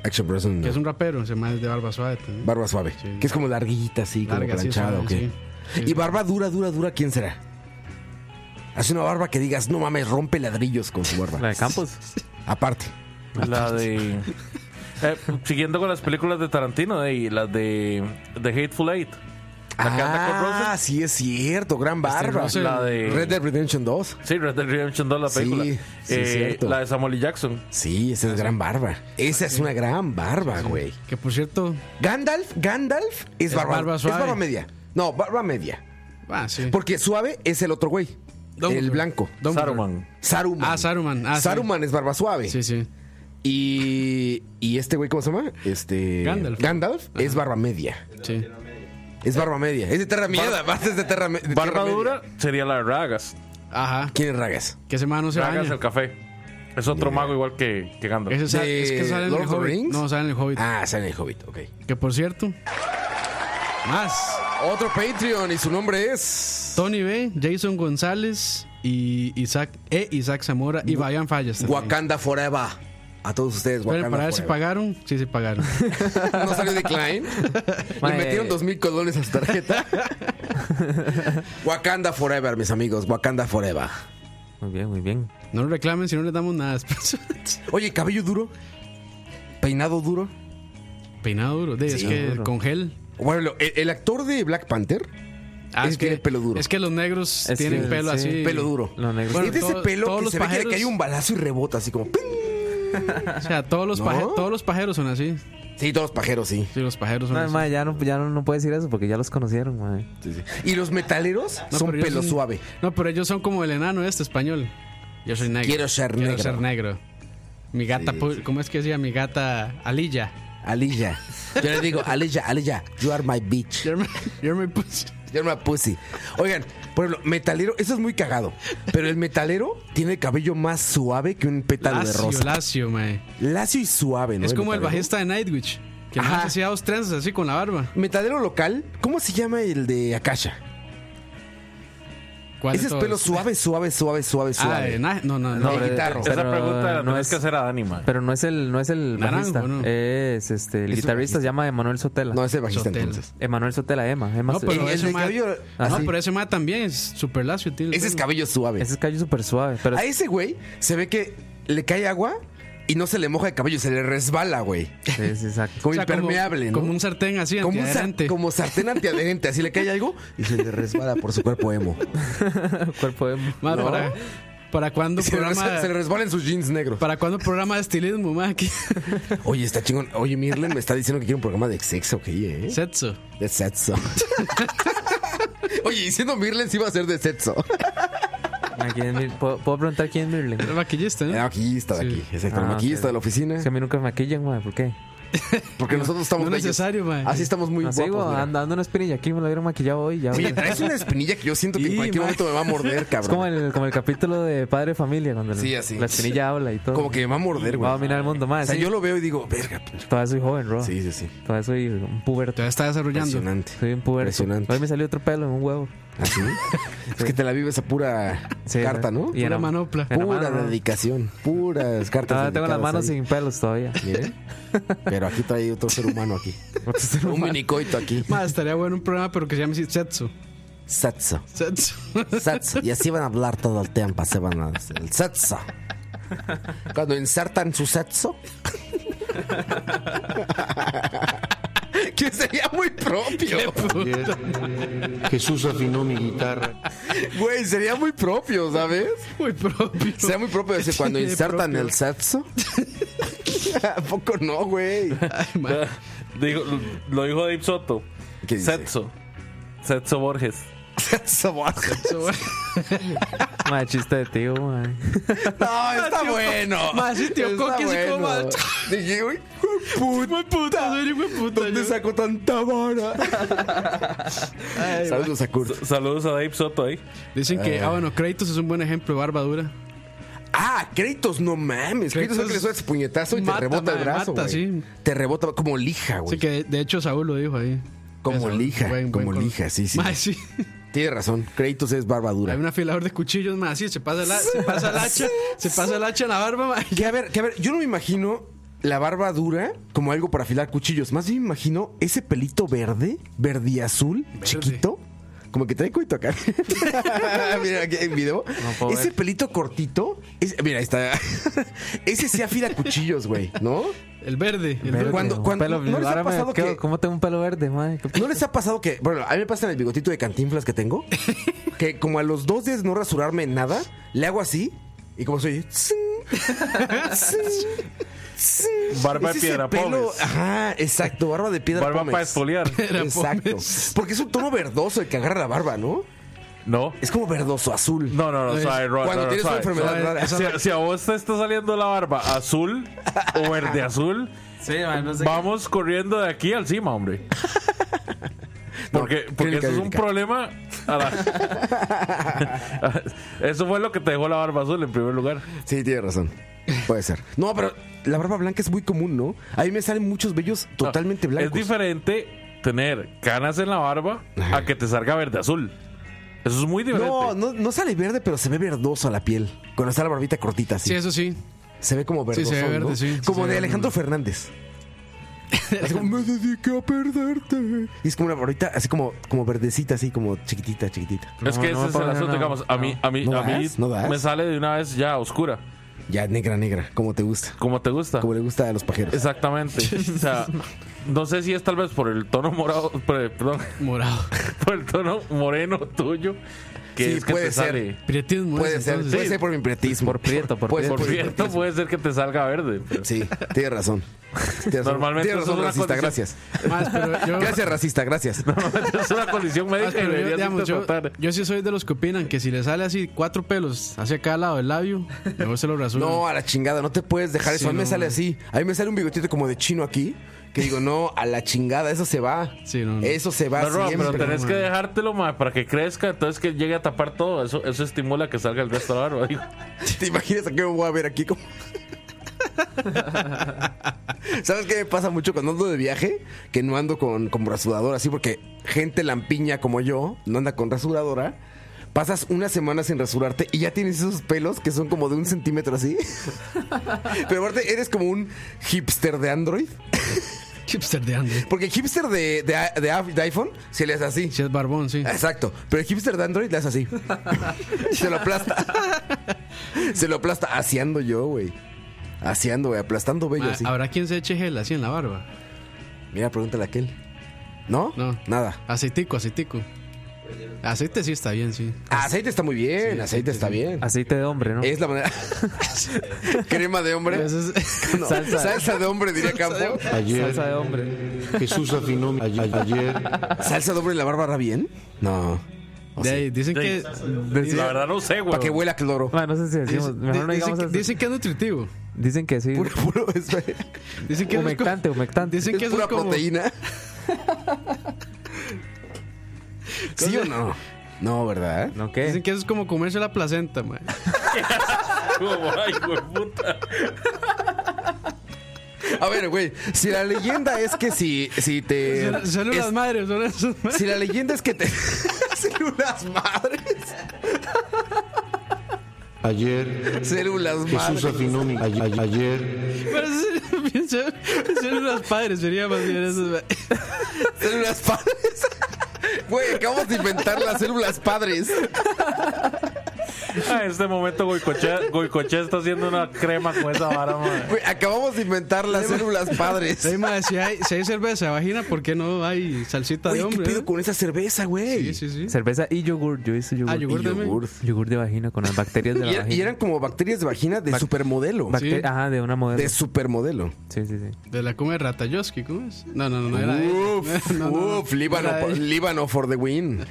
S1: Action Bronson. no.
S2: Que es un rapero, se llama de barba suave también.
S1: Barba suave.
S2: Sí.
S1: Que es como larguita, así,
S2: Larga,
S1: como
S2: sí,
S1: planchada,
S2: suave,
S1: ¿ok?
S2: sí. Sí.
S1: Y barba dura, dura, dura, ¿quién será? Hace una barba que digas, no mames, rompe ladrillos con su barba.
S3: La de Campos.
S1: Aparte.
S5: Pues La de. Eh, siguiendo con las películas de Tarantino, de, y las de The Hateful Eight. La que anda con
S1: Ah,
S5: Russell.
S1: sí, es cierto, gran barba.
S2: Russell.
S5: La de.
S1: Red Dead Redemption 2.
S5: Sí, Red Dead Redemption 2, la
S1: Sí,
S5: película.
S1: sí,
S5: Eh,
S1: cierto.
S5: la de Samuel L. Jackson.
S1: Sí, esa es gran barba. Esa es una gran barba, güey.
S2: Que por cierto,
S1: Gandalf, Gandalf es,
S2: Es
S1: barba,
S2: barba suave.
S1: Es barba media. No, barba media.
S2: ah, sí.
S1: Porque suave es el otro güey.
S2: Dumbledore.
S1: El blanco.
S2: Dumbledore.
S5: Saruman.
S1: Saruman.
S2: Ah, Saruman. Ah, sí.
S1: Saruman es barba suave.
S2: Sí, sí.
S1: Y, y este güey, ¿cómo se llama? Este.
S2: Gandalf.
S1: es barba media.
S2: sí.
S1: Es barba media. Es de terra mierda. Aparte es de terra, me- de
S5: Barba
S1: tierra media.
S5: dura sería la de Ragas.
S2: Ajá.
S1: ¿Quién es Ragas?
S2: Que ese man no se
S5: Ragas
S2: baña.
S5: el café. Es otro mago igual que, que Gandalf.
S2: Ese sa-
S1: ¿De
S2: es que sale en
S1: Lord
S2: el
S1: of the
S2: Hobbit.
S1: Rings?
S2: No, sale en el Hobbit.
S1: Ah, sale en el Hobbit, ok.
S2: Que por cierto, más.
S1: Otro Patreon y su nombre es.
S2: Tony B, Jason González y Isaac, e Isaac Zamora y Brian Fallas. también.
S1: Wakanda Forever. a todos ustedes,
S2: Pero
S1: Wakanda
S2: para ver si
S1: Forever.
S2: pagaron, sí
S1: [laughs]
S2: se pagaron.
S1: No salió
S2: [laughs]
S1: decline. Le
S3: Mae.
S1: metieron dos mil colones a su tarjeta. Wakanda Forever, mis amigos. Wakanda Forever.
S3: Muy bien, muy bien.
S2: No nos reclamen si no les damos nada. [laughs] después.
S1: Oye, cabello duro. Peinado duro.
S2: Peinado duro, de, es
S3: Sí,
S2: que
S3: duro.
S2: con gel.
S1: Bueno, lo- el, el actor de Black Panther
S2: Ah,
S1: es que tiene pelo duro.
S2: Es que los negros
S3: Es
S2: tienen
S3: que-
S2: pelo
S3: sí.
S2: así.
S1: pelo duro.
S3: Los negros.
S1: Pues
S2: Bueno,
S1: es de ese
S2: todo-
S1: pelo
S2: todos
S1: que
S2: los
S1: se ve que le
S2: pajeros-
S1: cae un balazo y rebota así como. ¡ping!
S2: O sea, todos
S1: [laughs]
S2: los,
S1: ¿No?
S2: paje- todos los pajeros son así.
S1: Sí, todos pajeros, sí.
S2: Sí, los pajeros son
S3: No,
S2: así.
S3: mae, ya no, ya no, no puedo decir eso porque ya los conocieron, mae.
S1: Y los metaleros
S2: No,
S1: son
S2: pero ellos
S1: pelo
S2: son-
S1: suave.
S2: No, pero ellos son como el enano este español. Yo soy negro.
S1: Quiero ser
S2: Quiero
S1: negro.
S2: ser negro. Mi gata, pu- ¿cómo es que decía? Mi gata Alilla.
S1: Alilla. Yo le digo, Alilla, Alilla, you are my bitch.
S2: Yo me, yo me puse.
S1: You're my pussy. Oigan, por ejemplo, metalero, eso es muy cagado. Pero el metalero tiene el cabello más suave que un pétalo de
S2: Lacio,
S1: rosa.
S2: lacio, mae.
S1: Lacio y suave, ¿no?
S2: es como el
S1: metalero.
S2: bajista de Nightwish. Que
S1: Ajá.
S2: más hacía dos trenzas así con la barba.
S1: Metalero local, ¿cómo se llama el de Akasha?
S2: ¿Cuál de
S1: Ese es
S2: todos?
S1: pelo suave, suave, suave, suave,
S2: Ah, de
S1: suave.
S2: na- no, no, no.
S1: No, de guitarro.
S5: Esa
S3: pero
S5: pregunta la
S3: no
S5: tenés
S3: es-
S5: que hacer a Dani, mae.
S3: Pero no es el, no es el
S2: Naranjo,
S3: bajista.
S2: ¿no?
S3: Es este, el
S1: Es un
S3: guitarrista se llama Emanuel Sotela.
S1: no, ese bajista
S2: Sotelo.
S1: entonces.
S3: Emanuel Sotela, Emma. Emma
S2: No,
S3: Se-
S2: pero
S1: El- el
S2: ese
S1: de
S2: mae- ah,
S1: cabello-
S2: No,
S3: Así.
S2: pero ese mae también es super lacio, tío.
S1: Ese es cabello suave.
S3: Ese es callo súper suave. Pero
S1: A ese güey se ve que le cae agua y no se le moja el cabello, se le resbala, güey.
S2: [laughs]
S3: sí, sí, exacto.
S1: Como
S2: O sea,
S1: impermeable,
S2: como,
S1: ¿no?
S2: Como un sartén así,
S1: Como un sar-
S2: antiadherente.
S1: como sartén antiadherente, así le cae algo y se le resbala por su cuerpo
S2: [laughs]
S1: emo.
S3: [laughs] Cuerpo de
S2: Mae,
S1: ¿no?
S2: ¿para, para
S1: [laughs]
S2: cuándo
S1: Se le, res-
S2: programa...
S1: se le resbala en sus jeans negros.
S2: ¿Para cuándo programa de estilismo, mae? Aquí. [laughs]
S1: Oye, está chingón. Oye, Mirlen me está diciendo que quiere un programa de sexo, ok, eh.
S2: Setsu.
S1: De sexo. [laughs] Oye, diciendo Mirlen sí va a ser de sexo.
S3: Ah, ¿quién es Mir- ¿Puedo, puedo preguntar quién es Mirlen?
S2: El maquillista, ¿no?
S1: El maquillista de aquí,
S2: Sí.
S1: exacto. el
S3: Ah,
S1: maquillista
S3: ok.
S1: de la oficina.
S3: Es que a mí nunca me maquillan, mae, ¿por qué?
S1: Porque nosotros estamos
S2: no es
S1: bellos.
S2: necesario, mae.
S1: Así estamos muy
S3: No
S1: guapos.
S3: sé, güey,
S1: mira.
S3: ando, ando una espinilla aquí, me lo hubieran maquillado
S1: [laughs]
S3: hoy. Ya,
S1: Oye,
S3: [laughs] güey.
S1: traes una espinilla que yo siento que en
S2: Y,
S1: cualquier
S2: ma.
S1: momento me va a morder,
S3: es
S1: cabrón.
S3: como el, como el capítulo de Padre de Familia, cuando
S1: Sí,
S3: el-
S1: así.
S3: la espinilla habla y todo.
S1: Como que me va a morder,
S3: Va
S1: güey.
S3: a dominar el mundo, mae.
S1: O sea,
S3: sí.
S1: yo lo veo y digo, verga. pues,
S3: Todavía soy joven, bro.
S1: Sí, sí, sí.
S3: Todavía soy un puberto.
S2: Todavía está desarrollando.
S1: Impresionante.
S3: Soy un puberto.
S1: Impresionante.
S3: Hoy me salió otro pelo en un huevo.
S1: ¿Así?
S3: [laughs]
S1: Es que te la vives a pura
S3: Sí,
S1: carta,
S3: mae.
S1: ¿no?
S3: Y en
S2: Pura
S3: la-
S2: manopla.
S3: en la
S1: Pura
S3: mano, ¿no?
S1: dedicación. Puras cartas.
S3: Todavía Ah, tengo las
S1: dedicadas
S3: manos
S1: ahí.
S3: sin
S1: [laughs]
S3: pelos todavía.
S1: Miren. Pero aquí trae otro ser humano
S3: [laughs]
S1: aquí. Un minicoito aquí.
S2: Mae, estaría bueno un programa, pero que se llame así, Setsu.
S1: Satsa.
S2: Setsu. [laughs]
S1: Satsa. Y así van a hablar todo el tiempo. Se van a. El satsa. Cuando insertan su satso. [laughs] que sería muy propio.
S6: Ayer, Jesús afinó mi guitarra.
S1: Güey, sería muy propio, ¿sabes?
S2: Muy propio.
S1: Sería muy propio [laughs] decir cuando
S2: Sí,
S1: insertan
S2: propio.
S1: el [laughs] satso. ¿A poco no, güey?
S2: Ay, mae.
S5: [laughs] Digo, lo dijo Dave Soto.
S1: ¿Qué dice?
S5: Setso. Setso Borges.
S1: Satso. [laughs]
S2: Eso, mae.
S3: Mae, chiste de tío, mae.
S1: No, está bueno.
S2: ma, sí, tío,
S1: Está
S2: Coqui se coma.
S1: Dije, güey, [laughs] puta.
S2: Puta, soy [laughs] hijo de puta.
S1: ¿Dónde
S2: yo.
S1: sacó tanta vara?
S2: [laughs]
S1: [laughs] Saludos a Kurt.
S5: S- Saludos a Dave Soto ahí.
S2: Dicen que, ah, bueno, Kratos es un buen ejemplo de barba dura.
S1: Ah, Kratos, no mames. Kratos es el que le suelta ese puñetazo y
S2: Mata,
S1: te rebota el
S2: madre,
S1: brazo.
S2: mata,
S1: güey.
S2: sí.
S1: Te rebota como lija, güey.
S2: Así que, de- de hecho, Saúl lo dijo ahí.
S1: Como
S2: Saúl,
S1: lija, como
S2: col-
S1: lija, sí, sí.
S2: Mae, sí. [laughs]
S1: Tiene razón. Kratos es barba
S2: Hay
S1: dura.
S2: un afilador de cuchillos, más así, se pasa el, ha- se pasa el hacha, se pasa el hacha en la barba, mae.
S1: Que a ver, que a ver, yo no me imagino la barba dura como algo para afilar cuchillos. Más bien me imagino ese pelito verde, verde azul, chiquito. Como que trae cuito acá. [laughs] mira, aquí hay un video.
S3: No puedo
S1: ese
S3: ver.
S1: pelito cortito. es- mira, ahí está. [laughs] ese sí afila cuchillos, güey, ¿no?
S2: El verde. El
S3: Verde,
S2: verde.
S1: Cuando-
S3: un
S1: cuando-
S3: pelo-
S1: ¿no les ha
S3: ahora me
S1: pasado
S3: quedo-
S1: que-
S3: ¿Cómo tengo un pelo verde, mae? ¿Qué p-
S1: ¿No les ha pasado que, bueno, a mí me pasa en el bigotito de cantinflas que tengo, que como a los dos días de no rasurarme nada, le hago así y como soy... tsin, tsin, tsin.
S5: [laughs] Barba
S1: Es
S5: de
S1: ese
S5: piedra
S1: pelo-
S5: pómez.
S1: Ajá, exacto, barba de piedra
S5: Barba
S1: pómez.
S5: para esfoliar.
S1: [laughs] Exacto. Porque es un tono verdoso el que agarra la barba, ¿no?
S5: No.
S1: Es como verdoso, azul.
S5: No, no, no,
S2: Es-
S5: suave, Rod,
S1: Eh, Cuando
S5: no, no,
S1: tienes una
S5: suave.
S1: enfermedad
S2: suave.
S1: rara.
S2: Esa-
S5: Si, a- si a vos te está saliendo la barba azul o verde azul,
S3: Sí, mae, no sé.
S5: vamos corriendo de aquí al cima, hombre. Porque,
S1: [laughs] No,
S5: porque
S1: clínica
S5: eso es un
S1: bíblica.
S5: problema. a
S1: [laughs]
S5: la- [laughs] eso fue lo que te dejó la barba azul en primer lugar.
S1: Sí, tienes razón. Puede ser. No, pero la barba blanca es muy común, ¿no? A mí me salen muchos vellos totalmente
S5: Es
S1: blancos.
S5: diferente tener canas en la barba a que te salga verde azul. Eso
S2: [laughs]
S5: es muy diferente.
S1: No, no, no sale verde, pero se ve verdoso a la piel. Cuando está la barbita cortita, así.
S2: Sí, eso sí.
S1: se ve como
S2: Sí,
S1: verdosón,
S2: se ve verde,
S1: ¿no?
S2: sí, sí,
S1: como
S2: se ve
S1: de
S2: verde.
S1: Alejandro
S2: [laughs]
S1: Fernández. Así como, me dediqué a perderte. Y es como una ahorita así como, como verdecita, así como chiquitita, chiquitita.
S5: es
S3: No,
S5: que
S3: no
S5: ese
S3: me
S5: es el
S3: pongan
S5: asunto,
S3: nada.
S5: digamos. A mí, a mí,
S1: ¿No
S5: a mí
S1: das? ¿No das?
S5: me sale de una vez ya oscura,
S1: Ya negra, negra, como te gusta.
S5: como te gusta.
S1: Como le gusta a los pajeros.
S5: Exactamente. o sea, no sé si es tal vez por el tono morado, por el- perdón, [laughs]
S1: [laughs]
S2: Morado.
S5: por el tono moreno tuyo, que
S1: Sí,
S5: es que
S1: puede
S5: te
S1: ser.
S5: sale.
S2: Prietismo.
S1: Puede
S2: es,
S1: ser,
S2: entonces.
S1: puede ser por mi prietismo.
S3: Por prieto, por
S1: Puede ser
S3: prieto.
S5: Por
S1: [laughs]
S5: cierto,
S1: prietismo.
S5: puede ser que te salga verde. pero- [laughs]
S1: Sí, tienes
S2: [laughs]
S1: razón. Tienes razón.
S5: Normalmente
S1: Tienes
S5: eso es
S1: razón,
S5: una
S1: racista,
S5: condición.
S1: gracias.
S2: Más, pero
S1: [laughs]
S2: yo,
S1: Gracias, racista, gracias.
S5: es una condición médica
S2: más,
S5: que
S2: pero yo,
S5: deberías
S2: digamos, yo-
S5: tratar.
S2: yo sí soy de los que opinan que si le sale así cuatro pelos hacia cada lado del labio, mejor se lo rasuran.
S1: [laughs] No, a la chingada, no te puedes dejar
S2: Sí,
S1: eso. A mí me
S2: no,
S1: sale
S2: no.
S1: así. A mí me sale un bigotito como de chino aquí. Que digo, no, a la chingada, eso se va.
S2: Sí, no, no.
S1: Eso se va
S5: No, Roa,
S1: siempre.
S5: pero tenés que
S2: man.
S5: dejártelo más para que crezca, entonces que llegue a tapar todo. Eso, eso estimula que salga el resto de la barba. digo.
S1: [laughs] ¿Te imaginas a qué me voy a ver aquí? Como- [laughs] ¿Sabes qué me pasa mucho cuando ando de viaje? Que no ando con, con rasuradora, así, porque gente lampiña como yo no anda con rasuradora. Pasas una semana sin rasurarte y ya tienes esos pelos que son como de un centímetro así. [laughs] Pero aparte, eres como un hipster de Android.
S2: [laughs] Hipster de Andy.
S1: Porque hipster de, de- de- de iPhone se le hace así.
S2: Si es barbón, sí.
S1: Exacto. Pero el hipster de Android le hace así. Se lo aplasta. Se lo aplasta. Aseando yo, güey. Aseando, güey. Aplastando bello
S2: Ma,
S1: así.
S2: Ah, Habrá quien se eche gel así en la barba.
S1: Mira, pregúntale a aquel. ¿No?
S2: No.
S1: Nada.
S2: Aceitico, aceitico. Aceite sí está bien, sí.
S1: Aceite está muy bien. aceite está bien.
S3: Aceite de hombre, ¿no?
S1: Es la manera. [laughs] Crema de hombre.
S2: Eso es-
S1: No,
S3: Salsa.
S1: salsa de hombre, diría Campo.
S6: Ayer
S3: Salsa de hombre.
S6: Jesús afinó mi- ayer, ayer
S1: ¿Salsa de hombre en la barba bien? [laughs] No.
S2: de ahí, dicen
S5: De ahí.
S2: que.
S5: La verdad no sé, güey.
S1: Para que huela a cloro.
S3: [laughs] Ma, no sé si decimos.
S2: dicen-
S3: Mejor no
S2: dicen
S3: digamos
S2: que-
S3: eso.
S2: dicen que es nutritivo.
S3: Dicen que sí.
S1: Puro, puro. Es,
S2: Dicen que eso es como-
S3: Humectante, humectante.
S2: Dicen que
S1: es
S2: eso
S1: pura
S2: es como- [laughs]
S1: proteína. ¿Sí o no? No, ¿verdad?
S3: ¿No qué?
S2: Dicen que eso es como comerse la placenta, man.
S5: Como, [laughs] ay, güey, puta.
S1: A ver, güey, si la leyenda es que si, si te...
S2: Solo las
S1: es-
S2: madres, solo esas madres.
S1: si la leyenda es que te... [laughs] células madres.
S6: ayer
S1: Células
S6: Jesús
S1: madres.
S6: afinó mi- ayer, ayer
S2: Pero eso sería- [laughs] pienso- solo las padres sería más bien eso, man.
S1: Células padres. [laughs] Güey, acabamos de inventar las células padres.
S5: Ah, en este momento Goicochea, Goicochea está haciendo una crema con esa vara, man.
S1: Güey, acabamos de inventar las
S2: [laughs]
S1: células
S2: Ey,
S1: padres.
S2: man, si, hay, si hay cerveza de vagina, ¿por qué no hay salsita
S1: Güey,
S2: de
S1: ¿qué
S2: hombre?
S1: pedo
S2: eh?
S1: con esa cerveza, güey?
S2: Sí, sí, sí.
S3: Cerveza y yogur. Yo hice yogur.
S2: Ah, yogur también.
S3: Yogur de vagina con las bacterias de la
S1: Y, era-
S3: vagina.
S1: y eran como bacterias de vagina de supermodelo.
S3: Bacter-
S2: Sí.
S3: Ajá, de una modelo.
S1: De supermodelo.
S3: Sí, sí, sí.
S2: De la come Ratayoski, ¿cómo es? No, no, no, no era
S1: Uf,
S2: ella. [laughs] No, no, no,
S1: uf,
S2: no
S1: Líbano,
S2: era
S1: po-
S2: ella.
S1: Líbano for the win.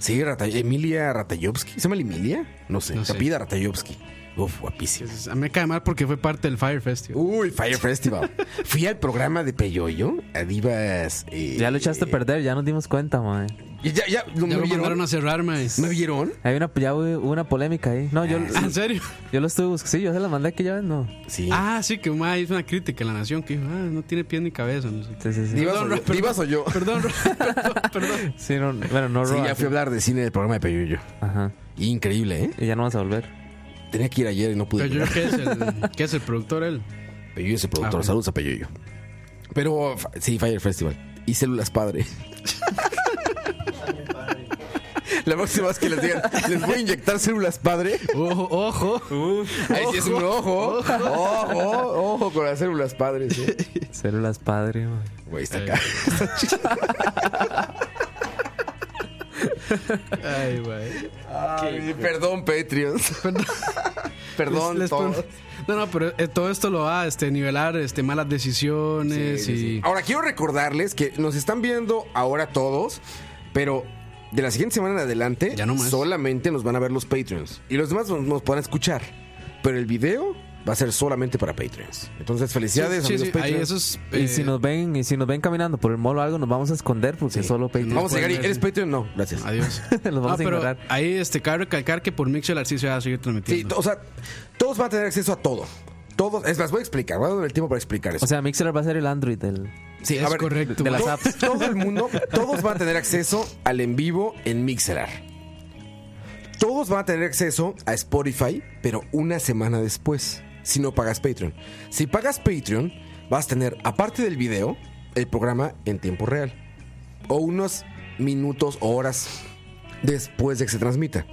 S1: Sí, Rata- Emilia Ratayovsky. ¿Se llama Emilia? No sé.
S2: No sé.
S1: Rapida Ratayovsky. Uf, guapísima.
S2: Es- A mí me cae mal porque fue parte del Fire Festival.
S1: Uy, Fire Festival. Fui al programa de Peyoyo, a Divas. eh,
S3: Ya lo echaste a perder, ya nos dimos cuenta, man.
S1: y Ya, ya, ¿no
S2: Ya
S1: ¿me
S2: lo mandaron
S1: vieron?
S2: a cerrar, maes.
S1: ¿Me vieron?
S3: Hay una, ya hubo una polémica ahí. No, yo,
S1: Ah.
S2: Ah, ¿En serio?
S3: yo lo estuve buscando. Sí, yo se la mandé que ya no.
S1: Sí.
S2: Ah, sí, que ma, hizo una crítica en La Nación que dijo, ah, no tiene pies ni cabeza. No sé.
S3: Sí, sí, sí.
S1: Divas, o yo, Divas o yo.
S2: Perdón,
S1: [laughs]
S2: perdón, perdón.
S3: Sí, no, bueno, no
S1: Sí,
S3: roba.
S1: ya fui a hablar de cine del programa de Peyoyo.
S3: Ajá.
S1: Increíble, ¿eh?
S3: Y ya no vas a volver.
S1: Tenía que ir ayer y no pude.
S2: Pero yo
S1: llegar.
S2: creo que es el, que es el productor él.
S1: Peyoyo es el productor.
S2: Ah, bueno.
S1: Saludos a Peyoyo. Pero fa- sí, Fire Festival. Y células
S2: [laughs]
S1: padre. La próxima vez que les digan, les voy a inyectar células padre.
S2: Ojo, ojo.
S1: Ahí sí es un ojo. Ojo, ojo con las células padres. ¿eh?
S3: Células padre, man.
S1: Güey, está
S2: Eh.
S1: acá.
S2: Ay, güey.
S1: Ay, perdón, Patreons. Perdón.
S2: Les- les
S1: todos.
S2: pon- No, no, pero eh, todo esto lo va a este, nivelar este, malas
S1: Sí,
S2: decisiones
S1: sí, sí.
S2: y.
S1: Ahora quiero recordarles que nos están viendo ahora todos, pero de la siguiente semana en adelante
S2: Ya no más.
S1: solamente nos van a ver los Patreons. Y los demás nos, nos podrán escuchar. Pero el video va a ser solamente para Patreons. Entonces, felicidades a
S2: sí,
S1: los
S2: sí, ahí
S1: Patreons.
S2: esos.
S3: y si
S2: eh,
S3: nos ven, y si nos ven caminando por el mall o algo, nos vamos a esconder porque es solo Patreon.
S1: Vamos a llegar y
S2: pueden
S1: ¿eres Patreon? No, gracias.
S2: Adiós.
S3: [laughs] Los vamos a
S2: pero
S3: ignorar.
S2: Ahí este, cabe recalcar que por Mixelar sí se va a seguir
S1: Sí,
S2: transmitiendo.
S1: to- o sea, todos van a tener acceso a todo. Todos, es más, voy a explicar, voy a darme el tiempo para explicar eso.
S3: O sea, Mixer va a ser el
S1: [laughs]
S3: Android del.
S1: Sí,
S2: es correcto.
S3: de las
S1: to-
S3: apps.
S1: Todo el mundo, todos van a tener acceso al en vivo en Mixelar. Todos van a tener acceso a Spotify, pero una semana después. si no pagas Patreon. Si pagas Patreon, vas a tener, aparte del video, el programa en tiempo real. O unos minutos o horas después de que se transmita.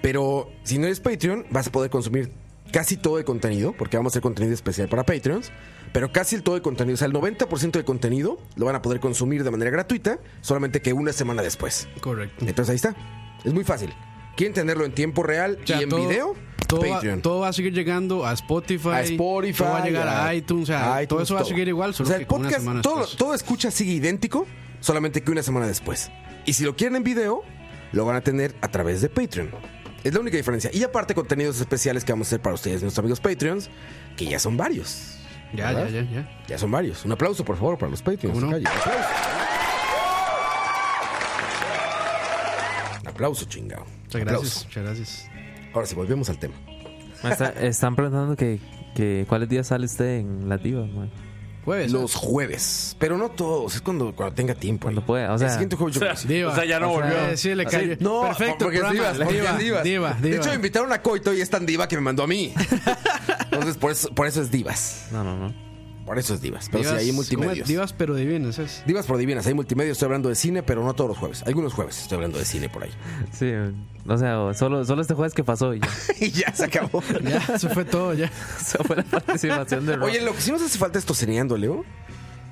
S1: Pero si no eres Patreon, vas a poder consumir casi todo el contenido, porque vamos a hacer contenido especial para Patreons, pero casi el todo el contenido, o sea, el 90% del contenido lo van a poder consumir de manera gratuita, solamente que una semana después.
S2: [laughs] Correcto.
S1: Entonces ahí está. Es muy fácil. ¿Quieren tenerlo en tiempo real
S2: O sea,
S1: y en
S2: todo-
S1: video?
S2: Todo va,
S1: Patreon.
S2: todo va a seguir llegando a Spotify.
S1: a Spotify.
S2: Todo va a llegar a iTunes. O sea,
S1: iTunes,
S2: todo eso va a seguir igual, solo
S1: o sea,
S2: que
S1: el
S2: con una
S1: podcast,
S2: semana
S1: todo,
S2: después.
S1: todo escucha sigue idéntico, solamente que una semana después. Y si lo quieren en video, lo van a tener a través de Patreon. Es la única diferencia. Y aparte, contenidos especiales que vamos a hacer para ustedes, nuestros amigos Patreons, que ya son varios.
S2: Ya, ya,
S1: ¿verdad?
S2: ya, ya.
S1: Ya son varios. Un aplauso, por favor, para los Patreons.
S2: ¿Cómo no?
S1: Calle, un aplauso. Un aplauso, chingado.
S2: Muchas gracias. Muchas gracias.
S1: Aplauso. Ahora sí, volvemos al tema.
S3: Ma, está- están preguntando que, que cuáles días sale usted en la diva, ma,
S2: Jueves. ¿eh?
S1: Los jueves. Pero no todos. Es cuando, cuando tenga tiempo.
S3: cuando
S1: ahí.
S3: pueda. O
S1: el
S3: sea,
S1: siguiente jueves
S5: O
S1: yo
S5: sea,
S1: creo que sí.
S2: Diva.
S5: o sea, ya no
S2: O sea,
S5: volvió.
S2: sí, le cayó.
S1: No,
S2: Perfecto,
S1: porque es
S2: programa.
S1: divas, porque
S2: diva,
S1: es divas.
S2: diva,
S1: De
S2: diva.
S1: hecho, invitaron a Coito y es tan diva que me mandó a mí. Entonces, por eso, por eso es divas.
S3: no, no, no.
S1: Por eso es divas. Pero
S2: Divas-
S1: sí, hay
S2: ¿cómo
S1: multimedios.
S2: es? Divas, pero divinas. Es.
S1: Divas por divinas, hay multimedia, estoy hablando de cine, pero no todos los jueves. Algunos jueves estoy hablando de cine
S2: [laughs]
S1: por ahí.
S3: Sí, o sea, solo, solo este jueves que pasó y ya.
S1: y ya se acabó.
S2: Ya, eso fue todo, ya.
S3: Esa fue la participación de Rob.
S1: [laughs] Oye, lo que sí nos hace falta es tocineando, Leo.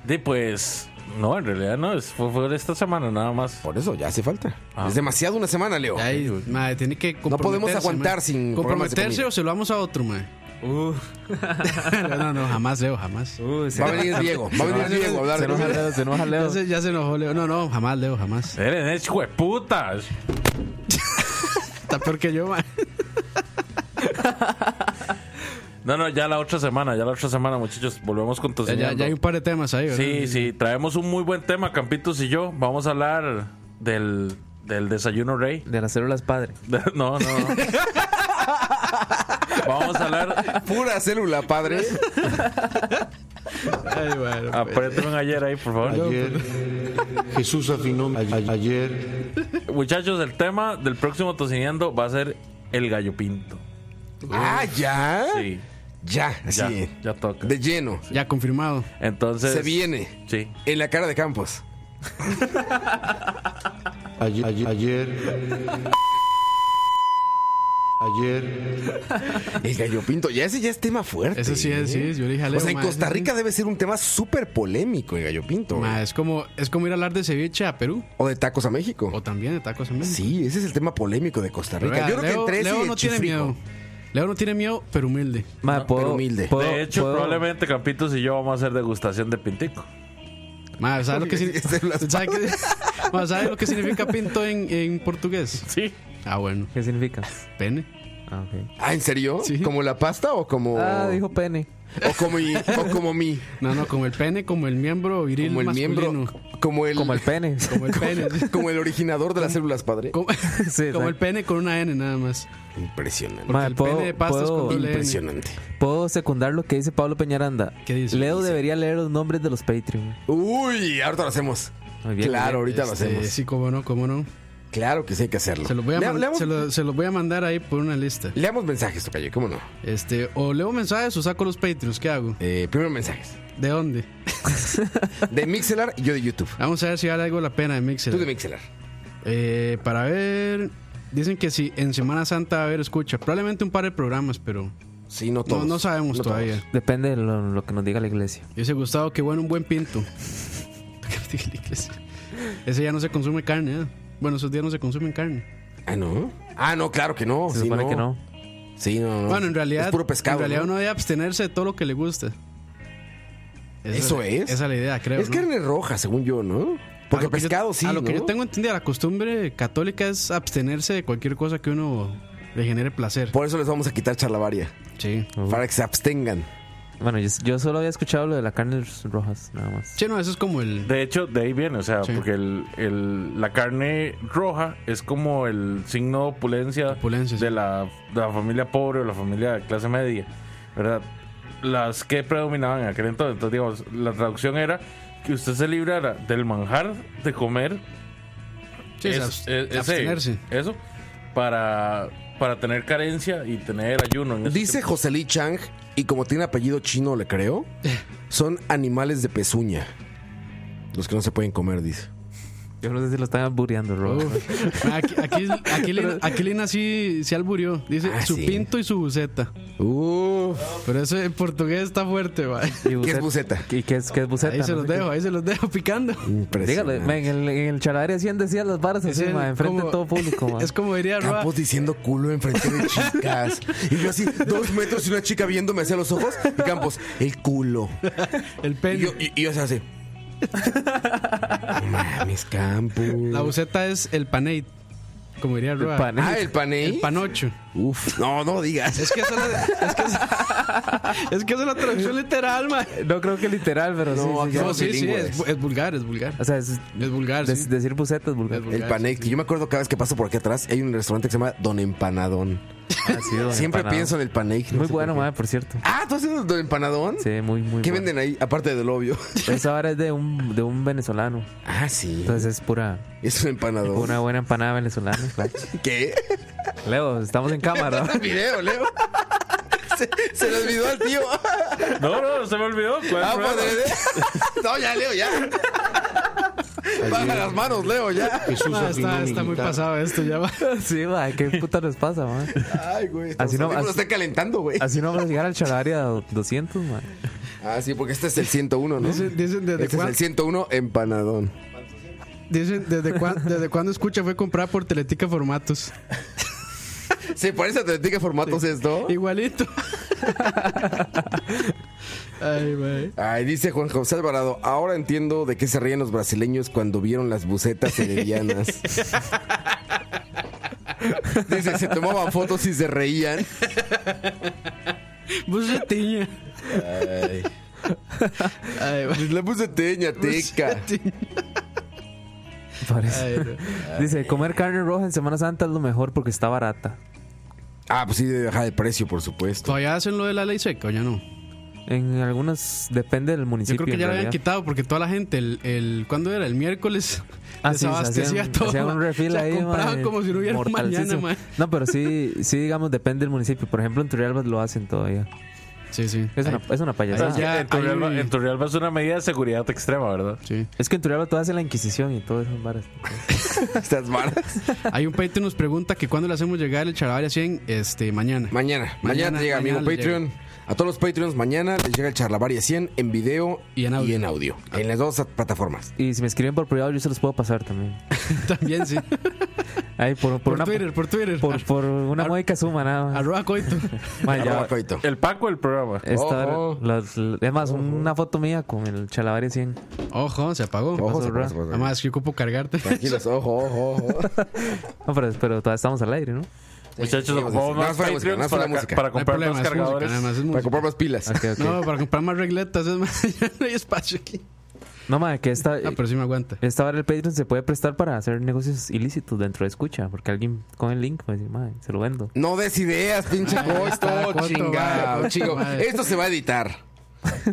S5: De pues. No, en realidad no. es- Fue, fue esta semana nada más.
S1: Por eso ya hace falta.
S5: Ah.
S1: Es demasiado una semana, Leo.
S2: Ya ahí, madre, tiene que
S1: No podemos
S2: comprometerse,
S1: aguantar
S2: madre.
S1: sin programas de
S2: Comprometerse
S1: comida.
S2: o se lo vamos a otro, madre. no, [laughs] no, no, jamás, Leo, jamás.
S3: Uy, se
S1: Va a
S3: nos- [laughs]
S1: venir Diego, va a venir
S3: se nos-
S1: Diego a hablar
S3: Se
S1: de
S3: nos
S1: comida.
S3: jaleo, se nos jaleo.
S2: Entonces ya se enojó Leo. No, no, jamás, Leo, jamás.
S5: Eres eh, hijo de putas.
S2: Está peor que yo, madre.
S1: Pues
S5: No, no, ya la otra semana, ya la otra semana, muchachos. Volvemos con tu
S2: Ya, ya, ya hay un par de temas ahí, ¿verdad?
S5: Sí, sí, traemos un muy buen tema, Campitos y yo. Vamos a hablar del, del desayuno rey. [laughs]
S3: De las células padre.
S5: No,
S2: [laughs]
S5: no, no. Vamos a hablar.
S1: Pura célula, padre.
S2: Ay, bueno, pues.
S5: Apriétenme ayer ahí, por favor.
S6: Ayer Jesús afinó a- a- ayer
S5: Muchachos, el tema del próximo tocineando va a ser el gallo pinto.
S1: ah, ya.
S5: Sí,
S1: Ya,
S5: ya,
S1: así.
S5: ya toca.
S1: De lleno.
S2: Ya confirmado.
S5: Entonces.
S1: Se viene.
S5: Sí.
S1: En la cara de Campos.
S6: ayer ayer ayer ayer
S1: El gallo pinto. Ya ese ya es tema fuerte. ¿eh?
S2: Eso sí es, sí es, yo le dije a Leo,
S1: O sea, Pues en
S2: ma,
S1: Costa
S2: eso sí.
S1: Rica debe ser un tema súper polémico el gallo pinto. güey.
S2: Ma, es, como, es como ir a hablar de ceviche a Perú.
S1: O de tacos a México.
S2: O también de tacos en México.
S1: Sí, ese es el tema polémico de Costa
S2: Pero
S1: Rica. Yo
S2: vea,
S1: creo
S2: Leo,
S1: que entre ese
S2: Leo
S1: y
S2: no
S1: el
S2: tiene
S1: chifrico.
S2: miedo. Leo no tiene miedo, pero humilde.
S3: Ma, puedo,
S1: pero humilde.
S3: puedo-
S5: De hecho,
S3: puedo-
S5: probablemente Campitos y yo vamos a hacer degustación de pintico.
S2: Ma, ¿sabe lo que, signi-
S1: Este las-
S2: [laughs] ¿sabe qué- [laughs] ma, ¿sabe lo que significa pinto en, en portugués?
S5: Sí.
S2: Ah, bueno,
S3: ¿Qué significa?
S2: pene.
S3: Ah, ok.
S1: Ah, ¿en serio?
S2: Sí.
S1: ¿Como la pasta o
S2: Oh.
S1: como.?
S3: Ah, dijo pene.
S1: O como, y- o como
S2: [laughs]
S1: mi.
S2: No, no, como el pene, como el miembro viril
S1: Como el
S2: masculino.
S1: miembro. Como el. [laughs]
S3: Como el pene.
S2: Como el pene. [laughs] sí.
S1: como el originador de las células, padre.
S2: Como,
S3: Sí,
S2: como el
S3: exacto.
S2: pene con una N nada más.
S1: Impresionante.
S3: Ma,
S2: el
S3: puedo,
S2: pene de pasta es
S3: puedo-
S2: con doble-
S1: Impresionante.
S3: puedo secundar lo que dice Pablo Peñaranda.
S2: ¿Qué dice?
S3: Leo
S2: ¿Qué dice?
S3: debería leer los nombres de los Patreon.
S1: Uy, ahorita lo hacemos.
S3: Muy bien,
S1: claro, ahorita lo
S2: Este,
S1: hacemos.
S2: Sí, cómo no, cómo no.
S1: Claro que sí hay que hacerlo.
S2: Se los voy a,
S1: Le-
S2: man-
S1: leamos,
S2: se lo- se los voy a mandar ahí por una lista.
S1: leamos mensajes, Tocayo, ¿cómo no?
S2: Este, o leo mensajes o saco los Patreons, ¿qué hago?
S1: Eh, primero mensajes.
S2: ¿De dónde?
S1: De Mixelar y yo de YouTube.
S2: Vamos a ver si vale algo la pena de Mixer.
S1: Tú de Mixelar.
S2: Eh, para ver. Dicen que sí, en Semana Santa va a haber escucha. Probablemente un par de programas, pero
S1: Sí, no
S2: no,
S1: todos.
S2: no sabemos
S1: No
S2: todavía.
S1: todos.
S3: Depende de lo, lo que nos diga la iglesia.
S2: Dice Gustavo, qué bueno, un buen pinto. [laughs] Ese ya no se consume carne, ¿eh? Bueno, esos días no se consumen carne.
S1: Ah, no. Ah, no, claro que no.
S2: Oh,
S3: Se
S1: sí,
S3: supone que no.
S1: Sí, no, no.
S2: Bueno, en realidad.
S1: Es puro pescado.
S2: En realidad
S1: ¿no?
S2: uno debe abstenerse de todo lo que le gusta. Esa
S1: ¿Eso es?
S2: Esa es la idea, creo.
S1: es
S2: ¿no?
S1: carne roja, según yo, ¿no? Porque
S2: A lo que yo-
S1: pescado sí.
S2: A lo que
S1: ¿no?
S2: yo tengo entendido, la costumbre católica es abstenerse de cualquier cosa que uno le genere placer.
S1: Por eso les vamos a quitar charlavaria.
S2: Sí.
S1: Para que se abstengan.
S3: Bueno, yo, yo solo había escuchado lo de las carnes rojas, nada más.
S2: Che, no, eso es como el.
S5: De hecho, de ahí viene, o sea,
S2: Sí.
S5: porque el, el- la carne roja es como el signo de opulencia,
S2: Opulencia, sí.
S5: de, la, de la familia pobre o la familia de clase media, ¿verdad? Las que predominaban en aquel entonces. Entonces, digamos, la traducción era que usted se librara del manjar de comer.
S2: Sí, es
S5: es-
S2: abs-
S5: es- ese-
S2: abstenerse.
S5: Eso. para, para tener carencia y tener ayuno. en esos
S1: Dice
S5: tiempos.
S1: José Lee Chang, y como tiene apellido chino, le creo,
S2: Eh.
S1: son animales de pezuña. Los que no se pueden comer, dice.
S3: Yo no sé si lo están albureando, Rob.
S2: Uf. Ma, Aquí, aquí, aquí Lina, aquí Lina sí se alburió. Dice
S1: Ah,
S2: su
S1: sí.
S2: pinto y su buceta.
S1: Uf.
S2: Pero eso en portugués está fuerte, va.
S1: ¿Qué es buceta?
S3: ¿Y qué es, qué es buceta?
S2: Ahí se
S3: No
S2: los
S3: sé qué.
S2: dejo, ahí se los dejo picando.
S1: Impresionante.
S3: Dígalo, ma, en el, en el Charadaria 100 decía las varas
S2: Es el-
S3: encima, enfrente
S2: como-
S3: de todo público. ma.
S2: [laughs] Es como diría Roa.
S1: Campos diciendo culo enfrente de chicas. Y yo así, dos metros y una chica viéndome hacia los ojos. Y Campos, el culo.
S2: El
S1: Y
S2: pene.
S1: yo, y, y yo así. No Mames, Campos.
S2: La buceta es el paneit. Como diría Roa.
S3: pan-
S1: Ah, el paney.
S2: El panocho.
S1: Uf, no, no digas.
S2: Es que esa es la, es que esa- [laughs] es que esa es la traducción literal, ma.
S3: No creo que literal, pero sí,
S1: No,
S3: sí,
S1: no.
S3: sí.
S2: No, sí, sí,
S1: bilingües.
S2: es, bu- es vulgar, es vulgar.
S3: O sea, es-
S2: Es vulgar,
S3: des-
S2: sí.
S3: decir buceta es vulgar.
S2: Es vulgar.
S1: El paney. que Yo me acuerdo cada vez que paso por aquí atrás, hay un restaurante que se llama Don Empanadón.
S3: Ah, sí, don
S1: Siempre
S3: empanado.
S1: pienso en el paney. no
S3: Muy
S1: sé
S3: bueno,
S1: por qué.
S3: madre, por cierto.
S1: Ah, ¿tú has ido al Don Empanadón?
S3: Sí, muy, muy
S1: ¿Qué
S3: bueno.
S1: venden ahí? Aparte del
S3: [laughs]
S1: obvio.
S3: Esa vara es de un, de un venezolano.
S1: Ah, sí.
S3: Entonces es pura
S1: Es un empanadón.
S3: una buena empanada venezolana. claro.
S1: ¿Qué? [laughs]
S3: Leo, estamos en cámara. [laughs]
S1: Video, Leo. [laughs] Se, se le olvidó al
S3: [laughs]
S1: tío.
S5: No, no, se me olvidó. ¿Cuál
S1: Ah,
S5: problema?
S1: padre. ¿eh? [laughs] No, ya, Leo, ya. Baja las manos, Leo, ya.
S6: Jesús
S2: Ah,
S6: afinó
S2: está,
S6: mi
S2: está muy
S6: guitarra.
S2: pasado esto ya va.
S3: sí, madre, qué puta nos pasa, madre.
S1: Ay, güey.
S3: Así no-
S1: no,
S3: así-
S1: está calentando, güey.
S3: Así no vamos a llegar al Charadaria 200, madre.
S1: Ah, sí, porque este es el 101, ¿no?
S2: Dicen, dicen desde
S1: Este es
S2: cuándo
S1: el 101 empanadón.
S2: dicen desde cuán- desde cuándo escucha fue comprada por Teletica Formatos.
S1: Sí, por eso te digo qué formatos es esto.
S2: [laughs] Igualito. Ay, güey.
S1: Ay, dice Juan José Alvarado, ahora entiendo de qué se ríen los brasileños cuando vieron las bucetas
S2: [laughs]
S1: heredianas. dice, se tomaban fotos y se reían.
S2: Bucetiña. Ay, güey.
S1: La buceteña,
S2: Pues [laughs]
S1: teca.
S3: Parece.
S2: Ay, no.
S3: Dice, comer carne roja en Semana Santa es lo mejor porque está barata.
S1: Ah, pues sí, debe bajar el precio, por supuesto.
S2: ¿Todavía hacen lo de la ley seca o ya no?
S3: En algunas, depende del
S2: Yo
S3: municipio.
S2: creo que
S3: en
S2: ya lo habían
S3: realidad.
S2: quitado porque toda la gente, el, el ¿cuándo era? El miércoles
S3: Ah, sí, se
S2: desabastecía
S3: hacían-
S2: todo.
S3: hacían un refill
S2: [laughs] O sea,
S3: ahí,
S2: compraban
S3: mae,
S2: como si no hubiera un mañana,
S3: mortalísimo.
S2: man.
S3: No, pero sí, sí, digamos, depende del municipio. Por ejemplo, en Turrialba lo hacen todavía.
S2: Sí, sí.
S3: Es una, es una
S5: O sea, es
S3: payasada.
S5: que
S2: Ya,
S5: en, Turrialba,
S2: ahí-
S5: en Turrialba es una medida de seguridad extrema, ¿verdad?
S2: Sí.
S3: Es que en Turrialba todavía hacen la Inquisición y todo eso. varas.
S2: Pues,
S1: Estas varas.
S2: Hay un Patreon nos pregunta que cuándo le hacemos llegar el Charabari 100 este, mañana.
S1: Mañana, mañana,
S2: Mañana,
S1: te llega,
S2: mañana
S1: amigo
S2: les
S1: Patreon. A todos los Patreons, mañana les llega el Charlavaria 100 en video
S2: Y en audio. Ah.
S1: en, audio, en las dos plataformas.
S3: Y si me escriben por privado, yo se los puedo pasar también.
S2: [laughs] También, sí.
S3: Ahí, por, por
S2: Por,
S3: una,
S2: Twitter, por Twitter.
S3: Por, por una
S2: Ar-
S3: módica suma, nada más.
S2: Arroba coito.
S3: Ma, ya-
S1: Arroba Coito.
S5: El Paco del programa.
S3: esta-
S1: Ojo.
S3: las- es más, una foto mía con el Chalabaria 100.
S2: Ojo, se apagó.
S1: Ojo, se
S3: Ra.
S1: pasa, pasa.
S2: Nada más, yo ocupo cargarte. [laughs]
S1: Tranquilos, ojo, ojo, ojo.
S3: No, pero, pero todavía estamos al aire, ¿no?
S5: Muchachos,
S1: sí,
S5: ocupamos
S1: sí. Nada más
S5: más
S1: fue la música, nada
S5: Patreons
S1: más fue la música.
S5: para, ca- para
S2: No hay
S5: comprar
S2: problema,
S5: más
S2: es música,
S5: cargadores.
S2: nada más es
S1: Para
S2: música.
S1: comprar más pilas.
S3: Ok, ok.
S2: No, para comprar más regletas. Es más, [laughs] ya no hay espacio aquí.
S3: No, madre, que esta,
S2: Ah, pero sí me aguanta.
S3: esta hora el Patreon se puede prestar para hacer negocios ilícitos dentro de escucha, porque alguien con el link va a decir, madre, se lo vendo.
S1: [laughs]
S3: [laughs]
S1: No des ideas, pinche
S2: Ay, está,
S1: costo,
S2: Coto,
S1: chingado,
S2: madre,
S1: chico.
S2: madre.
S1: Esto se va a editar.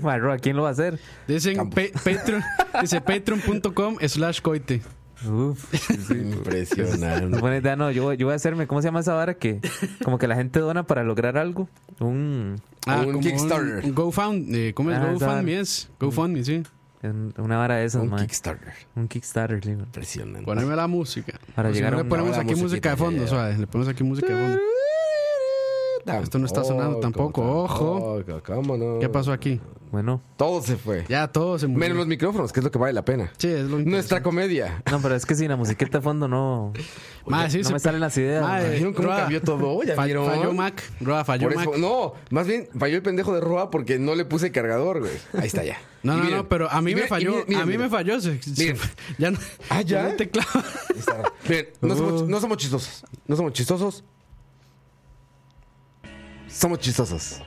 S3: madre, Roa, ¿quién lo va a hacer?
S2: Dicen
S1: Campos.
S2: pe- Patreon, [laughs] dice patreon.com slash coite.
S3: Uf,
S1: Impresionante.
S3: no pones idea, "Ah, no, yo, yo voy a hacerme, ¿cómo se llama esa vara que como que la gente dona para lograr algo? Un,
S2: Ah,
S1: Un
S2: como
S1: Kickstarter.
S2: Un, GoFund, eh, ¿cómo es?
S3: Ah,
S2: GoFundMe es. GoFundMe, sí.
S3: un- una vara de esas,
S1: Un
S3: madre.
S1: Kickstarter.
S3: un Kickstarter, sí, madre.
S1: Impresionante.
S2: Poneme la música.
S3: Para
S2: O si
S3: llegar
S2: no
S3: a
S2: le
S3: un-
S2: ponemos
S1: Ahora la
S2: aquí
S1: musiquita,
S2: música de fondo,
S1: ya, ya.
S2: suave. Le ponemos aquí música de fondo. Esto no está sonando tampoco, ojo.
S1: tampoco, cómo no.
S2: ¿Qué pasó aquí?
S3: Bueno,
S1: Todo se fue.
S2: Ya todo se murió.
S1: Menos los micrófonos, que es lo que vale la pena.
S2: Sí, es lo
S1: Nuestra comedia.
S3: no, pero es que sin la musiqueta de fondo no,
S2: Madre, sí,
S3: no
S2: se-
S3: me salen las ideas.
S2: Madre,
S3: madre.
S1: ¿Vieron cómo
S2: Roa,
S1: cambió todo? ¿Ya
S2: fall-
S1: vieron?
S2: Falló Mac. Roa, falló
S1: Por
S2: Mac.
S1: eso, no, más bien falló el pendejo de Roa porque no le puse cargador, güey. Ahí está ya.
S2: No,
S1: Y
S2: no,
S1: miren,
S2: no, pero a mí
S1: y
S2: me
S1: miren,
S2: falló.
S1: y miren, miren,
S2: a mí
S1: miren.
S2: me falló. se- se-
S1: Miren.
S2: [laughs] ya no.
S1: Ah, ¿ya?
S2: no te clavo. [laughs]
S1: Ahí está. Miren, no somos, no somos chistosos. No somos chistosos. Somos chistosos.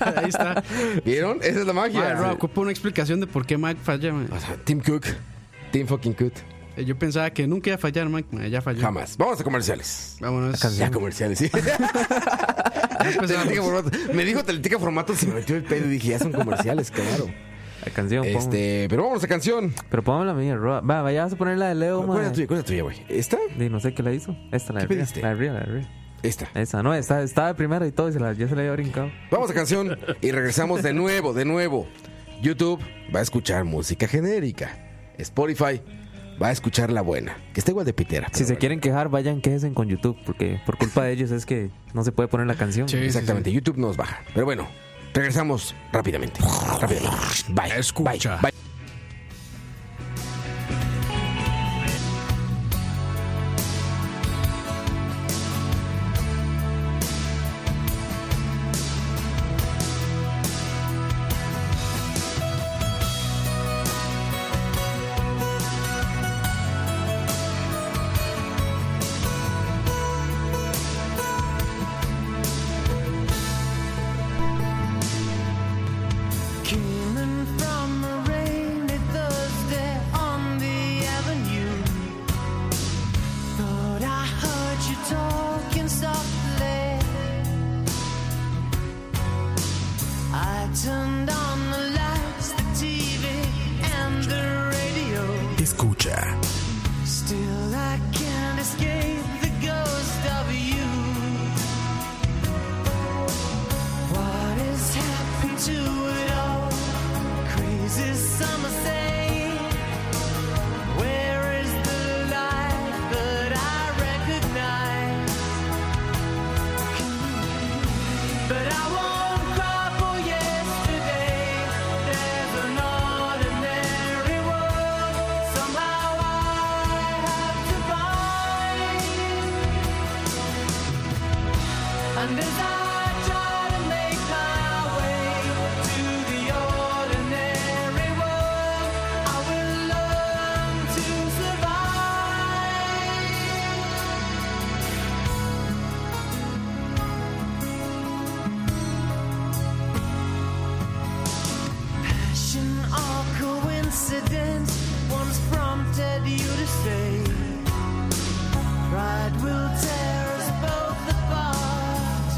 S2: Ahí está.
S1: [laughs] ¿Vieron? Esa es la magia.
S2: Madre, Roa, ocupo una explicación de por qué Mac falla. man.
S1: O sea, Tim Cook. Tim fucking Cook.
S2: Eh, Yo pensaba que nunca iba a fallar, Mac. man, Ya falló.
S1: Jamás. Vamos a comerciales.
S2: Vámonos.
S1: Ya comerciales,
S3: [laughs]
S1: sí. Teletica
S2: Empezamos.
S1: Formato. Me dijo Teletica Formato, se me metió el pedo y dije, ya son comerciales, claro.
S3: La canción, pongo.
S1: Este, pero vamos a canción.
S3: Pero póngame la mía, Roa. Va, vaya, vas a poner la de Leo,
S1: ¿Cuál es la
S3: madre.
S1: tuya? ¿Cuál es la tuya, güey? ¿Esta?
S3: Y no sé qué la hizo. Esta, la de
S1: ¿Qué
S3: Ria.
S1: pediste?
S3: La de Ria, la de Ria.
S1: Esta.
S3: Esa, no, está, está de primera y todo, y se la, ya se la había brincado.
S1: Vamos a canción y regresamos de nuevo, de nuevo. YouTube va a escuchar música genérica. Spotify va a escuchar la buena, que está igual de pitera.
S3: Si se quieren quejar, vayan, quéjense con YouTube, porque por culpa de ellos es que no se puede poner la canción.
S2: Sí, sí, sí.
S1: Exactamente, YouTube nos baja. Pero bueno, regresamos rápidamente. rápidamente. Bye.
S2: Escucha.
S1: Bye. Bye.
S9: Coming from a rainy Thursday on the avenue. Thought I heard you talking softly. I turned on the lights, the TV, and the radio.
S4: Escucha.
S9: Still, I can't escape the ghost of you. What has happened to it all? Crazy summer say, Where is the light that I recognize? But I won't cry for yesterday. There's an ordinary world. Somehow I have to find. And as I try to make my way to the ordinary world, I will learn to survive. Passion or coincidence once prompted you to say, Pride will tear us both apart.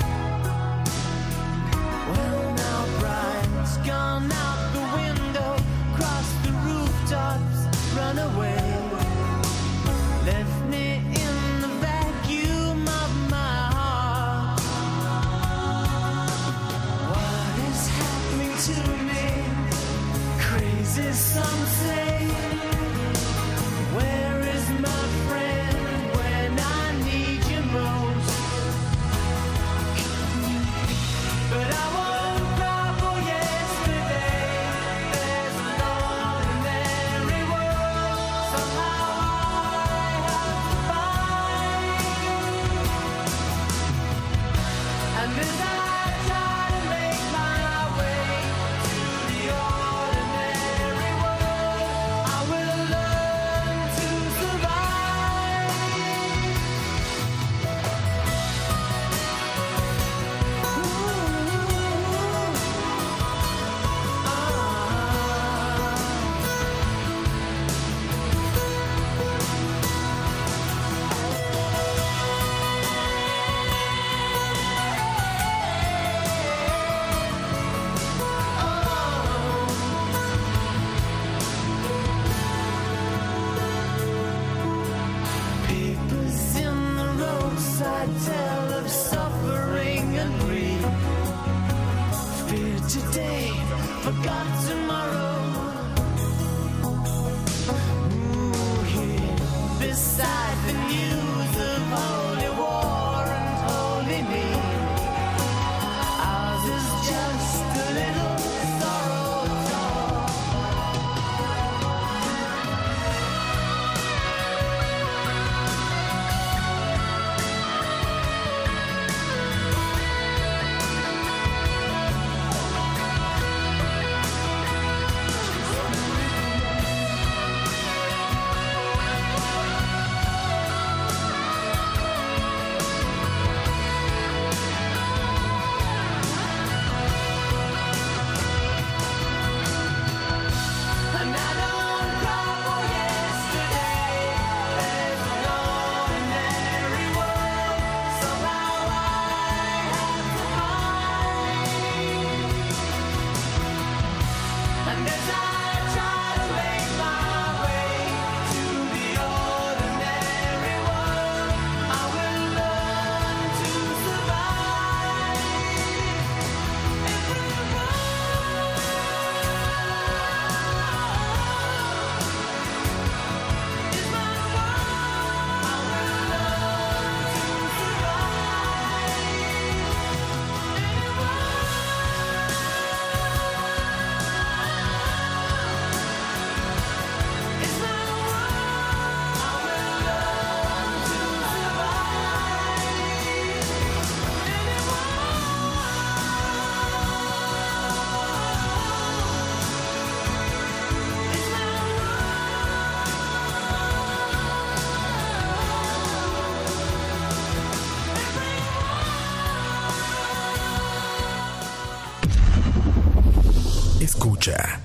S4: escucha.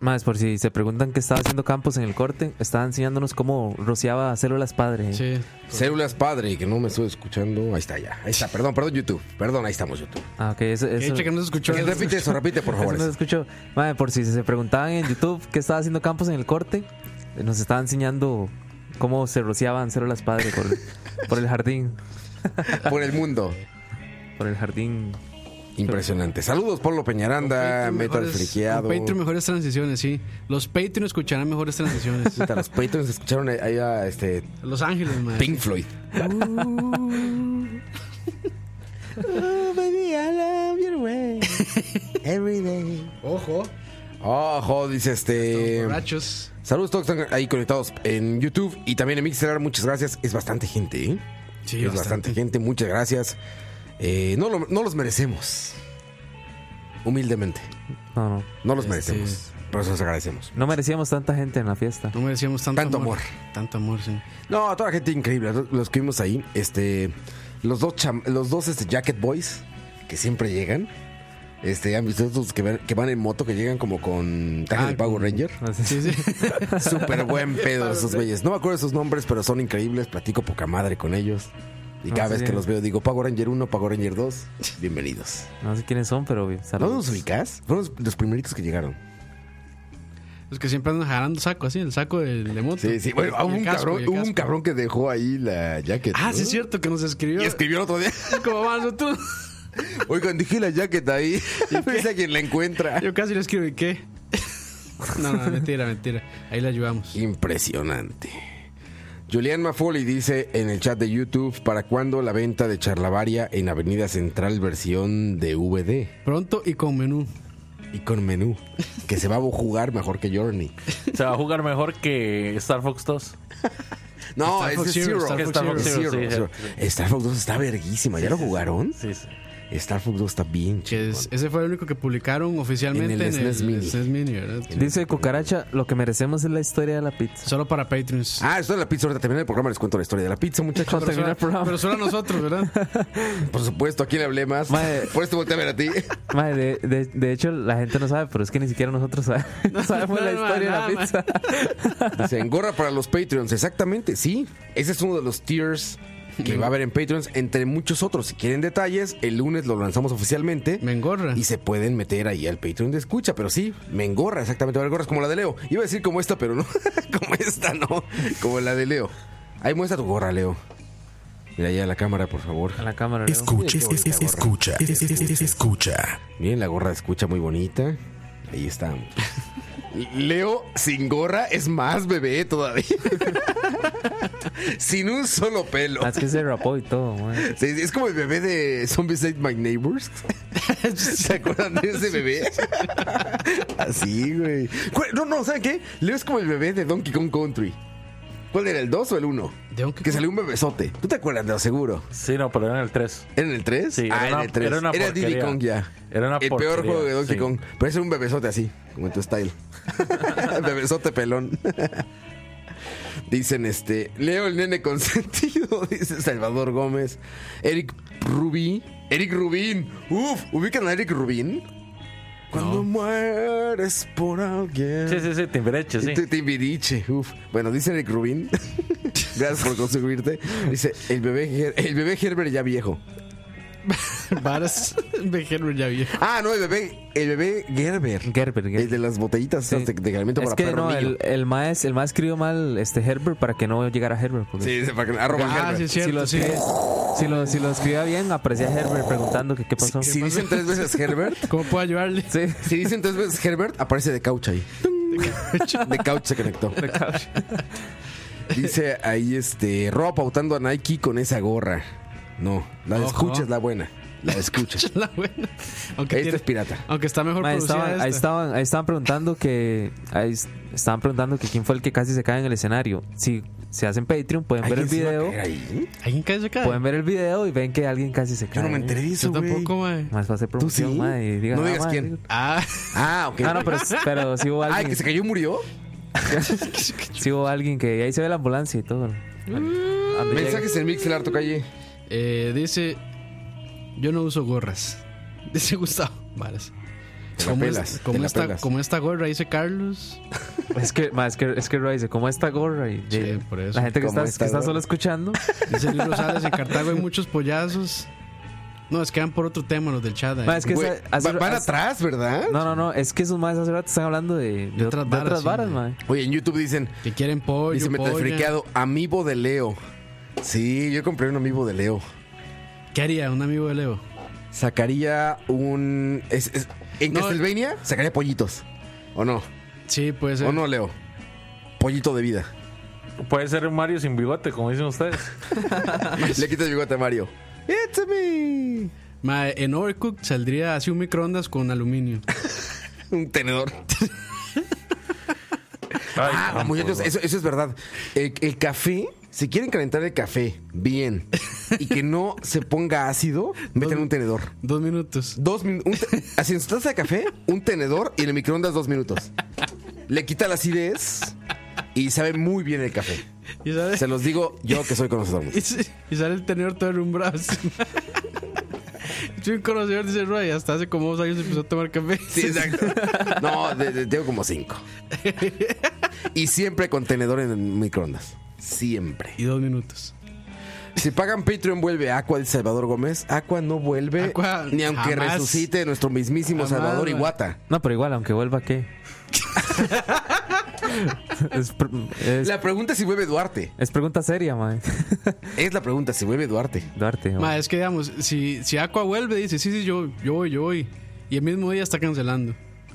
S3: Más por si se preguntan qué estaba haciendo Campos en el corte, estaba enseñándonos cómo rociaba células padre.
S2: Sí. Eh,
S1: Células padre, que no me estoy escuchando. Ahí está ya. Ahí está, perdón, perdón, YouTube. Perdón, ahí estamos, YouTube.
S3: Ah, ok, eso, eso,
S2: Eche que no se escuchó.
S1: Eh, repite eso, repite, por
S3: [laughs]
S1: favor.
S3: eso no se
S1: eso.
S3: escuchó. Madre, por si se preguntaban en YouTube qué estaba haciendo Campos en el corte, eh, nos estaba enseñando cómo se rociaban células padre por,
S2: [laughs]
S3: por el jardín.
S1: Por el mundo.
S3: Por el jardín.
S1: Impresionante. Saludos, Pablo Peñaranda,
S2: Patreon
S1: Metal
S2: mejores-
S1: Friqueado.
S2: con Patreon mejores transiciones, sí. Los Patreon escucharán
S1: [laughs]
S2: mejores transiciones.
S1: Puta, Los Patreons escucharon ahí a este,
S2: Los Ángeles, madre.
S1: Pink Floyd.
S2: Ojo.
S1: Ojo, dice este.
S2: Borrachos.
S1: Saludos, todos están ahí conectados en YouTube y también en Mixer. Muchas gracias. Es bastante gente, ¿eh?
S2: Sí,
S1: es bastante, gente. Muchas gracias. Eh, no, lo- no los merecemos. Humildemente.
S3: No, no.
S1: No los
S2: Este-
S1: merecemos. Por eso les agradecemos.
S3: No merecíamos tanta gente en la fiesta.
S2: No merecíamos tanto,
S1: Tanto
S2: Tanto amor,
S1: [laughs]
S2: sí.
S1: No, toda la gente increíble. Los- Los que vimos ahí, este. Los dos, cham- los dos este, Jacket Boys que siempre llegan. Este, han visto estos que, ven- que van en moto, que llegan como con traje
S2: Ah,
S1: de Power
S2: con- [laughs]
S1: Ranger.
S2: Sí, sí.
S1: Súper buen pedo esos güeyes. No me acuerdo de sus nombres, pero son increíbles. Platico poca madre con ellos. Y cada
S3: Ah,
S1: vez
S3: sí.
S1: que los veo digo, Power Ranger 1, Power Ranger 2, bienvenidos.
S3: No sé quiénes son, pero
S1: ¿No
S3: saludos.
S1: los ubicas? Fueron los, los primeritos que llegaron.
S2: Los que siempre andan jalando saco, así, el saco del de moto.
S1: Sí, sí. Bueno,
S2: Y
S1: hubo
S2: el
S1: un,
S2: casco, y
S1: cabrón,
S2: el
S1: hubo un
S2: casco.
S1: cabrón que dejó ahí la jacket.
S2: Ah,
S1: ¿no?
S2: sí, es cierto que nos escribió.
S1: Y
S2: [laughs]
S1: escribió el otro día.
S2: Como
S1: [laughs]
S2: vamos nosotros.
S1: Oigan, dejé la jacket
S5: [laughs]
S1: ahí. Dice a quien la encuentra.
S2: Yo casi le escribí, ¿qué? No, no, mentira, mentira. Ahí le ayudamos.
S1: Impresionante. Julián Mafoli dice en el chat de YouTube: ¿Para cuándo la venta de Charlavaria en Avenida Central versión DVD?
S2: Pronto y con menú.
S1: y con menú. Que se va a jugar mejor que Journey.
S5: Se va a jugar mejor que Star Fox 2.
S1: No,
S2: Star
S1: ese
S2: Fox
S1: es
S2: Zero,
S1: Zero.
S2: Star
S5: Fox Zero,
S1: Zero,
S5: sí,
S1: Zero. Star Fox 2 está verguísima. ¿Ya lo jugaron?
S5: Sí, sí.
S1: Star Fox 2 está bien
S2: Que es-
S1: chingón.
S2: ese fue el único que publicaron oficialmente
S1: En
S2: en
S1: el
S2: el,
S1: SNES Mini.
S2: SNES Mini, ¿verdad?
S3: Dice Cucaracha, lo que merecemos es la historia de la pizza.
S2: Solo para Patreons.
S1: Ah, esto de la pizza. Ahorita termina el programa. Les cuento la historia de la pizza, muchachos.
S3: Cuando termine el programa.
S2: Pero solo a nosotros,
S1: [laughs]
S2: ¿verdad?
S1: Por supuesto, aquí le hablé más.
S3: Madre.
S1: Por esto volteé a ver a ti.
S3: Madre, de, de- de hecho, la gente no sabe, pero es que ni siquiera nosotros sabe- sabemos
S2: [laughs] no,
S3: la
S2: no,
S3: historia
S2: nada,
S3: de la
S2: man.
S3: pizza. [laughs]
S1: Se engorra para los Patreons. Exactamente, sí. Ese es uno de los tiers que va a haber en Patreons, entre muchos otros. Si quieren detalles, el lunes lo lanzamos oficialmente.
S2: Me engorra.
S1: Y se pueden meter ahí al Patreon de escucha, pero sí, me engorra exactamente. Ahora gorras como la de Leo. Iba a decir como esta, pero no. [laughs] como esta, no. Como la de Leo. Ahí muestra tu gorra, Leo. Mira ahí a la cámara, por favor.
S3: A la cámara, Leo.
S4: Escucha,
S1: Mira qué bonita gorra.
S4: escucha, escucha.
S1: Miren la gorra de escucha muy bonita. Ahí está. Leo sin gorra es más bebé todavía. sin un solo pelo.
S3: Ah, Es que se rapó y todo, man.
S1: Sí, es como el bebé de Zombies Ate My Neighbors. ¿Se acuerdan de ese bebé? Así, güey. ¿Cuál- No, no, ¿saben qué? Leo es como el bebé de Donkey Kong Country. ¿Cuál era, el 2 o el 1?
S2: De Donkey
S1: Que
S2: Kong.
S1: salió un bebesote. ¿Tú te acuerdas? Te lo aseguro.
S5: Sí, no, pero era en el 3.
S1: ¿Era en el 3?
S5: Sí,
S1: ah,
S5: era
S1: era en
S5: una-
S1: el 3.
S5: era
S1: Era,
S5: una
S1: Diddy
S5: porquería.
S1: Kong ya.
S5: Era una
S1: El peor
S5: porquería,
S1: juego de Donkey
S5: sí.
S1: Kong. Pero ese era un bebesote así, como en tu
S5: [laughs]
S1: style. bebesote pelón. Dicen este, Leo el nene consentido, [laughs] dice Salvador Gómez. Eric Rubí. Eric Rubín. Uf, ubican a Eric Rubín. Cuando mueres por alguien.
S5: Sí, sí, sí, Timbreche, sí.
S1: Te- Timbiriche, uf. Bueno, dice Eric Rubín. [laughs] Gracias por consumirte. Dice, el bebé, Her- el bebé Herbert ya viejo.
S2: Varas [laughs] de Henry ya viejo.
S1: Ah, no, el bebé, el bebé Gerber.
S3: Gerber, Gerber.
S1: El de las botellitas
S3: Sí.
S1: esas de, de alimento
S3: Es
S1: para
S3: que
S1: perro
S3: no,
S1: niño.
S3: el, el maes, el maes escribió mal este Herbert para que no llegara Herbert. porque
S1: Sí, sí, para que- arroba
S2: Ah, sí,
S1: Gerber.
S2: es cierto,
S3: si,
S2: sí.
S3: lo escribía- si, lo, si lo escribía bien, aparecía Herbert preguntando que qué pasó.
S1: Si dicen tres veces Herbert,
S3: [laughs]
S2: ¿Cómo puedo ayudarle? [laughs]
S3: Sí.
S1: si dicen tres veces Herbert, aparece de couch ahí. De couch se conectó. Dice ahí este Rob pautando a Nike con esa gorra. No, la de
S2: Ojo.
S1: escucha es la buena. La de
S3: [laughs]
S1: escucha.
S2: La buena. Aunque,
S1: Esta
S2: tiene-
S1: es pirata.
S2: aunque está mejor
S3: Ma,
S2: producida
S3: estaban,
S2: esta.
S3: ahí, estaban, ahí estaban preguntando que ahí es- estaban preguntando que quién fue el que casi se cae en el escenario. Si se hacen Patreon, pueden ver el
S1: ¿Alguien se iba a
S3: video.
S1: caer ahí?
S2: ¿Alguien cae se cae?
S3: Pueden ver el video y ven que alguien casi se cae. ¿eh?
S1: Yo no me enteré de eso,
S2: Yo
S1: güey.
S2: tampoco, mae.
S3: Más para hacer promoción,
S1: sí?
S3: ma, y digan,
S1: No
S3: ah,
S1: digas
S3: ma,
S1: quién.
S3: digo-
S2: Ah, [laughs]
S1: Ah, ok.
S3: Ah, no, pero, pero sí
S1: [laughs]
S3: hubo
S1: Ay,
S3: alguien.
S1: que se cayó y murió.
S3: sí hubo alguien que ahí se ve la ambulancia y todo.
S1: Mm.
S3: Ande-
S1: Mensajes en Mixel Harto Calle.
S2: [laughs] eh, dice: Yo no uso gorras. Dice Gustavo Varas.
S1: Te la
S2: ¿Cómo, es-
S1: pelas,
S2: cómo
S1: te la
S2: está,
S1: pelas.
S2: ¿Cómo está gorra? Dice Carlos.
S3: Es que, ma, es que, es que Roy dice, ¿cómo está gorra? Y,
S2: Sí,
S3: y
S2: por eso.
S3: la gente que
S1: ¿Cómo
S3: está,
S1: está
S3: que está
S1: gorra? [laughs]
S3: solo escuchando.
S2: Dice Luis Rosales, en Cartago hay muchos pollazos. No, es que van por otro tema los del chat. eh. ahí.
S3: Ma, es que
S1: Güey,
S3: esa- hace-
S1: va- van
S3: hace-
S1: atrás, ¿verdad?
S3: No, no, no, es que esos más hace rato están hablando de, de, de
S2: otras
S3: otras
S2: varas,
S3: varas,
S2: sí, ma.
S3: ma.
S1: Oye, en YouTube dicen,
S2: Que quieren pollo,
S1: dice
S2: polla.
S1: metafriqueado, amigo de Leo. Sí, yo compré un amigo de Leo.
S2: ¿Qué haría un amigo de Leo?
S1: Sacaría un. es- es- en
S2: No.
S1: Castlevania sacaría pollitos. ¿O no?
S2: Sí, puede ser.
S1: ¿O no, Leo? Pollito de vida.
S5: Puede ser un Mario sin bigote, como dicen ustedes.
S2: Ah,
S1: Le quitas el bigote a Mario. It's me.
S2: Ma, en Overcooked saldría así un microondas con aluminio.
S1: Un tenedor.
S5: Ay,
S1: Ah,
S5: caramba,
S1: muchachos, eso, eso es verdad. El, el café, si quieren calentar el café bien
S2: [laughs]
S1: y que no se ponga ácido, meten un tenedor.
S2: Dos minutos.
S1: Dos minutos. [laughs] Así en su taza de café, un tenedor y en el microondas dos minutos. Le quita la acidez y sabe muy bien el café.
S2: ¿Y sale,
S1: Se los digo yo que soy conocedor.
S2: y s- y sale el tenedor todo derrumbrado. [laughs] así. Soy un conocedor, dice Roy. Hasta hace como dos años empezó a tomar café.
S1: Sí, exacto. [laughs] No, de- de- tengo como cinco. Y siempre con tenedor en el microondas. Siempre.
S2: Y dos minutos.
S1: Si pagan Patreon, vuelve Aqua de Salvador Gómez. Aqua no vuelve.
S2: Aqua,
S1: ni aunque
S2: jamás.
S1: resucite nuestro mismísimo
S2: Jamás,
S1: Salvador
S2: güey.
S1: Iguata.
S3: No, pero igual, aunque vuelva, ¿qué?
S1: [laughs]
S3: es, pr- es-
S1: La pregunta es si vuelve Duarte.
S3: es pregunta seria, ma.
S1: Es la pregunta, si vuelve Duarte.
S3: [laughs] Duarte, ma.
S2: Ma, es que digamos, si, si Aqua vuelve, dice, sí, sí, yo, yo voy, yo voy. Y el mismo día está cancelando.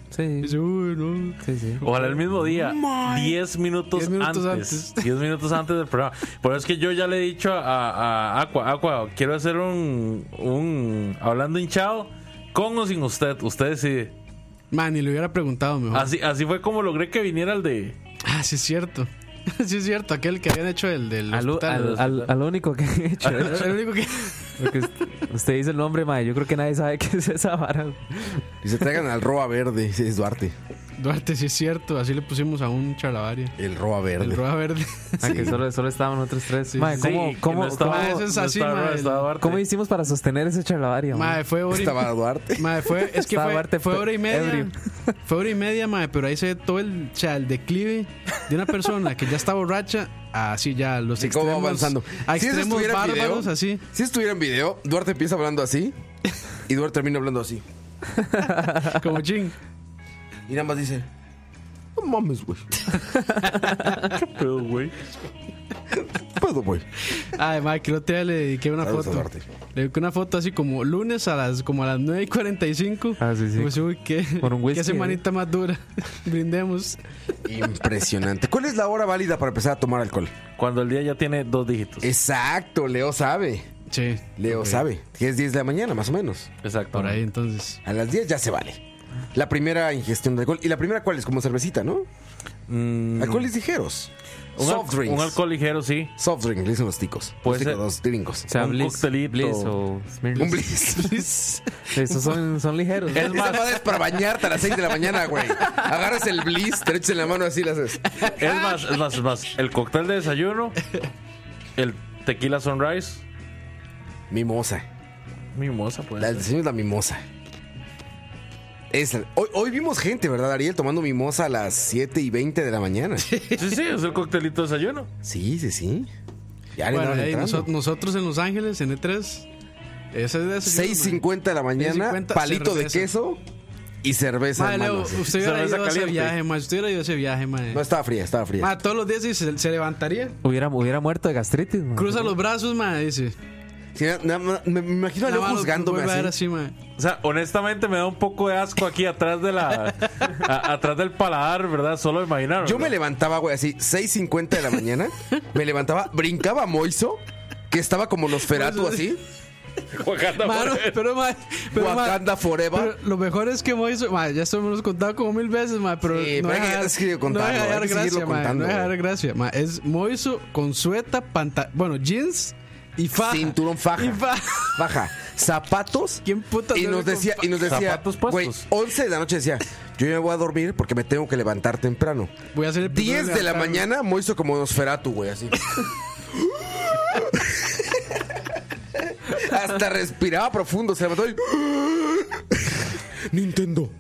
S3: Sí,
S2: Dice, uy, no.
S3: sí, sí.
S5: Ojalá el mismo día, 10 minutos,
S2: Diez minutos
S5: antes. [laughs]
S2: antes.
S5: 10 minutos antes del programa. Por eso es que yo ya le he dicho a, a Aqua, Aqua, quiero hacer un, un hablando hinchado con o sin usted. Usted decide.
S2: Ma, ni le hubiera preguntado mejor.
S1: Ah,
S5: Así, así fue como logré que viniera el de.
S2: Ah, sí es cierto. [laughs] Sí es cierto, aquel que habían hecho el del
S3: Al,
S2: hospital.
S3: al, al- al único que
S1: [laughs]
S3: he hecho.
S2: [laughs] El único que... [laughs]
S3: Porque us- usted dice el nombre, ma. Yo creo que nadie sabe [laughs] qué es esa vara.
S1: Y se traigan al Roa Verde. Ese es Duarte.
S2: Duarte, sí es cierto. Así le pusimos a un charlavaria.
S1: El Roa Verde. [laughs]
S2: El roja verde.
S3: Ah, que solo, solo estaban otros tres. ma, ¿cómo,
S5: Sí, que
S3: cómo,
S5: no estaba-
S3: cómo-
S2: Ma, Ah, eso es
S5: no
S2: así,
S5: estaba-
S2: ma,
S5: no estaba
S2: el-
S5: Duarte.
S3: cómo hicimos para sostener ese charlavaria, ma?
S2: Madre, fue hora y...
S1: Estaba Duarte.
S2: Madre, fue... Es que
S3: Estaba
S2: fue,
S3: Duarte,
S2: fue hora y media.
S3: ebrio.
S2: Fue hora y media, madre. Pero ahí se ve todo el... O sea, el declive de una persona que ya está borracha. Así ya, los
S1: Sí,
S2: extremos...
S1: cómo va avanzando.
S2: A
S1: Si eso
S2: extremos
S1: estuviera en
S2: bárbaros,
S1: video,
S2: así.
S1: Si estuviera en video, Duarte empieza hablando así y Duarte termina hablando así.
S2: Como ching.
S1: Y nada más dice: No mames, güey.
S5: Pero, güey.
S1: ¿Qué pedo, güey?
S2: Ay, madre, que el otro día le dediqué una
S1: Saludos a
S2: foto.
S1: Duarte.
S2: Le dediqué una foto así como lunes a las, como a las 9 y 45.
S3: Ah, sí, sí.
S2: Pues, uy, qué,
S3: Por un
S2: qué
S3: whisky, ¿eh?
S2: semanita más dura. [laughs] Brindemos.
S1: Impresionante. ¿Cuál es la hora válida para empezar a tomar alcohol?
S5: Cuando el día ya tiene dos
S1: Eh,
S5: dígitos.
S1: Exacto, Leo sabe.
S2: Che,
S1: Leo sabe. Que es 10 de la mañana, más o menos.
S5: Exacto.
S2: por ahí entonces.
S1: A las 10 ya se vale. La primera ingestión de alcohol. ¿Y la primera cuál es? Como cervecita, ¿no?
S5: Mm,
S1: Alcoholes ligeros.
S5: un, al-
S1: Soft drinks.
S5: un alcohol ligero, sí.
S1: Soft drink, le dicen los ticos.
S5: Puede
S1: Los
S5: ser-
S1: ticos, los gringos.
S3: O sea,
S5: un
S3: Bliss,
S5: coctelito.
S3: Bliss o Smirnoff.
S1: Un
S2: [laughs]
S1: blitz.
S3: Esos son, son ligeros.
S5: Es
S1: Esa
S5: más,
S1: madre es para bañarte a las 6 de la mañana, güey. Agarras el blitz, te lo echas en la mano así, las haces.
S5: es más, es más, es más. El cóctel de desayuno, el tequila sunrise,
S1: Mimosa.
S5: mimosa, pues.
S1: La- El diseño es la mimosa. Esa. Hoy, hoy vimos gente, ¿verdad, Ariel? Tomando mimosa a las 7 y 20 de la mañana. Sí,
S5: Sí, sí, es el coctelito de desayuno.
S1: sí, sí. Ya le
S2: Bueno,
S1: andaban
S2: ahí
S1: entrando.
S2: noso- nosotros en Los Ángeles, en E3. Esa es de ese-
S1: 6.50 de la mañana,
S2: 6:50,
S1: palito de
S2: cerveza.
S1: queso y cerveza.
S2: Madre,
S1: en mano,
S2: Leo,
S1: así.
S2: usted hubiera
S5: Cerveza
S2: ido a ese
S5: caliente.
S2: viaje, ma. Usted hubiera ido a ese viaje, ma.
S1: No, estaba fría, estaba fría.
S2: Ma, todos los días sí, se, se levantaría.
S3: Hubiera, hubiera muerto de gastritis, ma.
S2: Cruza los brazos, ma. Dice.
S1: Sí, na- na- na- me, me imagino a Leo
S2: Nada más lo-
S1: juzgándome
S2: vuelve a ver
S1: así. [laughs]
S2: así, ma.
S5: O sea, honestamente me da un poco de asco aquí atrás de la a- atrás del paladar, ¿verdad? Solo de imaginar.
S1: Yo me
S5: [laughs] ¿verdad?
S1: levantaba, güey, así, 6.50 de la mañana. me levantaba, brincaba Moiso, que estaba como Nosferatu así.
S5: Guacata,
S2: Ma, no,
S5: madre.
S2: pero, ma, Pues, pero, ma,
S1: Wakanda Forever.
S2: Pero lo mejor es que Moiso, ma, ya esto me lo he contado como mil veces, ma, pero
S1: Sí,
S2: no
S1: pero hay que-
S2: deja de-
S1: es que
S2: no
S1: contarlo,
S2: deja de
S1: hay
S2: dar
S1: que seguirlo
S2: gracia, ma,
S1: contando.
S2: no deja de dar gracia, ma, es Moiso con sueta, panta, bueno, jeans y faja.
S1: Cinturón faja.
S2: Y fa-
S1: Baja. Zapatos.
S2: [laughs] ¿Quién putas
S1: y
S2: duerme
S1: nos
S2: con
S1: decía,
S2: fa-
S1: y nos decía,
S5: Zapatos
S1: güey,
S5: puestos.
S1: 11 de la noche decía, yo ya me voy a dormir porque me tengo que levantar temprano.
S2: Voy a hacer el primero
S1: 10
S2: en
S1: de la
S2: levantarme.
S1: mañana, Moiso como Nosferatu, güey,
S2: [laughs]
S1: así.
S2: Pues
S1: Hasta respiraba profundo, se levantó y... Nintendo.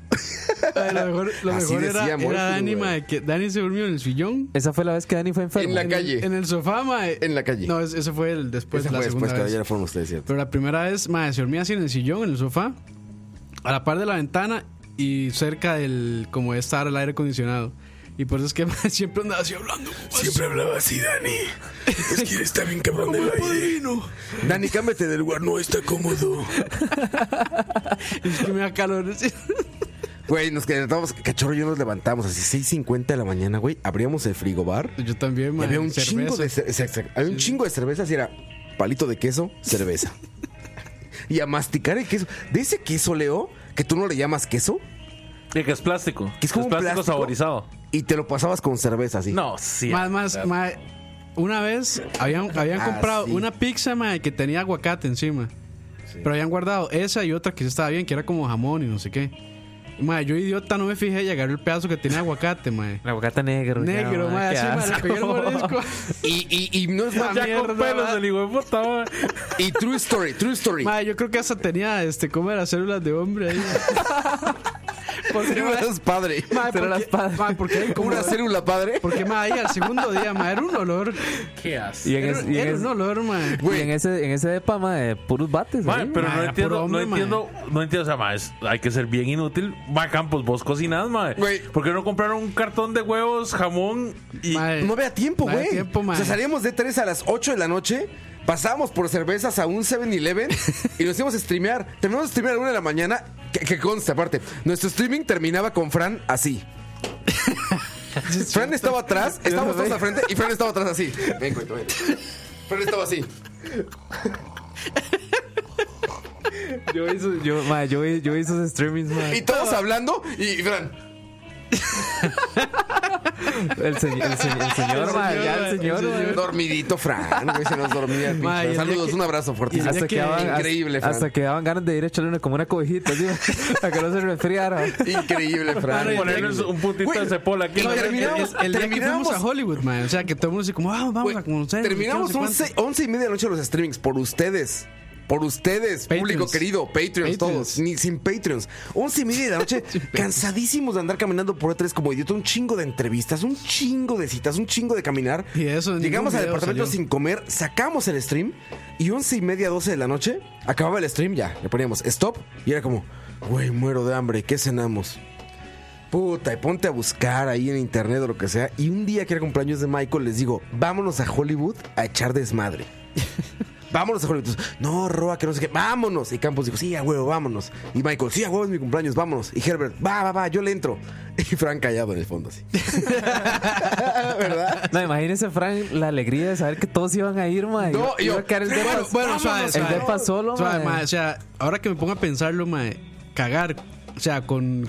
S2: Ay, Lo mejor, lo
S1: Así
S2: mejor era,
S1: decía Morphy,
S2: era Dani,
S1: güey.
S2: mae, que Dani se durmió en el sillón.
S3: Esa fue la vez que Dani fue enfermo.
S1: En la calle.
S2: En el sofá, mae.
S1: En la calle.
S2: No, es- ese fue el después,
S1: Esa
S2: la
S1: fue
S2: segunda
S1: después, claro,
S2: vez.
S1: ya pues, fueron ustedes, ¿cierto?
S2: Pero la primera vez, madre, se dormía así en el sillón, en el sofá, a la par de la ventana y cerca del, como está ahora el aire acondicionado. Y por eso es que [laughs] mae, siempre andaba así hablando.
S4: Siempre hablaba así, Dani. Es que está bien cabrón de la
S2: Padrino.
S1: Dani, cámbiate del lugar, no está cómodo.
S2: Es que me da calor. [laughs]
S1: Güey, nos quedamos, cachorro, y yo nos levantamos así 6.50 de la mañana, güey. Abríamos el frigobar.
S2: Yo también,
S1: Y
S2: madre.
S1: había un chingo de cer- cer- cer- había un chingo de cervezas y era palito de queso, cerveza. y a masticar el queso. De ese queso, Leo, que tú no le llamas queso,
S5: Y que es plástico.
S1: Que es como un
S5: plástico,
S1: plástico.
S5: saborizado.
S1: y te lo pasabas con cerveza así.
S5: No, sí.
S2: Más, más, mae, Una vez habían, habían
S1: Ah,
S2: comprado
S1: sí.
S2: una pizza, madre, que tenía aguacate encima. Pero habían guardado esa y otra que sí estaba bien, que era como jamón y no sé qué. Madre, yo idiota no me fijé y agarré el pedazo que tenía aguacate, madre.
S3: La aguacate negro. [laughs] ya,
S2: Negro,
S3: ma,
S2: madre,
S3: qué
S2: así, madre, le
S3: asco.
S2: pegué el
S3: [laughs]
S2: mordisco.
S1: Y, y, y no es más.
S2: Ya
S5: ya con
S2: mierda,
S5: pelos
S2: va.
S5: del hijo de puta, ma.
S1: Y true story, true story.
S2: Madre, yo creo que hasta tenía, este, ¿cómo era? Células de hombre ahí. Porque,
S1: Células
S2: madre,
S1: padre.
S2: madre,
S3: Células
S2: porque-
S3: padre.
S2: madre,
S1: [laughs]
S2: porque era como-
S1: Una célula padre.
S2: Porque, madre, ahí al segundo día, madre, era un olor.
S5: Qué asco.
S3: Y en,
S2: Era,
S3: es- y en
S2: era
S3: es-
S2: un olor, madre.
S3: y en ese, en ese depa, ma, de puros bates.
S5: Ma,
S3: ahí,
S5: pero
S2: ma,
S5: no
S2: era
S5: entiendo,
S2: puro hombre,
S5: no entiendo, no entiendo, o sea, ma, es- hay que ser bien inútil. Ma, Campos, vos cocinás, ma.
S1: Güey.
S5: ¿Por qué no compraron un cartón de huevos, jamón y
S2: Madre,
S1: No había tiempo,
S2: No había
S1: güey.
S2: tiempo,
S1: o
S2: madre.
S1: sea, salíamos de 3 a las 8 de la noche, pasábamos por cervezas a un
S2: [laughs]
S1: 7-Eleven y nos íbamos a streamear. Terminamos de streamear a la 1 de la mañana, que, que consta aparte. Nuestro streaming terminaba con Fran así. Fran estaba atrás, estábamos todos al frente y Fran estaba atrás así. Ven, güey, ven. Fran estaba así.
S3: Yo vi, su- yo, ma, yo vi- yo vi sus streamings, ma.
S1: Y todos hablando y, y Fran.
S3: El, se- el se- el señor, ma, ya el señor, ma.
S1: Dormidito, Fran. Güey, se nos dormía.
S2: [laughs]
S1: el pinche
S2: Ma,
S1: Fran.
S2: y el día
S1: Saludos,
S2: que-
S1: un abrazo fuertísimo.
S2: y el Ya
S3: Hasta que,
S2: que-
S3: daban, hasta-
S1: Increíble,
S3: hasta,
S1: Fran.
S3: que daban ganas de ir a echarle una, como una cobijita, así, [laughs] ma, para que no se resfriara. ma.
S2: [laughs]
S1: Increíble, Fran.
S5: ponerles un puntito
S1: Güey,
S5: de cepola aquí.
S1: y
S5: ma.
S1: terminamos-
S2: el día que fuimos
S1: terminamos-
S2: a Hollywood, madre. O sea, que todo el mundo se como, ah, vamos
S1: Güey,
S2: a conocer.
S1: terminamos
S2: no sé qué, no sé
S1: 11, 11 y media de la noche los streamings por ustedes. Por ustedes,
S2: Patreons.
S1: público querido, Patreons,
S2: Patreons.
S1: todos, ni sin Patreons. 11 y media de la
S2: [laughs]
S1: noche, cansadísimos de andar caminando por E3 como idiota, un chingo de entrevistas, un chingo de citas, un chingo de caminar.
S2: [laughs] Y eso en
S1: Llegamos
S2: ningún
S1: al
S2: video
S1: departamento
S2: salió.
S1: sin comer, sacamos el stream y 11 y media, 12 de la noche, acababa el stream ya, le poníamos stop y era como, güey, muero de hambre, ¿qué cenamos? Puta, y ponte a buscar ahí en internet o lo que sea. Y un día que era cumpleaños de Michael, les digo, vámonos a Hollywood a echar
S2: [laughs]
S1: desmadre. vámonos a Hollywood. Entonces, No, Roa, que no sé qué. Vámonos. Y Campos dijo, sí, a huevo, vámonos. Y Michael, sí, a huevo es mi cumpleaños, vámonos. Y Herbert, va, va, va, yo le entro. [laughs] Y Frank callado en el fondo así. ¿Verdad?
S3: No, imagínense, Frank, la alegría de saber que todos iban a ir, ma.
S1: No,
S3: Iba-
S1: y
S3: iba
S1: yo,
S3: a quedar el depa-
S2: Bueno, bueno, suave,
S3: el
S2: suave.
S3: depa solo,
S2: Suave,
S3: ma.
S2: mae, o sea, ahora que me pongo a pensarlo, mae, cagar, o sea,
S1: [laughs]
S2: con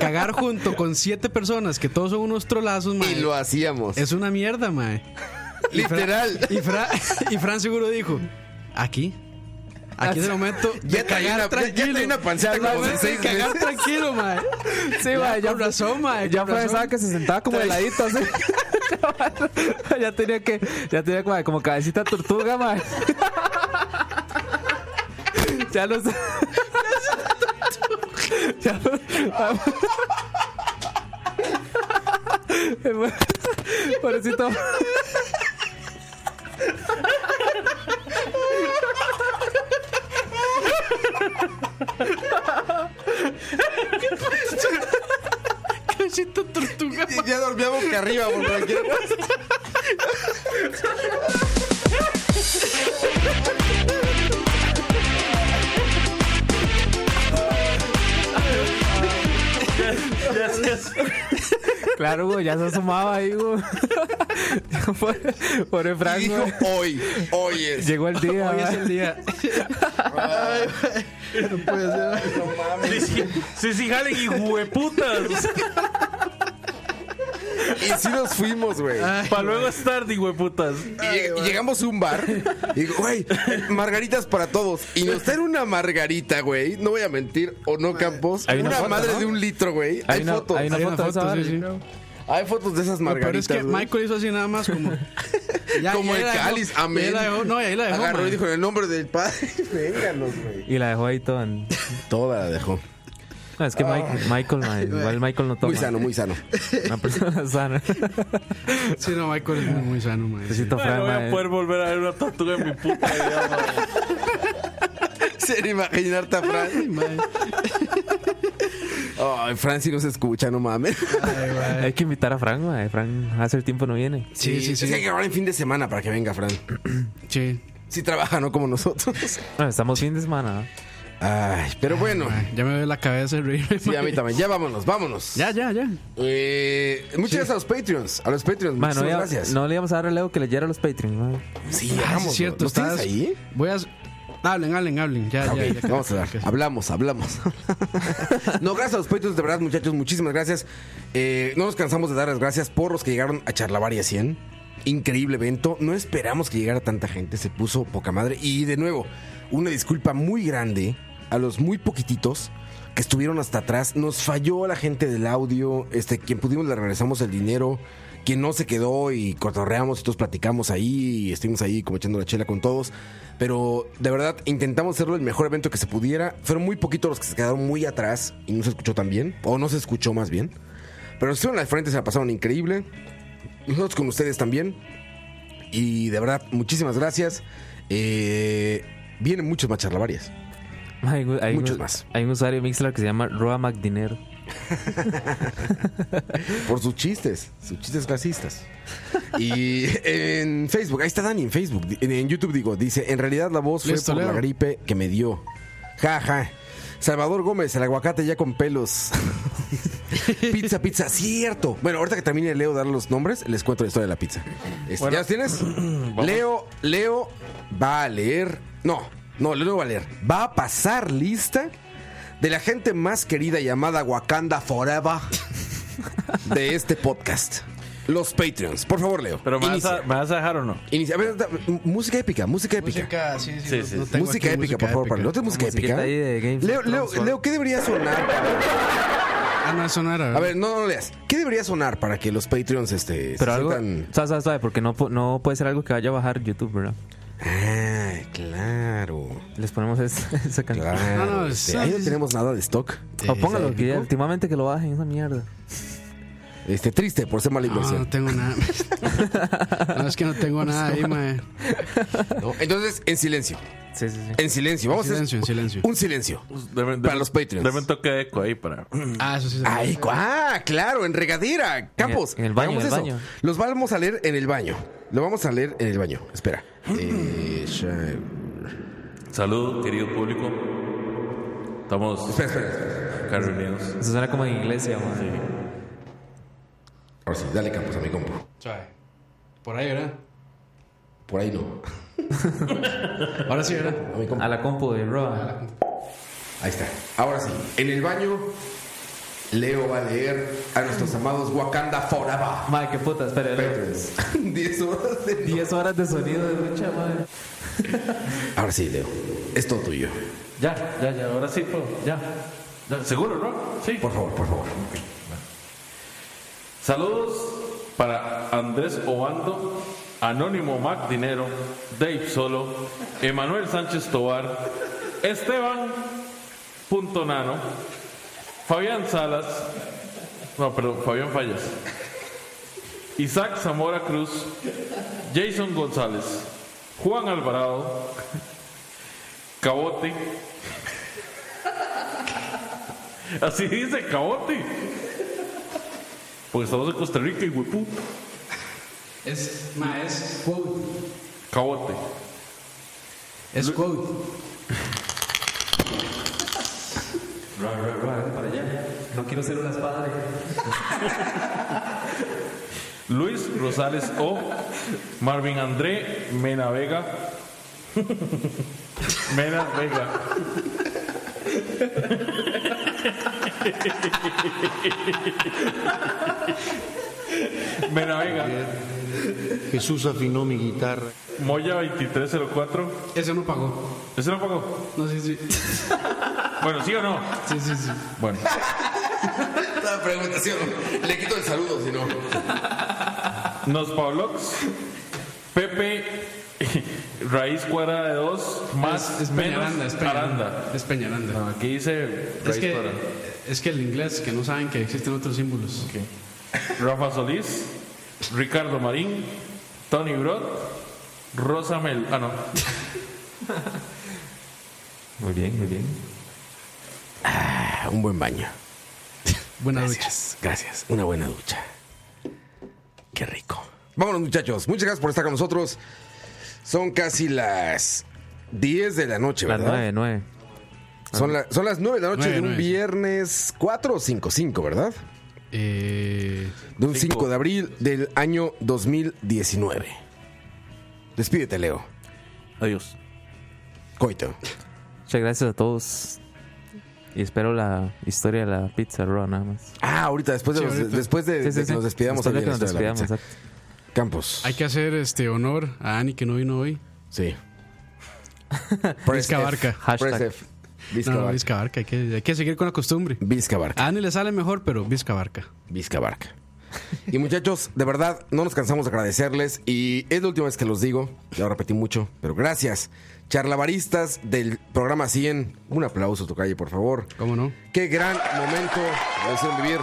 S2: cagar junto con siete personas que todos son unos trolazos, mae.
S1: Y lo hacíamos.
S2: Es una mierda, mae. Y Fra- [laughs]
S1: Literal.
S2: Y Fran, y Fran seguro dijo, aquí Aquí es el momento de
S1: Ya traía una- ya- ya
S2: cagar tranquilo.
S1: traía una pancita como de
S2: de
S1: seis
S2: cagar
S1: meses.
S2: tranquilo, mae.
S3: Sí, ma, ya
S2: con razón, ma,
S3: Ya
S2: con
S3: pensaba
S2: razón.
S3: que se sentaba como de ladito, así. ya tenía que, ya tenía ma, como cabecita de tortuga, ma. ya los. ya los. Pobrecito.
S2: Cachito tortuga.
S1: Y ya dormíamos que arriba por cualquier cosa.
S3: Claro, güey, ya se asomaba
S1: [laughs]
S3: ahí, güey. Por, por el Frank,
S1: Y dijo,
S3: güey.
S1: hoy, hoy es.
S3: Llegó el día,
S2: Hoy
S3: ma.
S2: es el día.
S5: Sí, sí, sí, sí, jalen y hueputas.
S1: Y sí nos fuimos, güey.
S5: Para luego es tarde, hueputas.
S1: Y, lleg- y llegamos a un bar y digo, güey, margaritas para todos. Y nos traen una margarita, güey. No voy a mentir, o no, Campos.
S3: Hay
S1: Una,
S3: una foto,
S1: madre
S3: ¿no?
S1: de un litro, güey. Hay,
S3: una-
S1: fotos.
S3: Hay una
S2: Hay una
S3: foto de esa
S2: foto,
S3: vara.
S2: sí, sí.
S1: Hay fotos de esas
S2: Lo peor Eh, es
S1: margaritas.
S2: que
S1: güey.
S2: Michael hizo así nada
S1: [laughs]
S2: más como. Ya,
S1: Como
S2: ya
S1: el
S2: la dejó,
S1: cáliz,
S2: ya
S1: amén.
S2: la dejó, no, y ahí la dejó.
S1: Agarró
S2: mae.
S1: y dijo, en el nombre del padre, vénganos, güey.
S3: Y la dejó ahí toda. en-
S1: Toda la dejó.
S3: No, es que
S1: Ah.
S3: Mike- Michael, mae, igual Michael no toma.
S1: Muy sano, muy sano.
S3: Una persona [laughs] sana.
S2: Sí, no, Michael es muy, muy sano, mae. sí.
S3: Necesito Fran, eh.
S5: no voy a
S3: mae.
S5: poder volver a ver una tortuga en mi puta vida, mae.
S1: Sin imaginarte a Fran.
S2: Mae,
S1: Ay, Fran si nos escucha, no mames.
S2: ay, mae.
S3: Hay que invitar a Fran, mae. Fran hace el tiempo no viene.
S2: Sí, sí,
S1: Es que hay
S2: sí.
S1: que grabar en fin de semana para que venga Fran. [laughs]
S2: Sí.
S1: Si trabaja, no como nosotros.
S2: [laughs]
S3: Bueno, estamos fin de semana.
S1: Ay, pero bueno.
S2: Mae, Ya me ve la cabeza de reírme.
S1: Sí, a mí
S2: mae.
S1: también. Ya vámonos, vámonos.
S2: Ya, ya, Ah, ya.
S1: Eh, muchas gracias a los Patreons. A los Patreons,
S3: Mae,
S1: muchas
S3: no, le-
S1: gracias.
S3: no le íbamos a dar a Leo que leyera los Patreon, mae.
S1: Sí,
S2: Ah, sí,
S1: vamos.
S2: es cierto,
S1: ¿Los tienes
S2: estás-
S1: ahí?
S2: Voy a. Hablen, hablen, hablen. Ya,
S1: Ok,
S2: ya, ya.
S1: vamos a hablar. Hablamos, hablamos. [laughs] no, gracias a los Patreons, de verdad, muchachos, muchísimas gracias. Eh, no nos cansamos de dar las gracias por los que llegaron a Charlavaria 100. Increíble evento. No esperamos que llegara tanta gente. Se puso poca madre. Y de nuevo, una disculpa muy grande a los muy poquititos que estuvieron hasta atrás. Nos falló la gente del audio. Este, quien pudimos le regresamos el dinero. Quien no se quedó y cotorreamos y todos platicamos ahí y estuvimos ahí como echando la chela con todos. Pero de verdad intentamos hacerlo el mejor evento que se pudiera. Fueron muy poquitos los que se quedaron muy atrás y no se escuchó tan bien. O no se escuchó más bien. Pero los que estuvieron al frente se la pasaron increíble. Nosotros con ustedes también. Y de verdad, muchísimas gracias. Eh, vienen muchos más charlavarias.
S3: Hay, un- hay un-
S1: Muchos más.
S3: Hay un usuario de Mixler que se llama Roa McDinero.
S1: Por sus chistes, sus chistes clasistas. Y en Facebook, ahí está Dani en Facebook, di- en, en YouTube digo, dice, en realidad la voz fue
S2: Listo,
S1: por la
S2: Leo.
S1: gripe que me dio. Ja, ja. Salvador Gómez, el aguacate ya con pelos. [laughs] pizza, pizza, cierto. Bueno, ahorita que termine Leo de dar los nombres, les cuento la historia de la pizza. Este, ¿Ya los
S2: [clears throat]
S1: tienes? Leo, Leo va a leer. No, no, Leo no va a leer. Va a pasar lista de la gente más querida llamada Wakanda Forever de este podcast. Los Patreons. Por favor, Leo.
S5: Pero me vas,
S1: inicia.
S5: a, ¿me vas a dejar o no?
S1: Inicia. A ver, da- m- música épica, música épica. Música,
S2: Música, sí, sí.
S5: Sí,
S2: no-
S5: sí,
S2: no
S5: sí.
S2: tengo aquí
S1: épica, por favor, para Leo.
S2: épica.
S1: ¿Otra música épica?
S3: musiquita ahí de Game of
S1: Leo, Leo,
S3: Thrones, suave.
S1: Leo, ¿qué debería sonar? para-
S2: Ah, no, eso no era.
S1: A ver, no, no leas. ¿Qué debería sonar para que los Patreons este,
S3: Pero
S1: se
S3: algo.
S1: sientan-
S3: Sabe, sabe, sabe, porque no, pu- no puede ser algo que vaya a bajar YouTube, ¿verdad?
S1: Ah, claro.
S3: Les ponemos es- [laughs] esa canción.
S1: Claro.
S2: No, no,
S1: este,
S2: sí,
S1: ahí no
S2: sí.
S1: tenemos nada de stock.
S3: O póngalo, que ya últimamente que lo bajen, esa mierda.
S1: Este, triste por ser mala
S2: No,
S1: inversión.
S2: no tengo nada.
S1: [laughs]
S2: No, es que no tengo nada ahí, mae.
S1: ¿no? Entonces, en silencio.
S3: Sí, sí, sí.
S1: En silencio. Vamos
S2: Silencio, Ah, en silencio.
S1: a hacer un silencio.
S5: Deme- deme-
S1: Para los Patreons.
S5: Deme un toque de eco ahí para.
S2: Ah, eso sí. se puede.
S1: Ay, cu- ah, claro, en regadera, Campos.
S3: en el baño,
S1: hagamos
S3: en el
S1: eso.
S3: baño.
S1: Los vamos a leer en el baño. Lo vamos a leer en el baño. Espera.
S3: Mm.
S1: Eh, sha-
S5: Salud, querido público. Estamos
S1: espera, espera, espera.
S5: acá reunidos.
S3: Eso suena como en iglesia, madre.
S1: Ahora sí, dale Campos a mi compu.
S2: Suave. Por ahí, ¿verdad?
S1: Por ahí no.
S2: Ahora sí, ¿verdad?
S1: A mi compu.
S3: A la compu de Roa.
S1: Ahí está. Ahora sí, en el baño, Leo va a leer a nuestros amados Wakanda Forever. [laughs]
S3: Madre, qué puta, espera. Leo.
S1: Patreons. 10 horas de
S3: 10 horas de sonido de lucha, madre.
S1: Ahora sí, Leo. Es todo tuyo.
S5: Ya, ya, ya, ahora sí, puedo. Ya. Ya, ¿Seguro, no? Sí.
S1: Por favor, por favor.
S5: Saludos para Andrés Obando, Anónimo Mac Dinero, Dave Solo, Emanuel Sánchez Tobar, Esteban Punto Nano, Fabián Salas, no, perdón, Fabián Fallas, Isaac Zamora Cruz, Jason González, Juan Alvarado, Cabote. Así dice Cabote. Porque estamos en Costa Rica y huepú.
S2: Es, mae, es quote.
S5: Cabote.
S2: Es
S5: [laughs]
S2: quote.
S5: eh,
S3: No quiero ser una espada.
S5: [laughs] Luis Rosales O. Marvin André Mena Vega. [laughs] Mena Vega. [laughs] Mena Vega.
S6: Jesús afinó mi guitarra.
S5: Moya 2304.
S2: Ese no pagó.
S5: ¿Ese lo pagó?
S2: No, sí, sí. Sí,
S5: [laughs] Bueno, ¿sí o no?
S2: sí, sí.
S5: Bueno.
S1: La preguntación. Le quito el saludo, si no.
S5: Nos Pablox, Pepe [laughs] Raíz cuadrada de 2 más
S2: Es- es
S5: menos
S2: Peñaranda, es Peñaranda.
S5: aranda. Ah,
S2: Es Peñaranda.
S5: No, aquí dice
S2: es,
S5: raíz
S2: que,
S5: cuadrada.
S2: es que el inglés, que no saben que existen otros símbolos.
S5: Ok. Rafa Solís, Ricardo Marín, Tony Brod, Rosa Mel. Ah, no.
S3: Muy bien, muy bien.
S1: Ah, un buen baño.
S2: Buena lucha.
S1: Gracias, gracias. Una buena ducha. Qué rico. Vámonos, muchachos. Muchas gracias por estar con nosotros. Son casi las 10 de la noche,
S3: Las
S1: ¿verdad?
S3: nueve, nueve.
S1: Son, la- son las 9 de la noche
S2: Nueve,
S1: de un
S2: nueve, sí.
S1: viernes 4 o 5, 5, ¿verdad?
S2: Eh,
S1: De un 5 de abril del año 2019. Despídete, Leo.
S5: Adiós.
S1: Coito.
S3: Muchas gracias a todos. Y espero la historia de la pizza raw nada más.
S1: Ah, ahorita, después de,
S2: Sí,
S1: los-
S2: ahorita.
S1: después de,
S3: Sí,
S1: Eh, de
S3: sí,
S1: que
S3: sí.
S1: nos despidamos.
S3: Después de
S1: también
S3: que nos
S1: esto de la
S3: despidamos,
S1: pizza.
S3: exacto.
S1: Campos.
S2: hay que hacer este honor a Ani que no vino hoy.
S1: Sí.
S2: [laughs] Vizca Barca.
S3: Hashtag.
S1: Press F. Vizca
S2: No, no,
S1: Barca.
S2: Vizca Barca, hay que, hay que seguir con la costumbre.
S1: Vizca Barca.
S2: A Ani le sale mejor, pero Vizca Barca.
S1: Vizca Barca. Y muchachos, de verdad, no nos cansamos de agradecerles y es la última vez que los digo, ya lo repetí mucho, pero gracias. Charlavaristas del programa 100, un aplauso, Tocalle, por favor.
S2: ¿Cómo no?
S1: Qué gran momento lo hicieron vivir.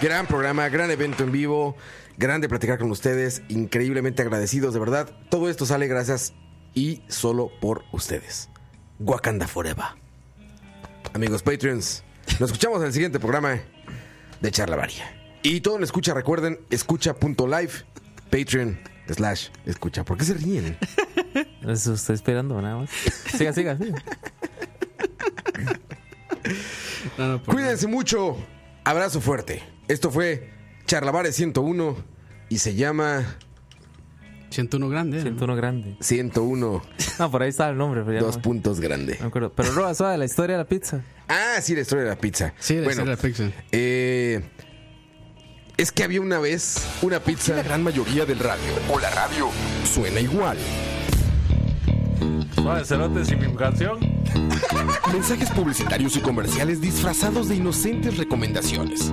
S1: Gran programa, gran evento en vivo, grande platicar con ustedes, increíblemente agradecidos, de verdad. Todo esto sale gracias y solo por ustedes. Wakanda Forever. Amigos Patreons, nos escuchamos en el siguiente programa de Charla Varia. Y todo en escucha, recuerden, escucha.live, Patreon, slash, escucha. ¿Por qué se ríen?
S3: Eso estoy esperando
S1: [laughs]
S3: nada más. Siga, siga, siga.
S2: No, no, por-
S1: Cuídense mucho. Abrazo fuerte. Esto fue Charlavares 101 y se llama
S2: Siento uno grande. ¿eh? ¿no?
S3: Siento uno grande.
S1: 101
S3: No, por ahí estaba el nombre, pero ya
S1: dos
S3: no, no
S1: puntos grande.
S2: Ah.
S3: me acuerdo. Pero Roa, suave, la historia de la pizza.
S1: Ah, sí, la historia de la pizza.
S2: Sí, la
S1: bueno,
S2: historia de la pizza.
S1: eh, es que había una vez una pizza. La gran mayoría del radio o la radio suena igual.
S5: Suave, cerote, sin mi canción.
S1: Mensajes publicitarios y comerciales disfrazados de inocentes recomendaciones.